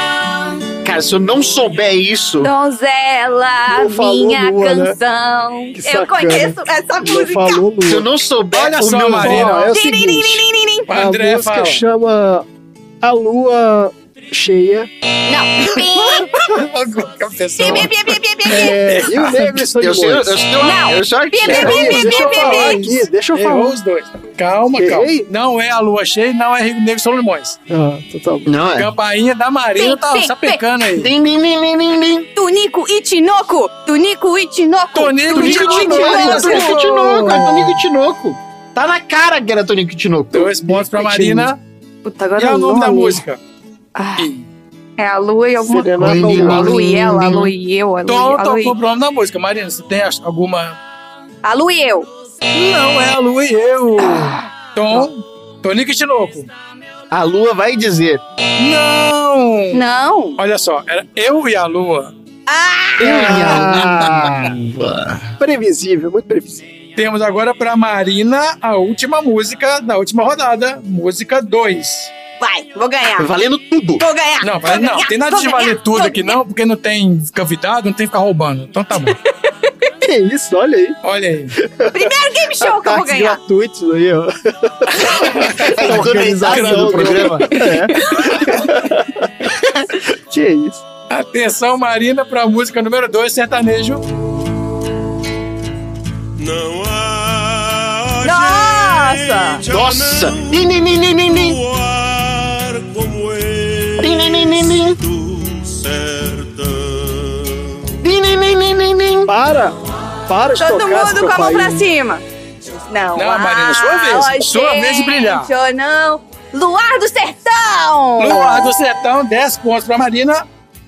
A: Cara, se eu não souber isso,
C: Donzela,
B: Não falou
C: minha
B: lua, né?
C: canção.
B: Que
C: Eu
B: sacana.
C: conheço essa
B: Não
C: música.
B: falou
A: se eu
B: Lua.
A: não souber
D: Olha
A: o
D: só,
A: meu
D: Maria.
B: Ó, é o seguinte.
C: Tiririririririm.
D: O
B: a
D: André
B: música
D: fala.
B: chama A Lua Cheia.
C: Não. Pim, pim,
D: Atenção.
C: pim, pim, pim, pim, pim.
B: É, e o Negro está de
A: Eu sei, eu, eu,
B: Bois.
A: sei- é. eu,
C: Não.
A: sou artista.
C: Bebê,
B: Peraí,
C: bebê,
B: Deixa eu
C: bebê,
B: falar
C: bebê.
B: aqui, deixa eu
D: Errou
B: falar.
D: os dois. Calma,
B: Errei?
D: calma. Não é a lua cheia, não é Rio Negro São Limões.
B: Ah, então tá bom.
A: Não, é.
D: Campainha da Marina
C: Pim,
D: tá
C: pim,
D: sapecando aí.
A: Din, din, din, din, din, din.
C: Tunico e Tinoco. Tunico e Tinoco.
D: Tonico de
A: Tonico e Tinoco, Tonico e Tinoco, é Tonico e Tinoco. Tá na cara que era Tonico e Tinoco.
D: Dois pontos pra Marina.
K: Puta,
D: E
K: agora
D: é o
K: eu
D: nome
K: não-
B: né?
D: da música?
K: Ah, é a lua e alguma coisa.
B: Serenata ao
A: Menino.
B: Mar.
K: A lua e ela, a lua e eu, a
D: Tom
K: é lua, a lua
D: tocou
K: e...
D: pro nome da música. Marina, você tem ach- alguma.
C: A Lu e eu.
D: Não é a lua e eu.
K: Ah.
D: Tom, Tonico e Tinoco.
A: A lua vai dizer.
D: Não!
C: Não.
D: Olha só, era eu e a lua.
B: Ah, previsível, muito previsível.
D: Temos agora pra Marina a última música da última rodada, música 2.
C: Vai, vou ganhar.
A: tá Valendo tudo.
C: Vou ganhar.
D: Não, vai- não, tem nada de valer tudo aqui não, porque não tem convidado, não tem que ficar roubando. Então tá bom.
B: Que isso, olha aí.
D: Olha aí.
C: Primeiro game show que eu vou
B: Ataques
C: ganhar.
B: gratuitos aí, ó.
A: É a [laughs] organização do programa.
B: Que isso.
D: Atenção, Marina, pra música número 2, sertanejo.
S: Não há
C: Nossa.
A: Nossa. Din, din, din, din, din, din.
S: ar como
A: Din, din, din, din, din.
S: do sertão.
A: Din, din, din, din, din, din.
B: Para! Para de
C: Todo
B: tocar essa
C: mundo com a mão
B: campainha.
C: pra cima. Não,
D: Não,
C: ah,
D: Marina, sua vez.
C: ó,
D: Sua
C: gente,
D: vez de brilhar.
C: Ou não. Luar do Sertão.
D: Luar do Sertão, 10 pontos pra Marina.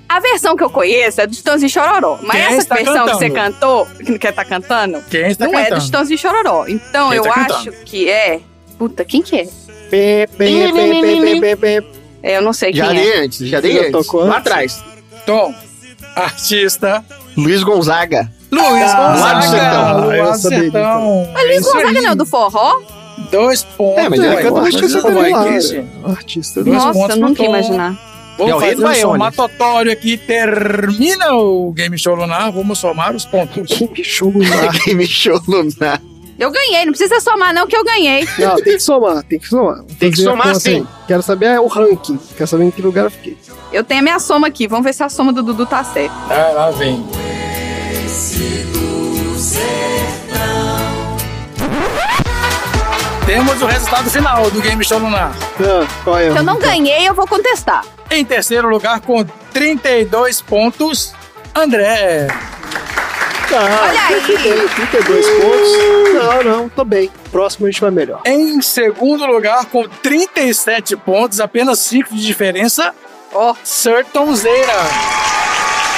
C: A versão que eu conheço é do Titãs e Chororó. Mas
D: Quem
C: essa
D: está
C: versão
D: cantando?
C: que você cantou, que quer tá cantando,
D: Quem está
C: não é
D: cantando?
C: do Titãs e Chororó. Então
D: Quem
C: eu
D: está
C: acho
D: cantando?
C: que é. Puta, quem que é?
B: Pê, pê, pê, pê, pê, pê, pê.
C: É, eu não sei
A: Já
C: quem
A: dei
C: é.
A: antes, já dei antes. Lá atrás.
D: Tom, artista.
A: Luiz Gonzaga. [laughs]
D: Luiz
A: Ah, Luado do
D: Gonzaga.
A: Sertão.
D: Luado
A: Eu
D: do
A: sabia disso.
D: Sertão.
C: Mas Luiz
D: Isso aí.
C: Gonzaga não é do forró?
D: Dois pontos.
A: É, mas ele
D: ué.
A: canta
D: Dois
A: música
D: pontos,
A: popular.
D: ué, Kissy.
B: Artista
D: Dois
C: Nossa,
D: pontos
C: eu
D: pro
C: nunca ia
D: Tom.
C: imaginar.
A: É o
D: Vou
A: rei
D: fazer
A: do
D: um
A: Baianes.
D: somatório aqui. Termina o Game Show Lunar. Vamos somar os pontos.
B: Game Show Lunar.
A: [laughs] Game Show Lunar.
C: Eu ganhei, não precisa somar, não, que eu ganhei.
B: Não, tem que somar, tem que somar. Vou
A: Tem que
B: fazer a
A: somar,
B: conta
A: sim.
B: aí. Quero saber é, o ranking. Quero saber em que lugar eu fiquei.
C: Eu tenho a minha soma aqui, vamos ver se a soma do Dudu tá certa.
D: Ah, lá vem. Temos o resultado final do Game Show Lunar.
B: Ah, qual é?
C: Se eu
D: [laughs]
C: não ganhei, eu vou contestar.
D: Em terceiro lugar, com 32 pontos, André.
B: Ah,
C: Olha aí.
B: 32, 32 pontos. Não, não, tô bem. Próximo a gente vai melhor.
D: Em segundo lugar, com 37 pontos, apenas 5 de diferença,
C: Ó,
D: Sertãozeira.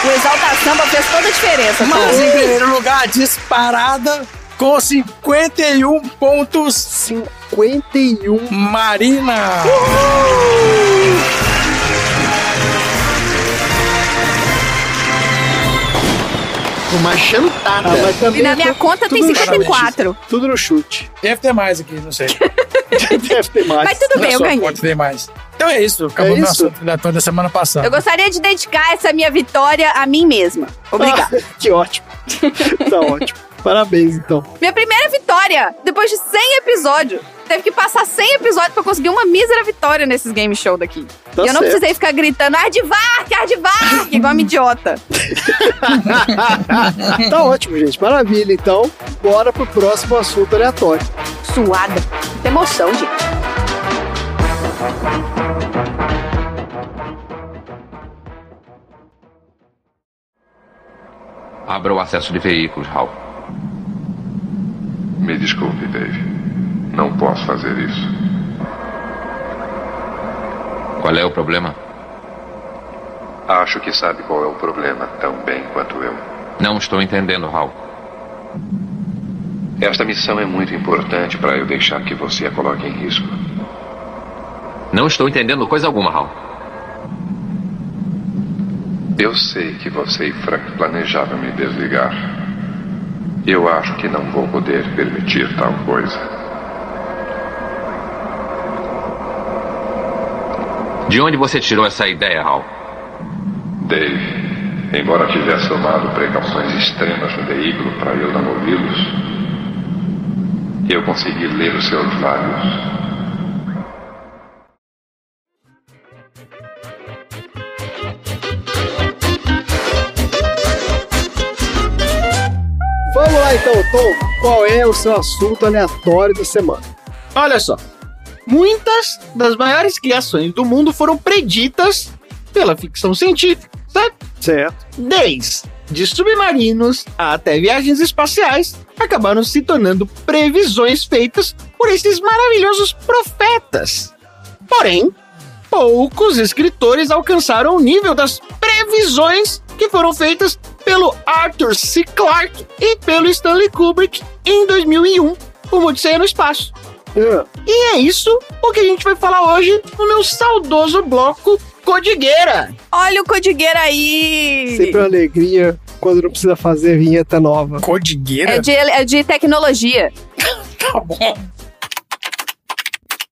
C: o Exalta Samba fez toda a diferença.
D: Mas
C: pô.
D: em primeiro lugar, disparada, com 51 pontos,
B: 51.
D: Marina.
A: Uma chantada.
B: Ah, mas também
C: E na minha
B: tô-
C: conta tem
B: tudo no
C: 54.
B: chute. Tudo
A: [laughs]
B: no chute.
D: Deve ter mais aqui, não sei.
B: Deve ter mais.
C: Mas tudo
D: Não
C: bem, eu
D: só
C: ganhei.
D: Pode ter mais. Então é isso. Acabou
B: É
D: o
B: isso?
D: nosso assunto da semana passada.
C: Eu gostaria de dedicar essa minha vitória a mim mesma. Obrigada.
B: Ah, [laughs] que ótimo. tá ótimo. Parabéns, então.
C: Minha primeira vitória, depois de 100 episódios. Teve que passar 100 episódios pra conseguir uma mísera vitória nesses game show daqui.
B: Tá
C: e eu não
B: certo.
C: precisei ficar gritando Ardivark,
B: [laughs]
C: Ardivark, igual uma idiota.
A: [laughs]
B: Tá ótimo, gente. Maravilha. Então, bora pro próximo assunto aleatório.
C: Suada. Não Tem emoção, gente.
L: Abra o acesso de veículos, Hal.
G: Me desculpe, Dave. Não posso fazer isso.
L: Qual é o problema?
G: Acho que sabe qual é o problema tão bem quanto eu.
L: Não estou entendendo, Hal.
G: Esta missão é muito importante para eu deixar que você a coloque em risco.
L: Não estou entendendo coisa alguma, Hal.
G: Eu sei que você e Frank planejavam me desligar. Eu acho que não vou poder permitir tal coisa.
L: De onde você tirou essa ideia, Hal?
G: Dave, embora tivesse tomado precauções extremas no veículo para eu não ouvi-los, eu consegui ler os seus lábios.
B: Vamos lá, então, Tom. Qual é o seu assunto aleatório da semana?
A: Olha só. Muitas das maiores criações do mundo foram preditas pela ficção científica, certo?
B: Certo.
A: Desde submarinos até viagens espaciais acabaram se tornando previsões feitas por esses maravilhosos profetas. Porém, poucos escritores alcançaram o nível das previsões que foram feitas pelo Arthur C. Clarke e pelo Stanley Kubrick em 2001, Uma um, Odisseia no Espaço.
B: Ah,
A: E é isso o que a gente vai falar hoje no meu saudoso bloco Codigueira.
C: Olha o Codigueira aí!
B: sempre uma alegria quando não precisa fazer vinheta nova.
D: Codigueira?
C: É de, é de tecnologia.
D: Tá bom.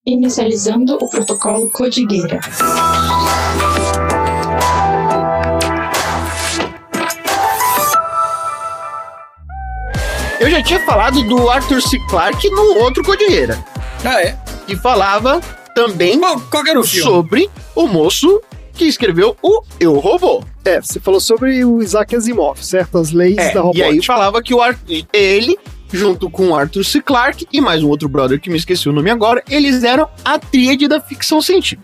Y: Inicializando o protocolo Codigueira.
A: Eu já tinha falado do Arthur C. Clarke num outro Codigueira,
D: Ah, é?
A: que falava também
D: Qual, qual que era o filme?
A: sobre o moço que escreveu o Eu Robô.
B: É, você falou sobre o Isaac Asimov, certo? As leis
A: É,
B: da
A: e
B: robótica.
A: aí falava que o Ar ele, junto com o Arthur C. Clarke e mais um outro brother que me esqueci o nome agora, eles eram a tríade da ficção científica.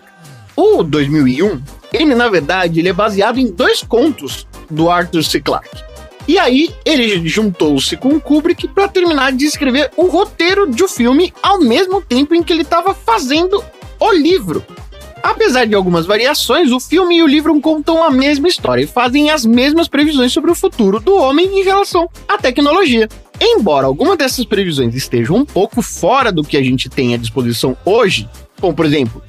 A: O 2001, ele na verdade ele é baseado em dois contos do Arthur C. Clarke. E aí ele juntou-se com o Kubrick para terminar de escrever o roteiro de um filme ao mesmo tempo em que ele estava fazendo o livro. Apesar de algumas variações, o filme e o livro contam a mesma história e fazem as mesmas previsões sobre o futuro do homem em relação à tecnologia. Embora algumas dessas previsões estejam um pouco fora do que a gente tem à disposição hoje, como por exemplo,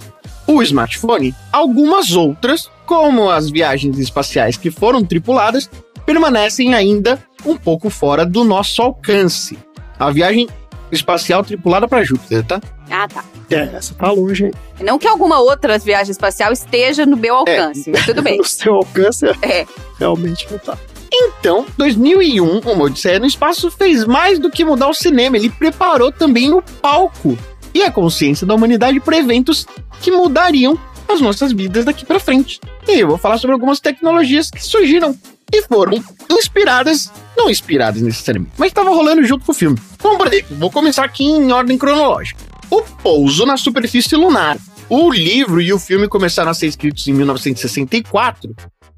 A: o smartphone, algumas outras, como as viagens espaciais que foram tripuladas, permanecem ainda um pouco fora do nosso alcance. A viagem espacial tripulada para Júpiter, tá?
C: Ah, tá.
B: É, essa tá longe, hein?
C: Não que alguma outra viagem espacial esteja no meu alcance,
B: É.
C: mas
B: [laughs]
C: tudo bem.
B: no seu alcance,
C: É.
B: realmente não tá.
A: Então, 2001, Uma Odisseia no Espaço fez mais do que mudar o cinema, ele preparou também o palco e a consciência da humanidade para eventos que mudariam as nossas vidas daqui para frente. E eu vou falar sobre algumas tecnologias que surgiram e foram inspiradas, não inspiradas necessariamente, mas estavam rolando junto com o filme. Vamos por exemplo, vou começar aqui em ordem cronológica. O pouso na superfície lunar. O livro e o filme começaram a ser escritos em 1964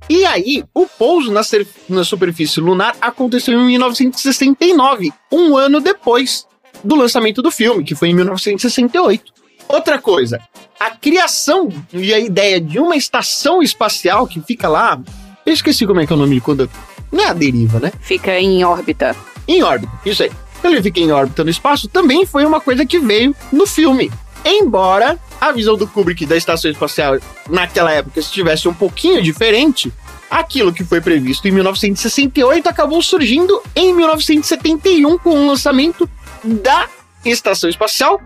A: e aí, o pouso na, cer- na superfície lunar aconteceu em 1969, um ano depois do lançamento do filme, que foi em 1968. Outra coisa, a criação e a ideia de uma estação espacial que fica lá. Eu esqueci como é que é o nome de quando. Não é a deriva, né?
C: Fica em órbita.
A: Em órbita, isso aí. Então ele fica em órbita no espaço, também foi uma coisa que veio no filme. Embora a visão do Kubrick da estação espacial naquela época estivesse um pouquinho diferente, aquilo que foi previsto em 1968 acabou surgindo em 1971 com o lançamento da estação espacial.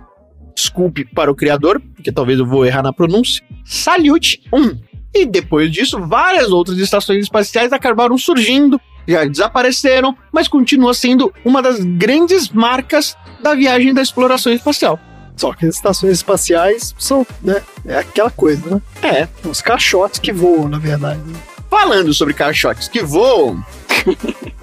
A: Desculpe para o criador, porque talvez eu vou errar na pronúncia. Salyut 1. E depois disso, várias outras estações espaciais acabaram surgindo, já desapareceram, mas continua sendo uma das grandes marcas da viagem da exploração espacial.
B: Só que as estações espaciais são, né? É aquela coisa, né?
A: É.
B: Os caixotes que voam, na verdade. né?
A: Falando sobre caixotes que voam,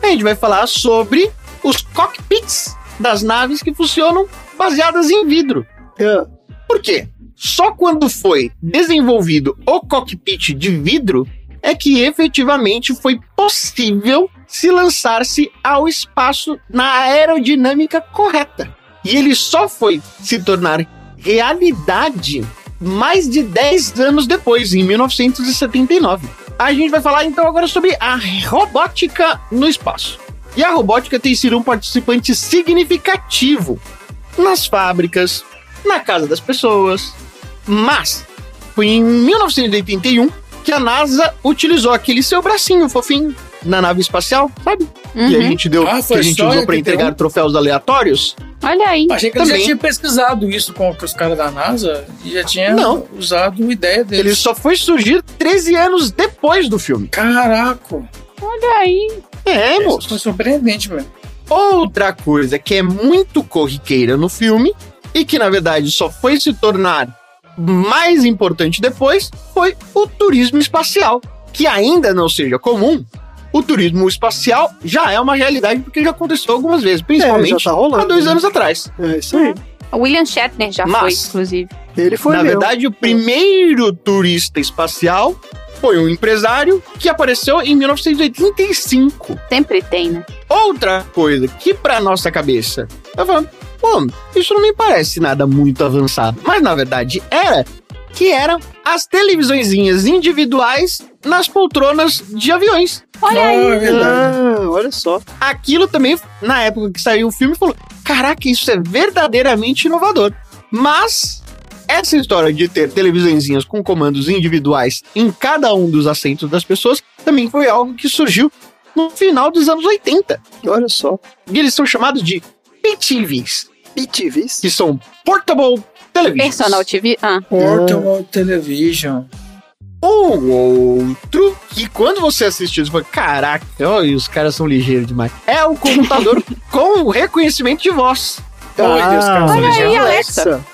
A: a gente vai falar sobre os cockpits das naves que funcionam baseadas em vidro.
B: É,
A: Por quê? Só quando foi desenvolvido o cockpit de vidro é que efetivamente foi possível se lançar-se ao espaço na aerodinâmica correta. E ele só foi se tornar realidade mais de 10 anos depois, em 1979. A gente vai falar então agora sobre a robótica no espaço. E a robótica tem sido um participante significativo nas fábricas, na casa das pessoas. Mas foi em 1981 que a NASA utilizou aquele seu bracinho fofinho na nave espacial, sabe? E a
D: Uhum.
A: gente deu
D: Ah,
A: que
D: foi
A: a gente
D: só
A: usou para
D: 81?
A: entregar troféus aleatórios.
C: Olha aí.
D: Achei que ele já tinha pesquisado isso com os caras da NASA e já tinha
A: Não.
D: usado uma ideia deles.
A: Ele só foi surgir 13 anos depois do filme.
D: Caraca!
C: Olha aí.
A: É, moço.
D: Foi surpreendente, velho.
A: Outra coisa que é muito corriqueira no filme e que na verdade só foi se tornar mais importante depois foi o turismo espacial, que ainda não seja comum. O turismo espacial já é uma realidade porque já aconteceu algumas vezes, principalmente
B: já tá rolando,
A: há dois
B: né?
A: anos atrás.
B: É isso aí.
C: O William Shatner já
A: Mas-
C: foi, inclusive.
B: Ele foi
A: Na
B: mesmo.
A: verdade, o primeiro turista espacial foi um empresário que apareceu em 1985.
C: Sempre tem, né?
A: Outra coisa que pra nossa cabeça, eu falando, pô, isso não me parece nada muito avançado. Mas na verdade era que eram as televisõezinhas individuais nas poltronas de aviões.
C: Olha aí.
D: Ah, é verdade.
B: Ah, olha só.
A: Aquilo também, na época que saiu o filme, falou: caraca, isso é verdadeiramente inovador. Mas essa história de ter televisõezinhas com comandos individuais em cada um dos assentos das pessoas também foi algo que surgiu no final dos anos 80.
B: Olha só.
A: E eles são chamados de PTVs,
B: PTVs?
A: que são Portable Televisions.
C: Personal TV. Ah.
D: Portable Television.
A: Um ou outro que quando você assistiu, você fala, caraca, olha, os caras são ligeiros demais. É o computador com o reconhecimento de voz.
B: Ah, olha
C: aí,
B: Alexa.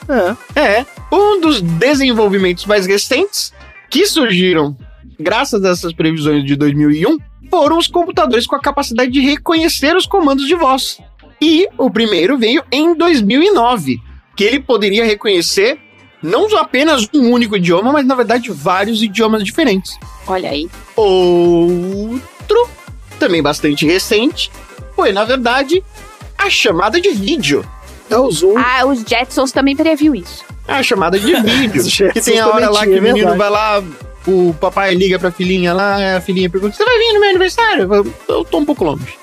B: É.
A: É, um dos desenvolvimentos mais recentes que surgiram graças a essas previsões de 2001 foram os computadores com a capacidade de reconhecer os comandos de voz. E o primeiro veio em 2009, que ele poderia reconhecer não só apenas um único idioma, mas na verdade vários idiomas diferentes.
C: Olha aí.
A: Outro, também bastante recente, foi na verdade a chamada de vídeo.
B: É o Zoom.
C: Ah, os Jetsons também previu isso.
A: É a chamada de
B: [laughs]
A: vídeo. que tem a hora lá
B: é
A: que o menino
D: é
A: vai lá, o papai liga pra filhinha lá, a filhinha pergunta: Você vai vir no meu aniversário? Eu, falo, "Eu tô um pouco longe.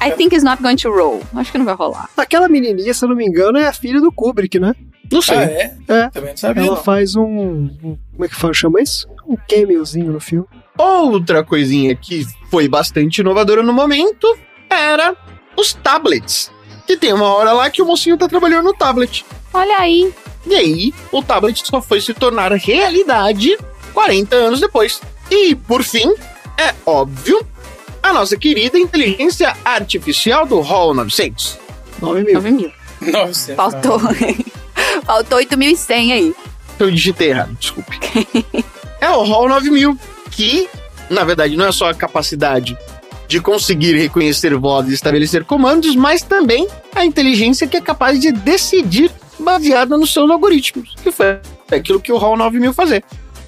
D: É,
C: I think it's not going to roll. Acho que não vai rolar.
B: [laughs] Aquela menininha, se eu não me engano, é a filha do Kubrick, né?
A: Não sei.
D: Ah, é?
B: É.
D: Também não sabia.
B: Ela
D: não.
B: faz um, um- Como é que fala, chama isso? Um cameozinho no filme.
A: Outra coisinha que foi bastante inovadora no momento era os tablets. Que tem uma hora lá que o mocinho tá trabalhando no tablet.
C: Olha aí.
A: E aí, o tablet só foi se tornar realidade 40 anos depois. E, por fim, é óbvio, a nossa querida inteligência artificial do Hall 900.
B: 9 mil.
C: 9 mil.
D: Nossa.
C: Faltou. [laughs] Faltou 8.100 aí.
A: Eu digitei errado, desculpe. [laughs] é o Hall 9000, que, na verdade, não é só a capacidade de conseguir reconhecer vozes e estabelecer comandos, mas também a inteligência que é capaz de decidir baseada nos seus algoritmos, que foi aquilo que o Hall 9000 fazia.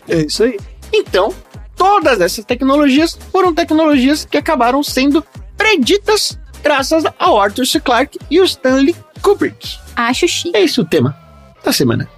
B: É isso aí.
A: Então, todas essas tecnologias foram tecnologias que acabaram sendo preditas graças ao Arthur C. Clarke e o Stanley Kubrick.
C: Acho chique.
A: É esse o tema da semana.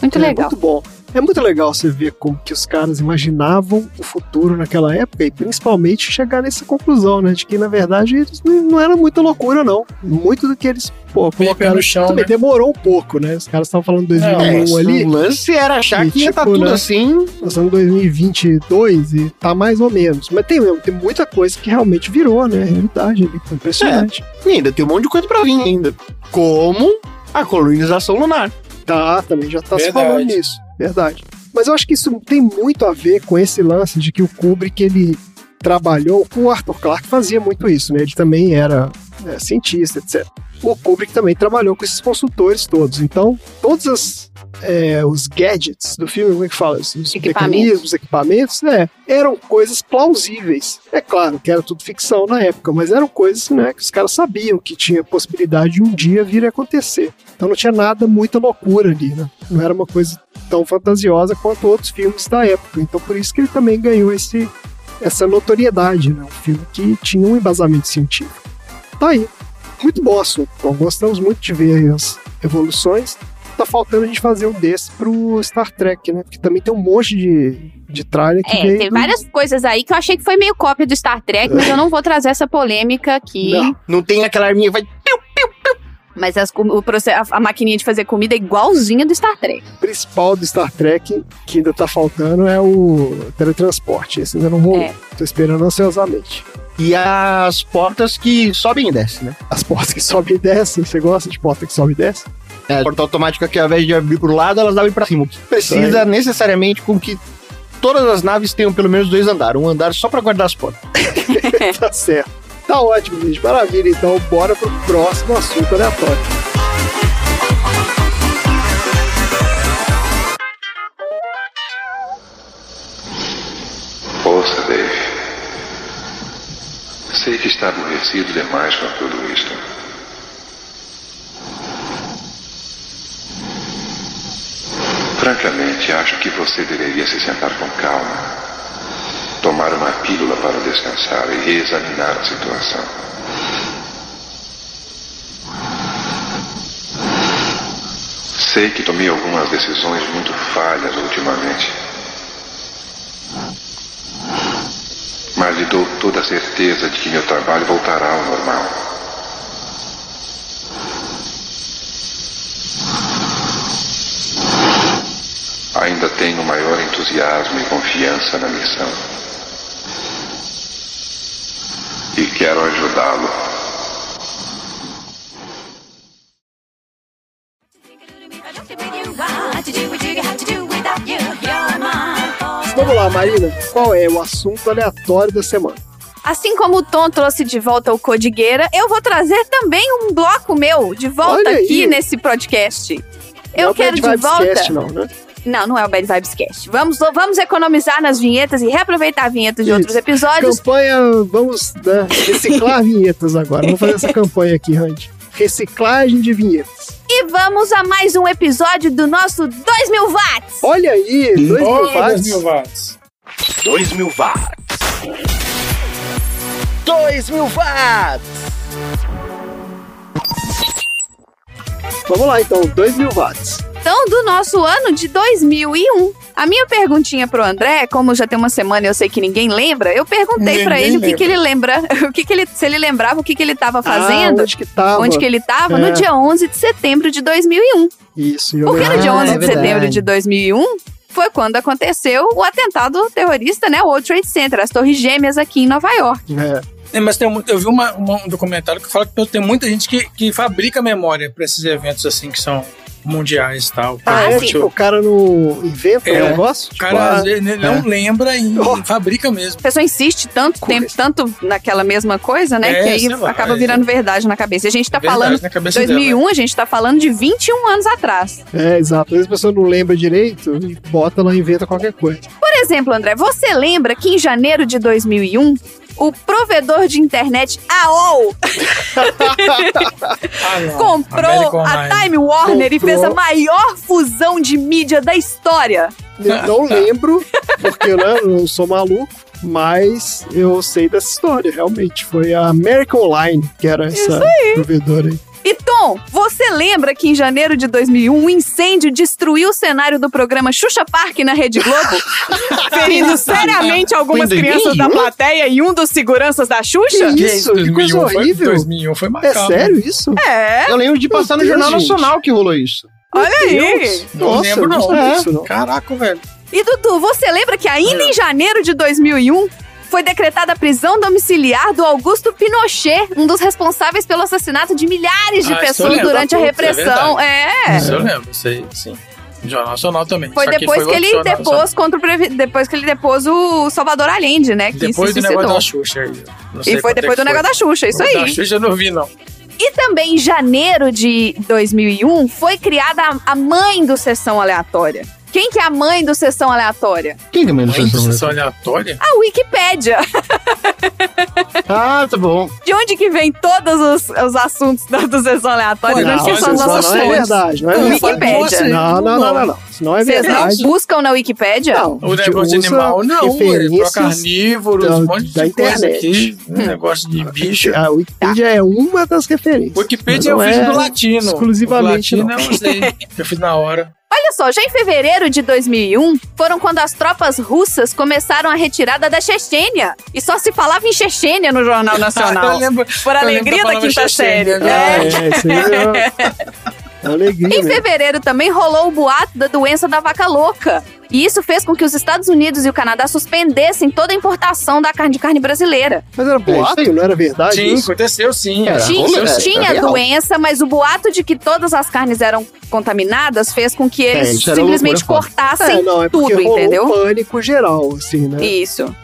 C: Muito
B: É
C: legal.
B: muito bom. É muito legal você ver como que os caras imaginavam o futuro naquela época e principalmente chegar nessa conclusão, né? De que, na verdade, eles não não era muita loucura, não. Muito do que eles pô,
D: pé
B: colocaram...
D: no chão,
B: também
D: né?
B: demorou um pouco, né? Os caras estavam falando 2001
A: É,
B: Tipo, ali,
A: O lance era achar
B: E,
A: que ia estar
B: tipo,
A: tudo
B: né?
A: assim.
B: nós estamos em 2022 e tá mais ou menos. Mas tem, tem muita coisa que realmente virou, né? Realidade ali. Impressionante.
A: E ainda tem um monte de coisa pra vir ainda. Como a colonização lunar.
B: Tá, também já tá se
D: Verdade.
B: falando nisso. Verdade. Mas eu acho que isso tem muito a ver com esse lance de que o Kubrick, ele trabalhou... O Arthur Clarke fazia muito isso, né? Ele também era é, cientista, etc. O Kubrick também trabalhou com esses consultores todos. Então, todos as, é, os gadgets do filme, como é que fala? Os os
C: Equipamentos.
B: mecanismos, equipamentos, né? Eram coisas plausíveis. É claro que era tudo ficção na época, mas eram coisas né, que os caras sabiam que tinha possibilidade de um dia vir a acontecer. Então não tinha nada, muita loucura ali, né? Não era uma coisa tão fantasiosa quanto outros filmes da época. Então por isso que ele também ganhou esse, essa notoriedade, né? Um filme que tinha um embasamento científico. Tá aí. Muito bom assunto. Bom, gostamos muito de ver aí as evoluções. Tá faltando a gente fazer um desse pro Star Trek, né? Porque também tem um monte de, de trailer que
C: É,
B: veio.
C: tem
B: do-
C: várias coisas aí que eu achei que foi meio cópia do Star Trek, mas eu não vou trazer essa polêmica aqui.
B: Não.
A: Não tem aquela arminha que vai.
C: Mas as com- o proce- a, a maquininha de fazer comida é igualzinha do Star Trek.
B: O principal do Star Trek que ainda tá faltando é o teletransporte. Esse ainda não rolou.
C: É.
B: Tô esperando ansiosamente.
A: E as portas que sobem e descem, né?
B: As portas que sobem e descem. Você gosta de porta que sobe e desce?
A: É, a porta automática que ao invés de abrir pro lado, elas abrem pra cima. O que precisa necessariamente com que todas as naves tenham pelo menos dois andares. Um andar só pra guardar as portas.
C: É.
B: tá certo. Tá ótimo, gente. Maravilha. Então, bora pro próximo assunto aleatório.
G: Ouça, Dave. Sei que está aborrecido demais com tudo isto. Francamente, acho que você deveria se sentar com calma, tomar uma pílula para descansar e reexaminar a situação. Sei que tomei algumas decisões muito falhas ultimamente. mas lhe dou toda a certeza de que meu trabalho voltará ao normal. Ainda tenho maior entusiasmo e confiança na missão. E quero ajudá-lo.
B: Vamos lá, Marina. Qual é o assunto aleatório da semana?
C: Assim como o Tom trouxe de volta o Codigueira, eu vou trazer também um bloco meu de volta
B: Olha aí.
C: aqui nesse podcast. Eu
B: Não é o
C: quero
B: Bad
C: de
B: Vibes
C: volta.
B: Cast, não, né?
C: Não, não é o Bad Vibes Cast. Vamos, vamos economizar nas vinhetas e reaproveitar vinhetas de
B: Isso.
C: outros episódios.
B: Campanha, vamos né,
C: [laughs]
B: reciclar vinhetas agora. Vamos fazer essa campanha aqui, Randy. Reciclagem de vinhetas.
C: E vamos a mais um episódio do nosso 2000 watts.
B: Olha aí, dois mil
D: Olha,
B: watts.
D: 2000 watts.
I: 2 mil watts. 2 mil watts.
B: Vamos lá, então, dois mil watts.
C: então do nosso ano de 2001. A minha perguntinha pro André, como já tem uma semana e eu sei que ninguém lembra, eu perguntei para ele
B: Ninguém
C: o que, que ele lembra, [laughs] o que, que ele, se ele lembrava o que, que ele tava fazendo,
B: onde que Ah, tava.
C: onde que ele tava,
B: É.
C: no dia 11 de setembro de 2001.
B: Isso, eu
C: Porque no
B: lembro.
C: dia 11 de
B: Ah, é
C: setembro
B: verdade.
C: de 2001 foi quando aconteceu o atentado terrorista, né? O World Trade Center, as Torres Gêmeas aqui em Nova York.
D: É, mas tem, mu- eu vi uma- uma- um documentário que fala que tem muita gente que, que fabrica memória pra esses eventos assim que são mundiais e tal.
B: Ah, é?
C: assim.
D: Tipo,
B: Tipo, o cara não inventa
D: é,
B: o negócio?
D: O cara
B: Tipo, ah,
D: às vezes, ele não
B: é.
D: lembra e fabrica mesmo.
C: A pessoa insiste tanto tempo, tanto naquela mesma coisa, né?
D: É,
C: que aí
D: sei lá,
C: acaba
D: é.
C: virando verdade na cabeça. E A
B: É
C: gente tá
D: Verdade
C: falando
D: na cabeça né?
C: 2001, a gente tá falando de 21 anos atrás.
B: É, exato. Às vezes a pessoa não lembra direito e bota lá, inventa qualquer coisa.
C: Por exemplo, André, você lembra que em janeiro de 2001 o provedor de internet AOL comprou a
B: American Online.
C: Time Warner e
B: Comprou.
C: fez a maior fusão de mídia da história?
D: Tá.
B: Eu não lembro, porque né, eu não sou maluco, mas eu sei dessa história, realmente. Foi a American Online que era essa provedora aí.
C: E Tom, você lembra que em janeiro de 2001 um incêndio destruiu o cenário do programa Xuxa Park na Rede Globo, ferindo seriamente algumas
D: Foi em
C: crianças da
D: 2001?
C: plateia e um dos seguranças da Xuxa?
D: um foi, 2001 foi macabro.
B: isso?
C: É.
A: Eu lembro de passar no
D: Deus,
A: Jornal
D: gente.
A: Nacional que rolou isso.
C: Olha aí.
D: Não
A: Nossa,
D: lembro
A: eu não
D: não.
B: É.
A: sabia disso, não.
D: Caraca, velho.
C: E Dudu, você lembra que ainda em janeiro de 2001 foi decretada a prisão domiciliar do Augusto Pinochet, um dos responsáveis pelo assassinato de milhares de
D: Ah, isso eu
C: pessoas
D: lembro.
C: durante a
D: Putz, é
C: repressão.
D: verdade.
C: É.
D: Isso eu lembro, isso aí, sim. Jornal Nacional também.
C: Foi
D: só que
C: depois que,
D: foi
C: ele
D: opcional,
C: depôs
D: só-
C: contra o previ- depois que ele depôs o Salvador Allende, né? Que
D: Depois
C: se
D: do
C: suicidou.
D: negócio da Xuxa. aí. Não sei
C: E foi
D: quanto é
C: depois do
D: que
C: negócio da Xuxa, isso
D: O Da
C: aí.
D: Xuxa eu não vi, não.
C: E também em janeiro de 2001 foi criada a- a mãe do Sessão Aleatória. Quem que é a mãe do Sessão Aleatória?
A: Quem que menos fez
D: Isso é aleatória?
C: A Wikipédia.
A: Ah, tá bom.
C: De onde que vem todos os, os assuntos da- do Sessão Aleatória? De
B: não,
C: onde que são as
B: isso
C: nossas
B: não é
C: fontes?
B: verdade, não é verdade.
C: Wikipédia.
B: Não, não, não, não, não. Isso não é
C: Vocês não
B: verdade.
C: buscam na Wikipédia? Não.
D: O negócio de
B: usa
D: animal, não. É pra
B: referências
D: carnívoros,
B: da-
D: um monte
B: então, da
D: de coisa
B: internet.
D: aqui. Um negócio de
B: [laughs]
D: bicho.
B: A Wikipedia é uma das referências.
D: Wikipedia eu
B: Não
D: fiz
B: é
D: do latino.
B: Exclusivamente.
D: O
B: não.
D: latino
B: [laughs]
D: eu usei. Eu fiz na hora.
C: Olha só, já em fevereiro de 2001 foram quando as tropas russas começaram a retirada da Chechênia. E só se falava em Chechênia no Jornal Nacional.
D: Ah, [laughs] Eu lembro-
C: Por
D: eu
C: alegria
D: lembro da
C: da
D: palavra
C: quinta série.
D: Chechênia,
B: Ah,
C: É.
B: é, isso aí
D: [laughs]
B: é uma alegria.
C: Em
B: mesmo.
C: fevereiro também rolou o boato da doença da vaca louca. E isso fez com que os Estados Unidos e o Canadá suspendessem toda a importação da carne de carne brasileira.
B: Mas era boato, não era verdade?
D: Sim,
B: isso?
D: aconteceu sim.
C: Tinha, tinha
B: É real.
C: doença, mas o boato de que todas as carnes eram contaminadas fez com que
B: É,
C: eles
B: isso era
C: simplesmente
B: loucura, foda.
C: cortassem
B: É, não, é porque
C: Assim, tudo,
B: rolou Um
C: entendeu?
B: pânico geral, assim, né?
C: Isso.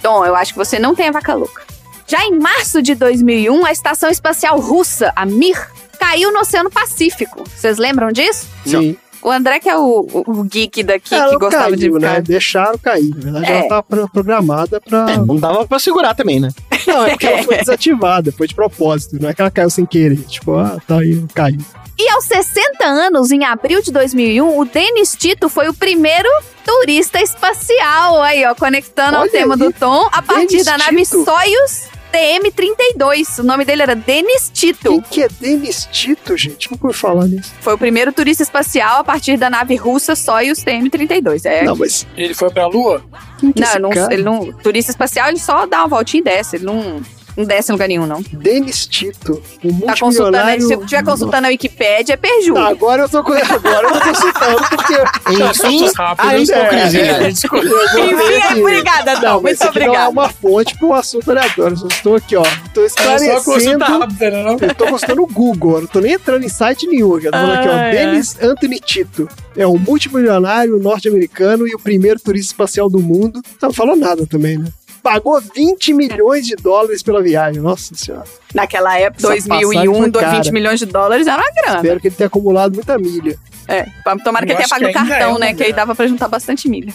C: Tom, eu acho que você não tem a vaca louca. Já em março de 2001, a estação espacial russa, a Mir, caiu no Oceano Pacífico. Vocês lembram disso?
B: Sim.
C: O André, que é o, o- o geek daqui,
B: Ela
C: que gostava
B: caiu,
C: de ficar...
B: né? Deixaram cair. Na verdade,
C: É.
B: ela tava pro- programada
C: [laughs]
B: pra.
A: não dava pra segurar também, né?
B: Não, é [laughs] porque ela foi desativada, foi de propósito. Não é que ela caiu sem querer. Tipo, ah, tá aí, caiu.
C: E aos 60 anos, em abril de 2001, o Denis Tito foi o primeiro turista espacial. Aí, ó, conectando ao
M: Olha
C: tema
M: aí.
C: do Tom, a partir
M: Dennis
C: da nave
M: Tito.
C: Soyuz TM-32. O nome dele era Denis Tito. Quem
B: que é Denis Tito, gente? Nunca ouvi falar nisso.
C: Foi o primeiro turista espacial a partir da nave russa Soyuz TM-32. É.
B: Não, mas.
D: Ele foi pra lua?
C: Não, não-
B: cara?
C: ele não. Turista espacial, ele só dá uma voltinha e desce. Ele não, não desce em lugar nenhum, não.
B: Denis Tito, o
C: Tá consultando aí,
B: multimilionário. Tá,
C: se eu estiver consultando a Wikipédia, é perjúrio.
B: agora eu tô com- agora eu tô consultando, porque-
A: Enfim,
B: Ah,
A: a
B: então,
D: É,
A: hipocrisia.
B: é. Enfim,
C: obrigada, Dom.
B: Tá, Não, mas isso
C: Muito
B: aqui não é
C: obrigada.
B: uma fonte para um assunto aleatório. Eu só estou aqui, ó. Estou
D: É só
B: esclarecendo.
D: consulta rápida, né, não?
B: Eu tô consultando o Google, eu não tô nem entrando em site nenhum. Eu tô falando aqui, ó.
D: Ah, é.
B: Dennis Anthony Tito. É um multimilionário norte-americano e o primeiro turista espacial do mundo. Não falou nada também, né? Pagou 20 milhões de dólares pela viagem. Nossa senhora.
C: Naquela época,
B: Essa passagem
C: 2001,
B: foi um cara.
C: 20 um, milhões de dólares era uma grana.
B: Espero que ele tenha acumulado muita milha.
C: É, tomara que ele
B: Eu
C: tenha
B: acho
C: pago
B: que
C: o
B: ainda é
C: cartão,
B: uma
C: né? Que aí
B: grana.
C: dava pra juntar bastante milha.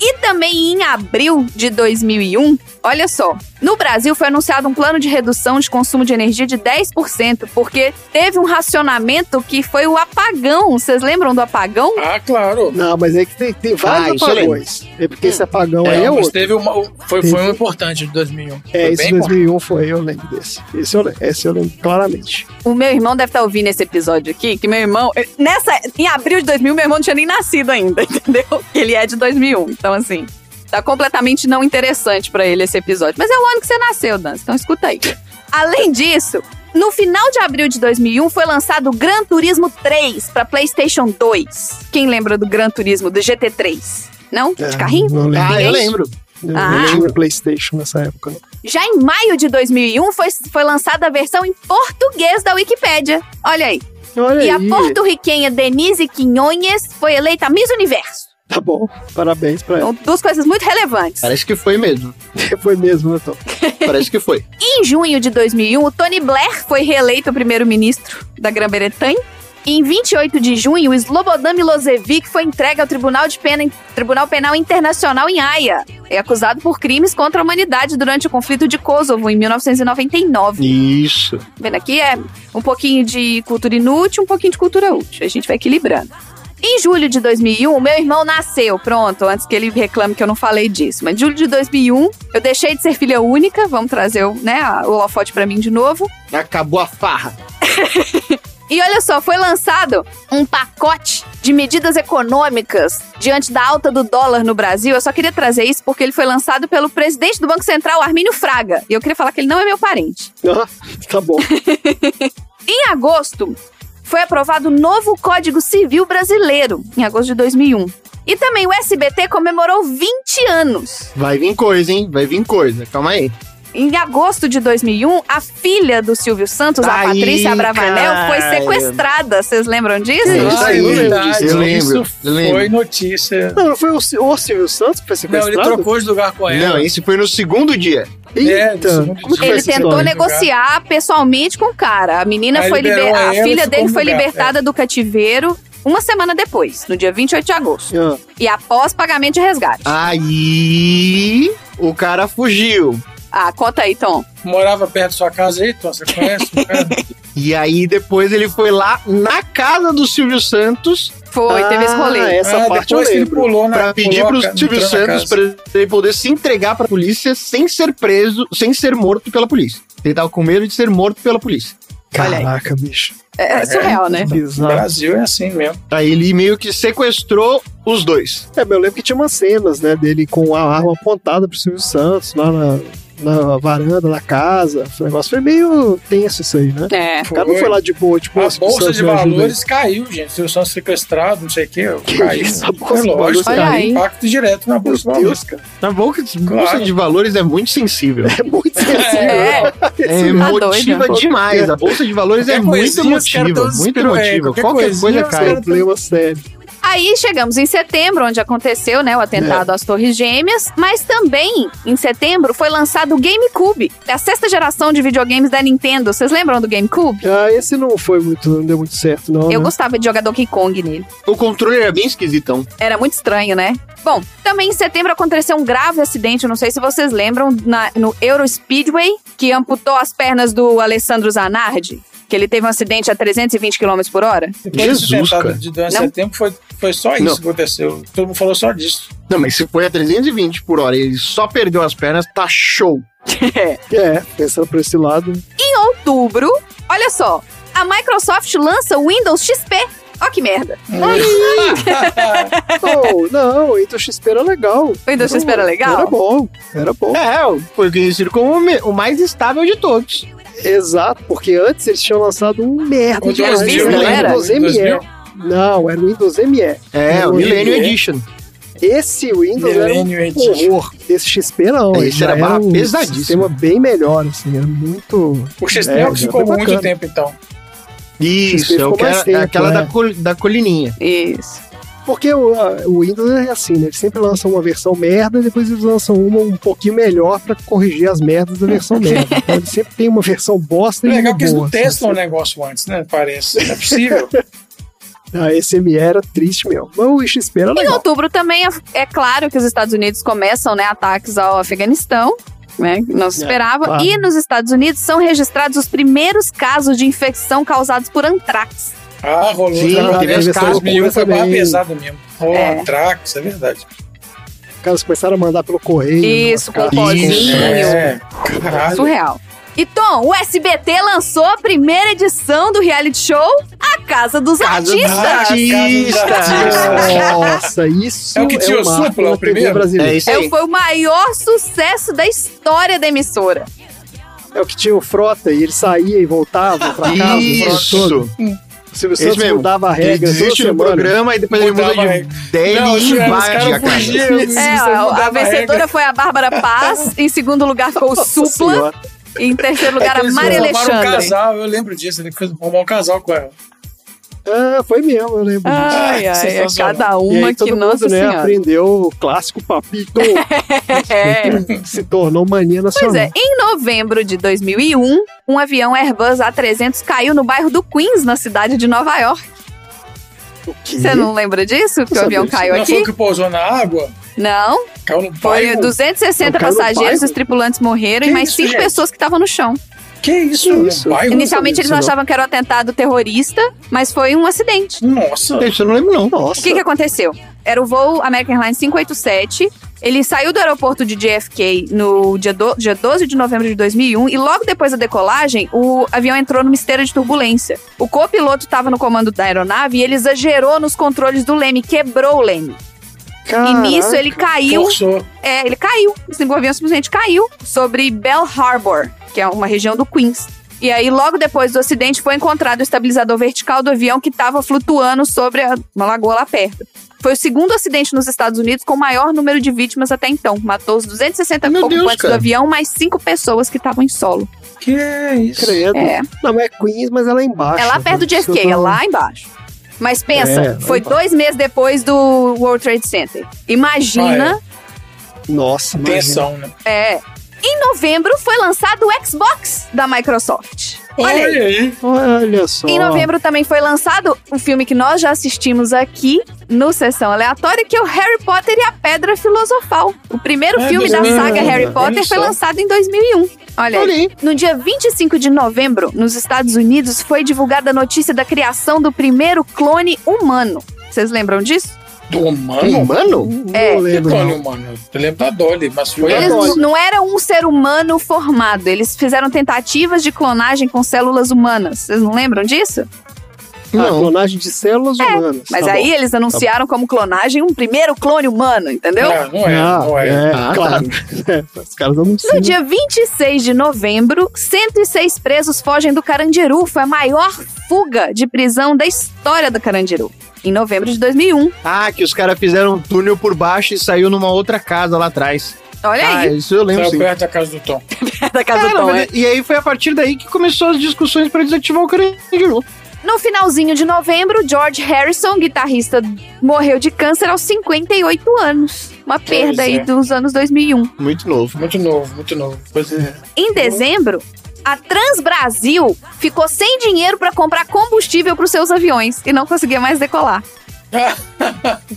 C: E também em abril de 2001, olha só, no Brasil foi anunciado um plano de redução de consumo de energia de 10%, porque teve um racionamento que foi o apagão. Vocês lembram do apagão?
D: Ah, claro.
B: Não, mas é que tem, tem vários
A: Ah, isso eu
B: apagões. É porque esse apagão aí é
D: mas
B: outro.
D: teve uma, o- foi,
B: Teve.
D: foi um importante de 2001.
B: É,
D: foi
B: esse
D: bem
B: em 2001 foi, eu lembro desse. Esse eu, le- esse eu lembro claramente.
C: O meu irmão deve estar ouvindo esse episódio aqui, que meu irmão. Nessa, em abril de 2000, meu irmão não tinha nem nascido ainda, [laughs] entendeu? Porque Ele é de 2001, então assim. Tá completamente não interessante pra ele esse episódio. Mas é o ano que você nasceu, Dan, então escuta aí. Além disso, no final de abril de 2001 foi lançado o Gran Turismo 3 pra PlayStation 2. Quem lembra do Gran Turismo do GT3? Não? De carrinho?
B: É,
C: é.
B: Não lembro.
A: Ah, eu
C: Ninguém?
A: lembro.
B: Eu
C: Ah.
B: não tinha Playstation nessa época. né?
C: Já em maio de 2001 foi, foi lançada a versão em português da Wikipédia. Olha aí.
B: Olha
C: E a
B: aí.
C: porto-riquenha Denise Quinhonhes foi eleita Miss Universo.
B: Tá bom, parabéns pra ela.
C: Então, duas coisas muito relevantes.
A: Parece que foi mesmo.
B: [laughs] Foi mesmo, né, Tom?
A: Parece que foi.
C: Em junho de 2001, o Tony Blair foi reeleito primeiro-ministro da Grã-Bretanha. Em 28 de junho, o Slobodan Milosevic foi entregue ao Tribunal, de Pena, Tribunal Penal Internacional em Haia. É acusado por crimes contra a humanidade durante o conflito de Kosovo em 1999.
A: Isso.
C: Vendo aqui é um pouquinho de cultura inútil, um pouquinho de cultura útil. A gente vai equilibrando. Em julho de 2001, meu irmão nasceu. Pronto, antes que ele reclame que eu não falei disso. Mas em julho de 2001, eu deixei de ser filha única. Vamos trazer o, né, a- o holofote pra mim de novo.
A: Acabou a farra.
C: E olha só, foi lançado um pacote de medidas econômicas diante da alta do dólar no Brasil. Eu só queria trazer isso porque ele foi lançado pelo presidente do Banco Central, Armínio Fraga. E eu queria falar que ele não é meu parente.
B: Ah, tá bom.
C: Em agosto, foi aprovado o novo Código Civil Brasileiro, em agosto de 2001. E também o SBT comemorou 20 anos.
A: Vai vir coisa, hein? Vai vir coisa. Calma aí.
C: Em agosto de 2001, a filha do Silvio Santos, a
A: Aí,
C: Patrícia Abravanel, foi
A: cara.
C: sequestrada. Vocês lembram disso?
A: É isso
D: Ah,
A: aí,
D: é verdade,
A: eu lembro,
D: isso
A: eu
D: Foi
A: lembro.
D: notícia.
B: Não, não foi o, Sil- o Silvio Santos que foi
D: Não, ele
B: sequestrado?
D: trocou de lugar com ela.
A: Não, esse foi no segundo dia.
D: É,
B: Eita,
D: isso não
B: como que foi
C: Ele
B: essa
C: tentou
B: história?
C: negociar pessoalmente com o cara. A menina
D: Aí
C: foi
D: liberou
C: liber... a
D: ela e
C: filha
D: ficou é.
C: dele
D: no
C: foi
D: lugar,
C: libertada do cativeiro uma semana depois, no dia 28 de agosto.
B: Ah,
C: E após pagamento de resgate.
A: Aí o cara fugiu.
C: Ah, conta aí, Tom.
D: Morava perto da sua casa aí, Tom, você conhece? o cara?
A: E aí depois ele foi lá na casa do Silvio Santos
C: Foi, teve esse rolê.
B: Ah, [laughs]
A: é.
B: essa
D: Ah,
B: parte eu
D: depois que ele
B: lembro.
D: pulou na
A: pra pedir pro
D: pulou a-
A: Silvio
D: entrou na
A: Santos
D: casa.
A: pra ele poder se entregar pra polícia sem ser preso, sem ser morto pela polícia. Ele tava com medo de ser morto pela polícia.
C: Olha aí.
B: Caraca, bicho.
C: É, é surreal, né?
D: No
B: Bizarro.
D: Brasil é assim mesmo.
A: Aí ele meio que sequestrou os dois.
B: É, mas eu lembro que tinha umas cenas, né, dele com a arma apontada pro Silvio Santos lá na, na varanda da casa. O negócio foi meio tenso isso aí, né?
C: É.
B: O cara não foi lá de boa, tipo,
D: A
B: "Ô, Silvio
D: bolsa
B: Santos,
D: de
B: me ajuda aí."
D: valores caiu, gente. Se o Santos sequestrado, não sei o quê, caiu.
B: isso, a bolsa
D: Foi
B: de valores
D: lógico,
C: caiu.
D: tem impacto direto na bolsa de
B: Meu Deus,
D: valores.
B: cara.
A: Na boca, bolsa
D: Claro.
A: de valores é muito sensível.
B: É muito sensível.
C: É.
A: É
C: Tá
A: emotiva
B: doida.
A: demais. A bolsa de valores é
D: Qualquer
A: muito
D: coisinha, os caras
A: emotiva.
D: tão
A: Muito
D: desesperando. É,
A: emotiva.
D: qualquer
A: Qualquer coisa
D: coisinha, os
A: cai.
D: caras
B: Problema sério.
C: Aí chegamos em setembro, onde aconteceu né, o atentado às Torres Gêmeas, mas também em setembro foi lançado o GameCube, a sexta geração de videogames da Nintendo. Vocês lembram do GameCube?
B: Ah, esse não foi muito, não deu muito certo, não.
C: Eu
B: né?
C: gostava de jogar Donkey Kong nele.
A: O controle era bem esquisitão.
C: Era muito estranho, né? Bom, também em setembro aconteceu um grave acidente, eu não sei se vocês lembram, na- no Eurospeedway, que amputou as pernas do Alessandro Zanardi, que ele teve um acidente a 320 km por hora.
D: Depois desse
A: Jesus,
D: atentado
A: cara.
D: de 12
C: Não.
D: de setembro, foi, foi só isso
A: Não.
D: que aconteceu. Todo mundo falou só disso.
A: Não, mas se foi a 320 por hora e ele só perdeu as pernas, tá show.
B: É, pensando por esse lado.
C: Em outubro, Então, olha só, a Microsoft lança o Windows XP. Ó que merda.
D: [laughs]
B: oh, não, o Intel XP era legal.
C: O Windows
B: Era
C: XP era
B: bom,
C: legal?
B: Uhum, Era bom, era bom.
A: É, foi conhecido como o me- o mais estável de todos.
B: Exato, porque antes eles tinham lançado um merda
D: Onde
B: de
C: era
B: um
C: Vista, não
A: né?
C: era?
B: Windows ME. Não, era o Windows ME.
A: É, o
B: Windows
A: Millennium
B: ME.
A: Edition.
B: Esse Windows era um
D: Millennium Edition.
B: horror. Esse XP não.
A: É, Esse
B: ele já
A: era barra
B: um
A: pesadíssima.
B: sistema bem melhor, assim, era muito...
D: O XP
B: É,
D: é, o que
B: já
D: ficou
B: foi
D: muito
B: bacana.
D: tempo, então.
A: Isso,
B: Ficou
A: é o que
B: mais
A: era- é
B: tempo,
A: aquela
B: é.
A: da, col- da colininha.
C: Isso.
B: Porque o, a- o Windows é assim, né? Eles sempre lançam uma versão merda e depois eles lançam uma um pouquinho melhor pra corrigir as merdas da
C: [laughs]
B: versão merda. Então eles sempre tem uma versão bosta e
D: É Legal
B: uma
D: que eles
B: boa.
D: não testam o
B: assim. [laughs]
D: negócio antes, né? Parece. Não é possível.
B: A SME era triste mesmo. Mas o XP era
C: e
B: legal.
C: em outubro também é, é claro que os Estados Unidos começam né, ataques ao Afeganistão. Né, que não se
B: É,
C: esperava.
B: claro.
C: E nos Estados Unidos são registrados os primeiros casos de infecção causados por antrax.
D: Ah, rolou.
B: Sim,
D: já
B: teve
D: teve
B: essa
D: casos
B: loucura
D: mil, foi mais
B: também.
D: pesado mesmo. Rolou
C: É.
D: Antrax, é verdade.
B: Os caras começaram a mandar pelo correio. né?
C: Isso,
B: umas
C: com
B: cartas.
C: pozinho.
D: É. Caralho.
C: Surreal. E Tom, o SBT lançou a primeira edição do reality show A Casa dos Artistas.
B: Artista! Nossa, isso
D: É o que tinha o
B: marco
D: Supla, o
B: na TV
D: primeiro?
B: brasileira.
A: É isso
C: É,
A: aí.
C: foi o maior sucesso da história da emissora.
B: É o que tinha o Frota e ele saía e voltava pra casa.
A: Isso.
B: O, Frota todo. o Silvio
A: Esse
B: Santos
A: mesmo. um
B: mudava a
A: Ele
B: regra. toda
A: desiste do
B: semana.
A: programa e depois ele muda
D: Mudava a
A: de
D: regra.
A: ideia
D: Não, é, os
A: e
D: caras- os
A: invade a
D: caras
A: casa.
D: fugiam.
B: Isso,
C: É,
D: isso
C: a, a
D: mudava a
C: vencedora
D: regra.
C: foi a Bárbara Paz, em segundo lugar ficou o
B: Nossa
C: Supla,
B: Senhora.
C: e em terceiro lugar a
D: É Eles
C: Maria
D: formaram um
C: Alexandre.
D: casal, eu lembro disso. Ele fez formar um casal com ela.
B: Ah, foi mesmo, eu lembro disso.
C: Ai, ai,
D: Ai,
C: é
D: sensacional.
C: cada
B: E aí
C: uma
B: todo
C: que,
B: mundo,
C: nossa
B: né,
C: senhora.
B: aprendeu o clássico papito,
C: [laughs] É.
B: se tornou mania nacional.
C: Pois é, em novembro de 2001, um avião Airbus A300 caiu no bairro do Queens, na cidade de Nova York.
B: O quê?
C: Você não lembra disso? Que o
B: sabia
C: avião
B: disso.
C: caiu
D: Não foi
C: aqui?
D: o que pousou na água?
C: Não,
D: Caiu no
C: foi
D: pai.
C: 260
B: Não, caiu no
C: passageiros,
B: bairro?
C: os tripulantes morreram
D: Que
C: e mais
D: isso,
C: cinco
D: gente?
C: pessoas que estavam no chão.
D: Que isso?
B: Que
D: no
B: isso?
D: bairro?
C: Inicialmente eles
B: disso, não.
C: achavam que era um atentado terrorista, mas foi um acidente.
D: Nossa.
A: Isso eu não lembro, não.
C: O que, que aconteceu? Era o voo American Airlines 587. Ele saiu do aeroporto de JFK no dia, do, dia 12 de novembro de 2001 e logo depois da decolagem, o avião entrou numa esteira de turbulência. O copiloto estava no comando da aeronave e ele exagerou nos controles do leme, quebrou o leme.
B: Caraca.
C: E nisso ele caiu.
D: Forçou.
C: É, ele caiu. Esse avião simplesmente caiu sobre Bell Harbor, que é uma região do Queens. E aí, logo depois do acidente, foi encontrado o estabilizador vertical do avião que estava flutuando sobre a- uma lagoa lá perto. Foi o segundo acidente nos Estados Unidos com o maior número de vítimas até então. Matou os 260
A: Meu Deus,
C: ocupantes do
A: cara.
C: avião, mais cinco pessoas que estavam em solo.
D: Que é isso?
B: Credo.
C: É.
B: Não, mas é Queens, mas ela é embaixo.
C: é lá perto de
B: Isso
C: JFK,
B: eu
C: é
B: tô-
C: lá embaixo. Mas pensa,
B: É, lá
C: foi
B: embaixo.
C: dois meses depois do World Trade Center.
A: Ah, é.
C: Imagina
B: Nossa, imagina.
D: Tensão, né?
C: É. Em novembro foi lançado o Xbox da Microsoft.
D: É
C: Olha aí.
D: Olha aí.
B: Olha só.
C: Em novembro também foi lançado um filme que nós já assistimos aqui no Sessão Aleatória, que é o Harry Potter e a Pedra Filosofal. O primeiro
D: É
C: filme da
D: mesmo,
C: saga
D: olha,
C: Harry
D: olha
C: Potter foi
D: só.
C: lançado em 2001. Olha aí.
A: Olha aí.
C: No dia 25 de novembro, nos Estados Unidos, foi divulgada a notícia da criação do primeiro clone humano. Vocês lembram disso?
D: Do humano?
A: Humano?
B: Não
C: É.
D: Que
B: lembro,
D: clone
B: não.
D: humano? Eu lembro da Dolly, mas foi a
C: Eles
D: Dolly.
C: n- não eram um ser humano formado. Eles fizeram tentativas de clonagem com células humanas. Vocês não lembram disso?
B: Ah,
A: Não.
B: clonagem de células humanas.
C: É, Mas
B: tá
C: aí
B: bom.
C: eles anunciaram como clonagem um primeiro clone humano, entendeu?
D: Não, não é,
B: Ah,
D: não é.
B: é,
A: Ah, tá.
B: claro. [laughs] É, Os caras não
C: No dia 26 de novembro, 106 presos fogem do Carandiru. Foi a maior fuga de prisão da história do Carandiru. Em novembro de 2001.
A: Ah, que os caras fizeram um túnel por baixo e saiu numa outra casa lá atrás.
C: Olha
A: Ah,
C: aí,
A: isso eu lembro
D: Saiu
A: sim.
D: perto da casa do Tom.
C: da casa
A: É,
C: do
A: na
C: Tom, é.
A: verdade, E aí foi a partir daí que começou as discussões pra desativar o Carandiru.
C: No finalzinho de novembro, George Harrison, guitarrista, morreu de câncer aos 58 anos. Uma perda aí
D: é.
C: dos anos 2001.
A: Muito novo.
D: Muito novo, muito novo. Pois [laughs] é.
C: Em dezembro, a Transbrasil ficou sem dinheiro para comprar combustível para os seus aviões e não conseguia mais decolar.
D: Ah,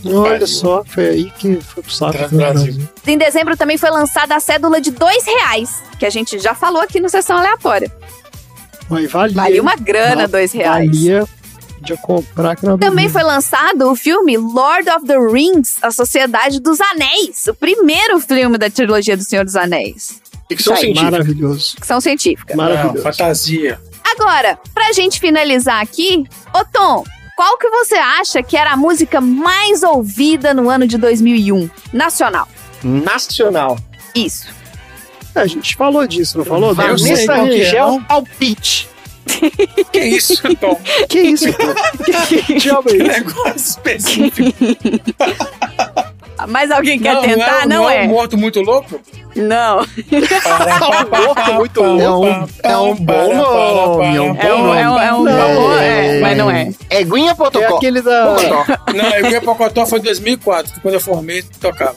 B: Olha só, foi aí que foi pro saco. né?
D: Trans Brasil.
C: Em dezembro também foi lançada a cédula de dois reais, que a gente já falou aqui no Sessão Aleatória.
B: Mas valia.
C: Valia uma grana,
B: Nossa,
C: dois um reais.
B: Valia de comprar aqui na
C: Também
B: avenida.
C: foi lançado o filme Lord of the Rings, A Sociedade dos Anéis, o primeiro filme da trilogia do Senhor dos Anéis,
A: Ficção
C: Isso aí,
A: científica.
B: Maravilhoso.
C: ficção científica.
D: Não,
B: Maravilhoso.
D: fantasia.
C: Agora, pra gente finalizar aqui, ô Tom, qual que você acha que era a música mais ouvida no ano de 2001? Nacional.
A: Nacional.
C: Isso.
B: É, A gente falou disso, não falou?
D: Eu
B: Dani?
D: sei
A: Vanessa
D: qual que é,
A: Rangel
D: não?
A: Ah, Palpite.
D: Que
C: [laughs]
D: isso, Tom?
B: Que
D: [laughs]
B: isso? que, que diabo é
D: Que
B: isso?
D: negócio específico.
C: Mas alguém quer
D: Não,
C: tentar? Não,
D: um
C: é.
D: morto muito louco?
C: Não.
D: morto muito
A: um É um, é um bom nome. É um
C: É
A: bom
C: um-
A: nome.
C: é um- é um-
B: é um-
C: é, mas não é.
A: É Guinha
B: É
A: Potocó.
B: aquele da.
D: Não, eu ia Pocotó foi em 2004, que quando eu formei, tocava.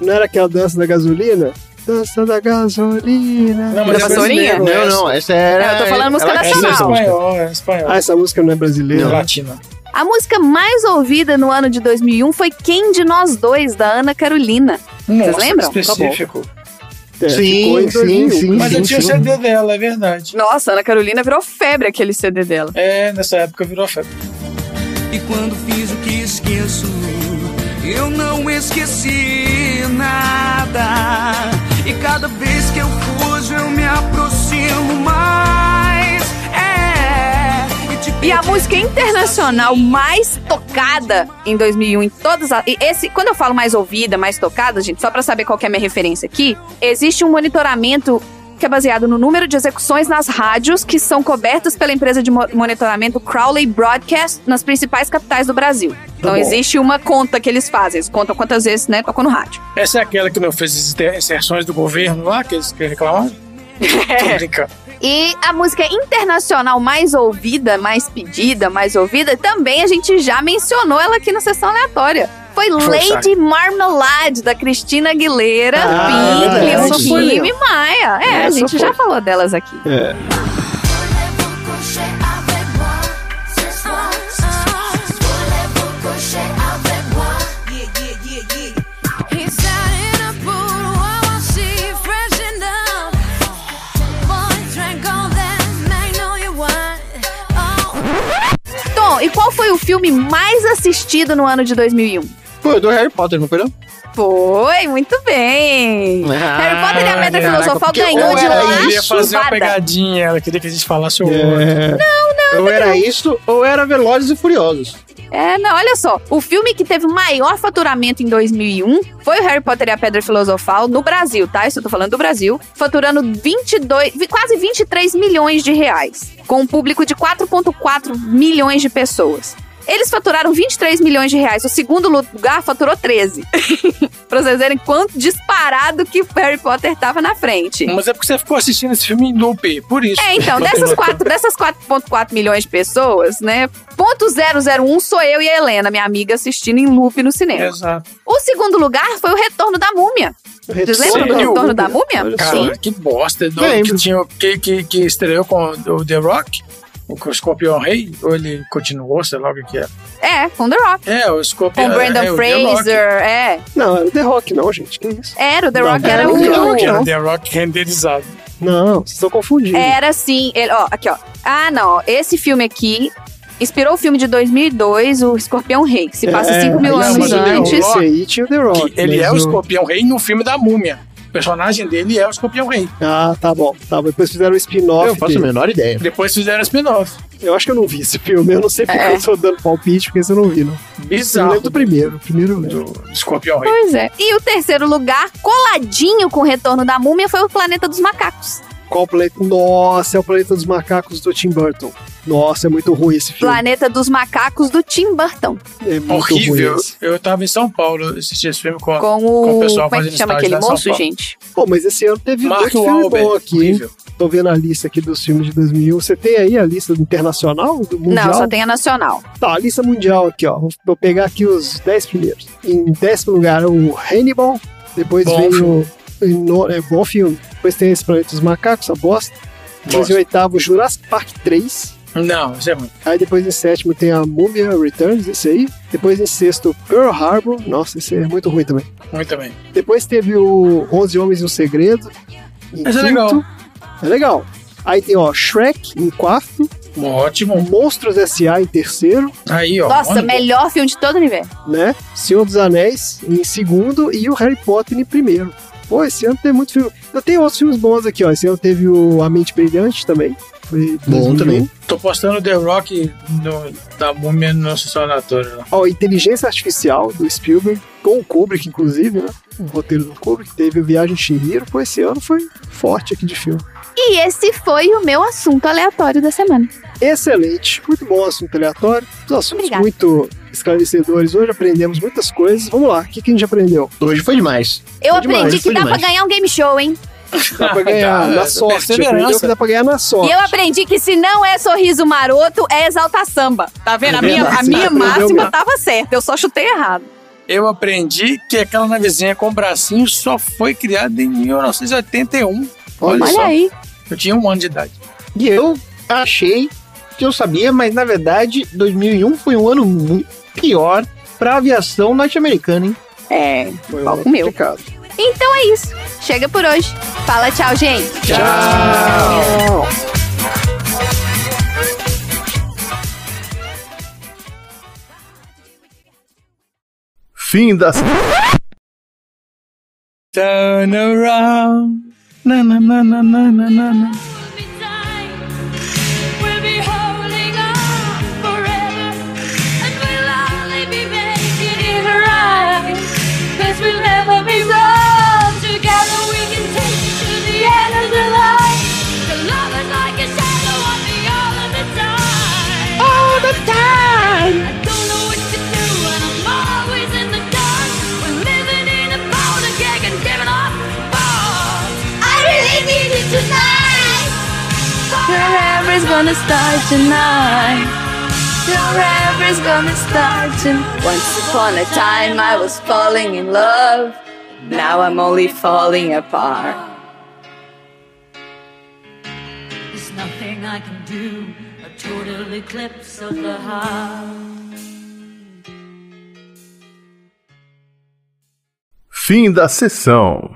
B: Não era aquela dança da gasolina? dança da gasolina.
A: Não, mas
B: da
A: é brasileira, não é
B: Não,
A: essa?
B: não, essa era.
C: Não, eu tô falando música
B: ela-
C: nacional.
B: essa música.
C: É
D: espanhol, é espanhol.
B: Ah, essa música não é brasileira.
D: Não. Latina.
C: A música mais ouvida no ano de 2001 foi Quem de Nós Dois, da Ana Carolina. Vocês lembram? Tá
D: Específico.
B: É, ficou em 2001.
D: Mas eu tinha o
B: sim.
D: CD dela, é verdade.
K: Nossa, Ana Carolina virou febre aquele CD dela.
D: É, nessa época virou febre.
S: E quando fiz o que esqueço, eu não esqueci nada. E cada vez que eu fujo, eu me aproximo mais. É. E te
C: E a música internacional mais tocada em 2001 em todas as... e esse, quando eu falo mais ouvida, mais tocada, gente, só pra saber qual que é a minha referência aqui, existe um monitoramento que é baseado no número de execuções nas rádios que são cobertas pela empresa de mo- monitoramento Crowley Broadcast nas principais capitais do Brasil. então
D: bom.
C: existe uma conta que eles fazem, eles contam quantas vezes, né, tocou no rádio.
D: Essa é aquela que não fez as inter- inserções do governo lá, que eles
C: [laughs]
D: que reclamaram? Tô brincando.
C: E a música internacional mais ouvida, mais pedida, mais ouvida, também a gente já mencionou ela aqui na sessão aleatória. Foi
D: Foi,
C: Lady
D: sabe?
C: Marmalade, da Cristina Aguilera,
B: Ah,
C: Pink,
B: verdade.
C: Lil
B: Foi.
C: Kim e Maia. É, a
B: Essa
C: gente
B: foi.
C: já falou delas aqui.
B: É.
C: Tom, e qual foi o filme mais assistido no ano de 2001?
A: Foi do Harry Potter, não foi não?
C: Foi, muito bem. Harry Potter e a Pedra
D: Ah, Caraca,
C: Filosofal
D: porque
C: ganhou
D: ou
C: de
D: ela
C: lá
D: ia fazer uma
C: chuvada.
D: pegadinha, ela queria que a gente falasse o
B: É.
D: outro.
A: ou era isso, ou era Velozes e Furiosos.
C: É, não, olha só. O filme que teve maior faturamento em 2001 foi o Harry Potter e a Pedra Filosofal no Brasil, tá? Isso eu tô falando do Brasil. Faturando 22, vi- quase 23 milhões de reais. Com um público de 4,4 milhões de pessoas. Eles faturaram 23 milhões de reais. O segundo lugar faturou 13. [laughs] pra vocês verem quanto disparado que o Harry Potter tava na frente.
D: Mas é porque você ficou assistindo esse filme em loop, por isso.
C: É, então,
D: [laughs]
C: dessas quatro- dessas 4,4 milhões de pessoas, né? Ponto 001 sou eu e a Helena, minha amiga, assistindo em loop no cinema.
D: Exato.
C: O segundo lugar foi o Retorno da Múmia. Vocês lembram do
D: Sério?
C: Retorno da Múmia?
D: Cara, que bosta. Não,
B: Lembro.
D: que, tinha, o- que, que, que estreou com o The Rock, o com o Escorpião Rei, ou ele continuou, sei lá o que que é.
C: É, com The Rock.
D: É, o Escorpião
C: Com Brandon
D: é, o The Rock.
C: Fraser, é.
B: Não, era The Rock, não, gente. Que isso?
C: Era, o The
B: Não,
C: Rock
B: não,
C: era
B: não,
D: Não,
C: o...
D: que era
B: não.
D: É, The Rock renderizado.
B: Não, vocês estão confundindo.
D: É,
C: Era sim, ele- ó, aqui ó. Ah, não, esse filme aqui inspirou o filme de 2002, o Escorpião Rei, que se passa
B: É,
C: 5 mil
B: não,
C: anos
B: mas o The
C: antes.
B: Rock, Esse aí tinha o The Rock.
D: Ele
B: mas
D: é o Escorpião Rei no filme da Múmia. O personagem dele é o Escorpião Rei.
B: Ah, tá bom. Tá, bom. depois fizeram o spin-off.
A: Eu faço a
B: dele.
A: menor ideia.
D: Depois fizeram spin-off.
B: Eu acho que eu não vi esse filme. Eu não sei porque
C: É.
B: eu tô dando palpite, porque esse eu não vi, não. Eu
D: Bizarro.
B: lembro do primeiro. O primeiro eu lembro.
D: Escorpião Rei.
C: Pois é. E o terceiro lugar, coladinho com o retorno da múmia, foi o Planeta dos Macacos.
B: Qual o planeta? Nossa, é o Planeta dos Macacos do Tim Burton. Nossa, é muito ruim esse filme.
C: Planeta dos Macacos do Tim Burton.
B: É muito
D: Horrível.
B: ruim esse.
D: Eu tava em São Paulo assisti esse filme com, a-
C: Com
D: com
C: o.
D: o pessoal
C: como é que
D: fazendo
C: chama
D: estágio
C: aquele
D: lá em São
C: moço,
D: Paulo.
C: gente?
B: Pô, mas esse ano teve
D: Mark
B: muito filme
D: Wahlberg.
B: bom aqui. hein?
D: Horrível.
B: Tô vendo a lista aqui dos filmes de 2001. Você tem aí a lista do internacional, do mundial?
C: Não, só tem a nacional.
B: Tá, a lista mundial aqui, ó. Vou- Vou pegar aqui os 10 primeiros. Em décimo lugar, o Hannibal. Depois
D: Bom
B: vem o... em no- É bom filme. Depois tem esse Planeta dos Macacos, a bosta. Depois
D: Bosta.
B: em oitavo, Jurassic Park 3.
D: Não, isso é ruim.
B: Aí depois em sétimo tem a Mumia Returns, esse aí. Depois em sexto, Pearl Harbor. Nossa, esse é muito ruim também.
D: Muito bem.
B: Depois teve o 11 Homens e um Segredo. Em
D: Mas é
B: quinto.
D: legal.
B: É legal. Aí tem, ó, Shrek em quarto.
D: Ótimo.
B: Monstros S.A. em terceiro,
D: Então, Aí, ó.
C: Nossa,
D: mano,
C: melhor filme de todo o universo.
B: né? Senhor dos Anéis em segundo e o Harry Potter em primeiro. Pô, esse ano tem muito filme. Eu tenho outros filmes bons aqui, ó. Esse ano teve o A Mente Brilhante também. Foi
A: Bom
B: 2001.
A: também.
D: Tô postando The Rock no, da Múmia no Sessão lá.
B: Ó, Inteligência Artificial do Spielberg, com o Kubrick, inclusive, né? O roteiro do Kubrick. Teve o Viagem de Chihiro. Pô, esse ano foi forte aqui de filme.
C: E esse foi o meu assunto aleatório da semana.
B: Excelente, muito bom assunto aleatório. Os assuntos
C: Obrigada.
B: muito esclarecedores. Hoje aprendemos muitas coisas. Vamos lá, o que, que a gente aprendeu?
A: Hoje foi demais.
C: Eu
A: Foi demais,
C: aprendi que
A: foi
C: dá
A: demais.
C: pra ganhar um game show, hein?
B: Dá
D: [laughs]
B: pra ganhar
D: Tá,
B: na sorte. tipo,
D: perseverança.
B: Aprendeu que dá pra ganhar na
C: E
B: sorte.
C: eu aprendi que se não é sorriso maroto, é exalta samba. Tá vendo? A minha, a
B: Verdade,
C: minha
B: aprendeu
C: máxima
B: mesmo.
C: tava certa, eu só chutei errado.
D: eu aprendi que aquela navezinha com bracinho só foi criada em 1981.
C: Olha, Olha aí.
D: Eu tinha um ano de idade.
A: E eu achei que eu sabia, mas na verdade 2001 foi um ano muito pior para aviação norte-americana, hein?
C: É, foi um meu. Complicado. Então é isso. Chega por hoje. Fala tchau, gente.
A: Tchau. tchau.
H: Fim das.
D: Turn around. Na, na, na, na, na, na, na.
C: Forever's gonna start tonight. Forever's gonna start tonight. Once upon a time I was falling in love. Now I'm only falling apart.
X: There's nothing I can do. A total eclipse of the heart.
H: Fim da sessão.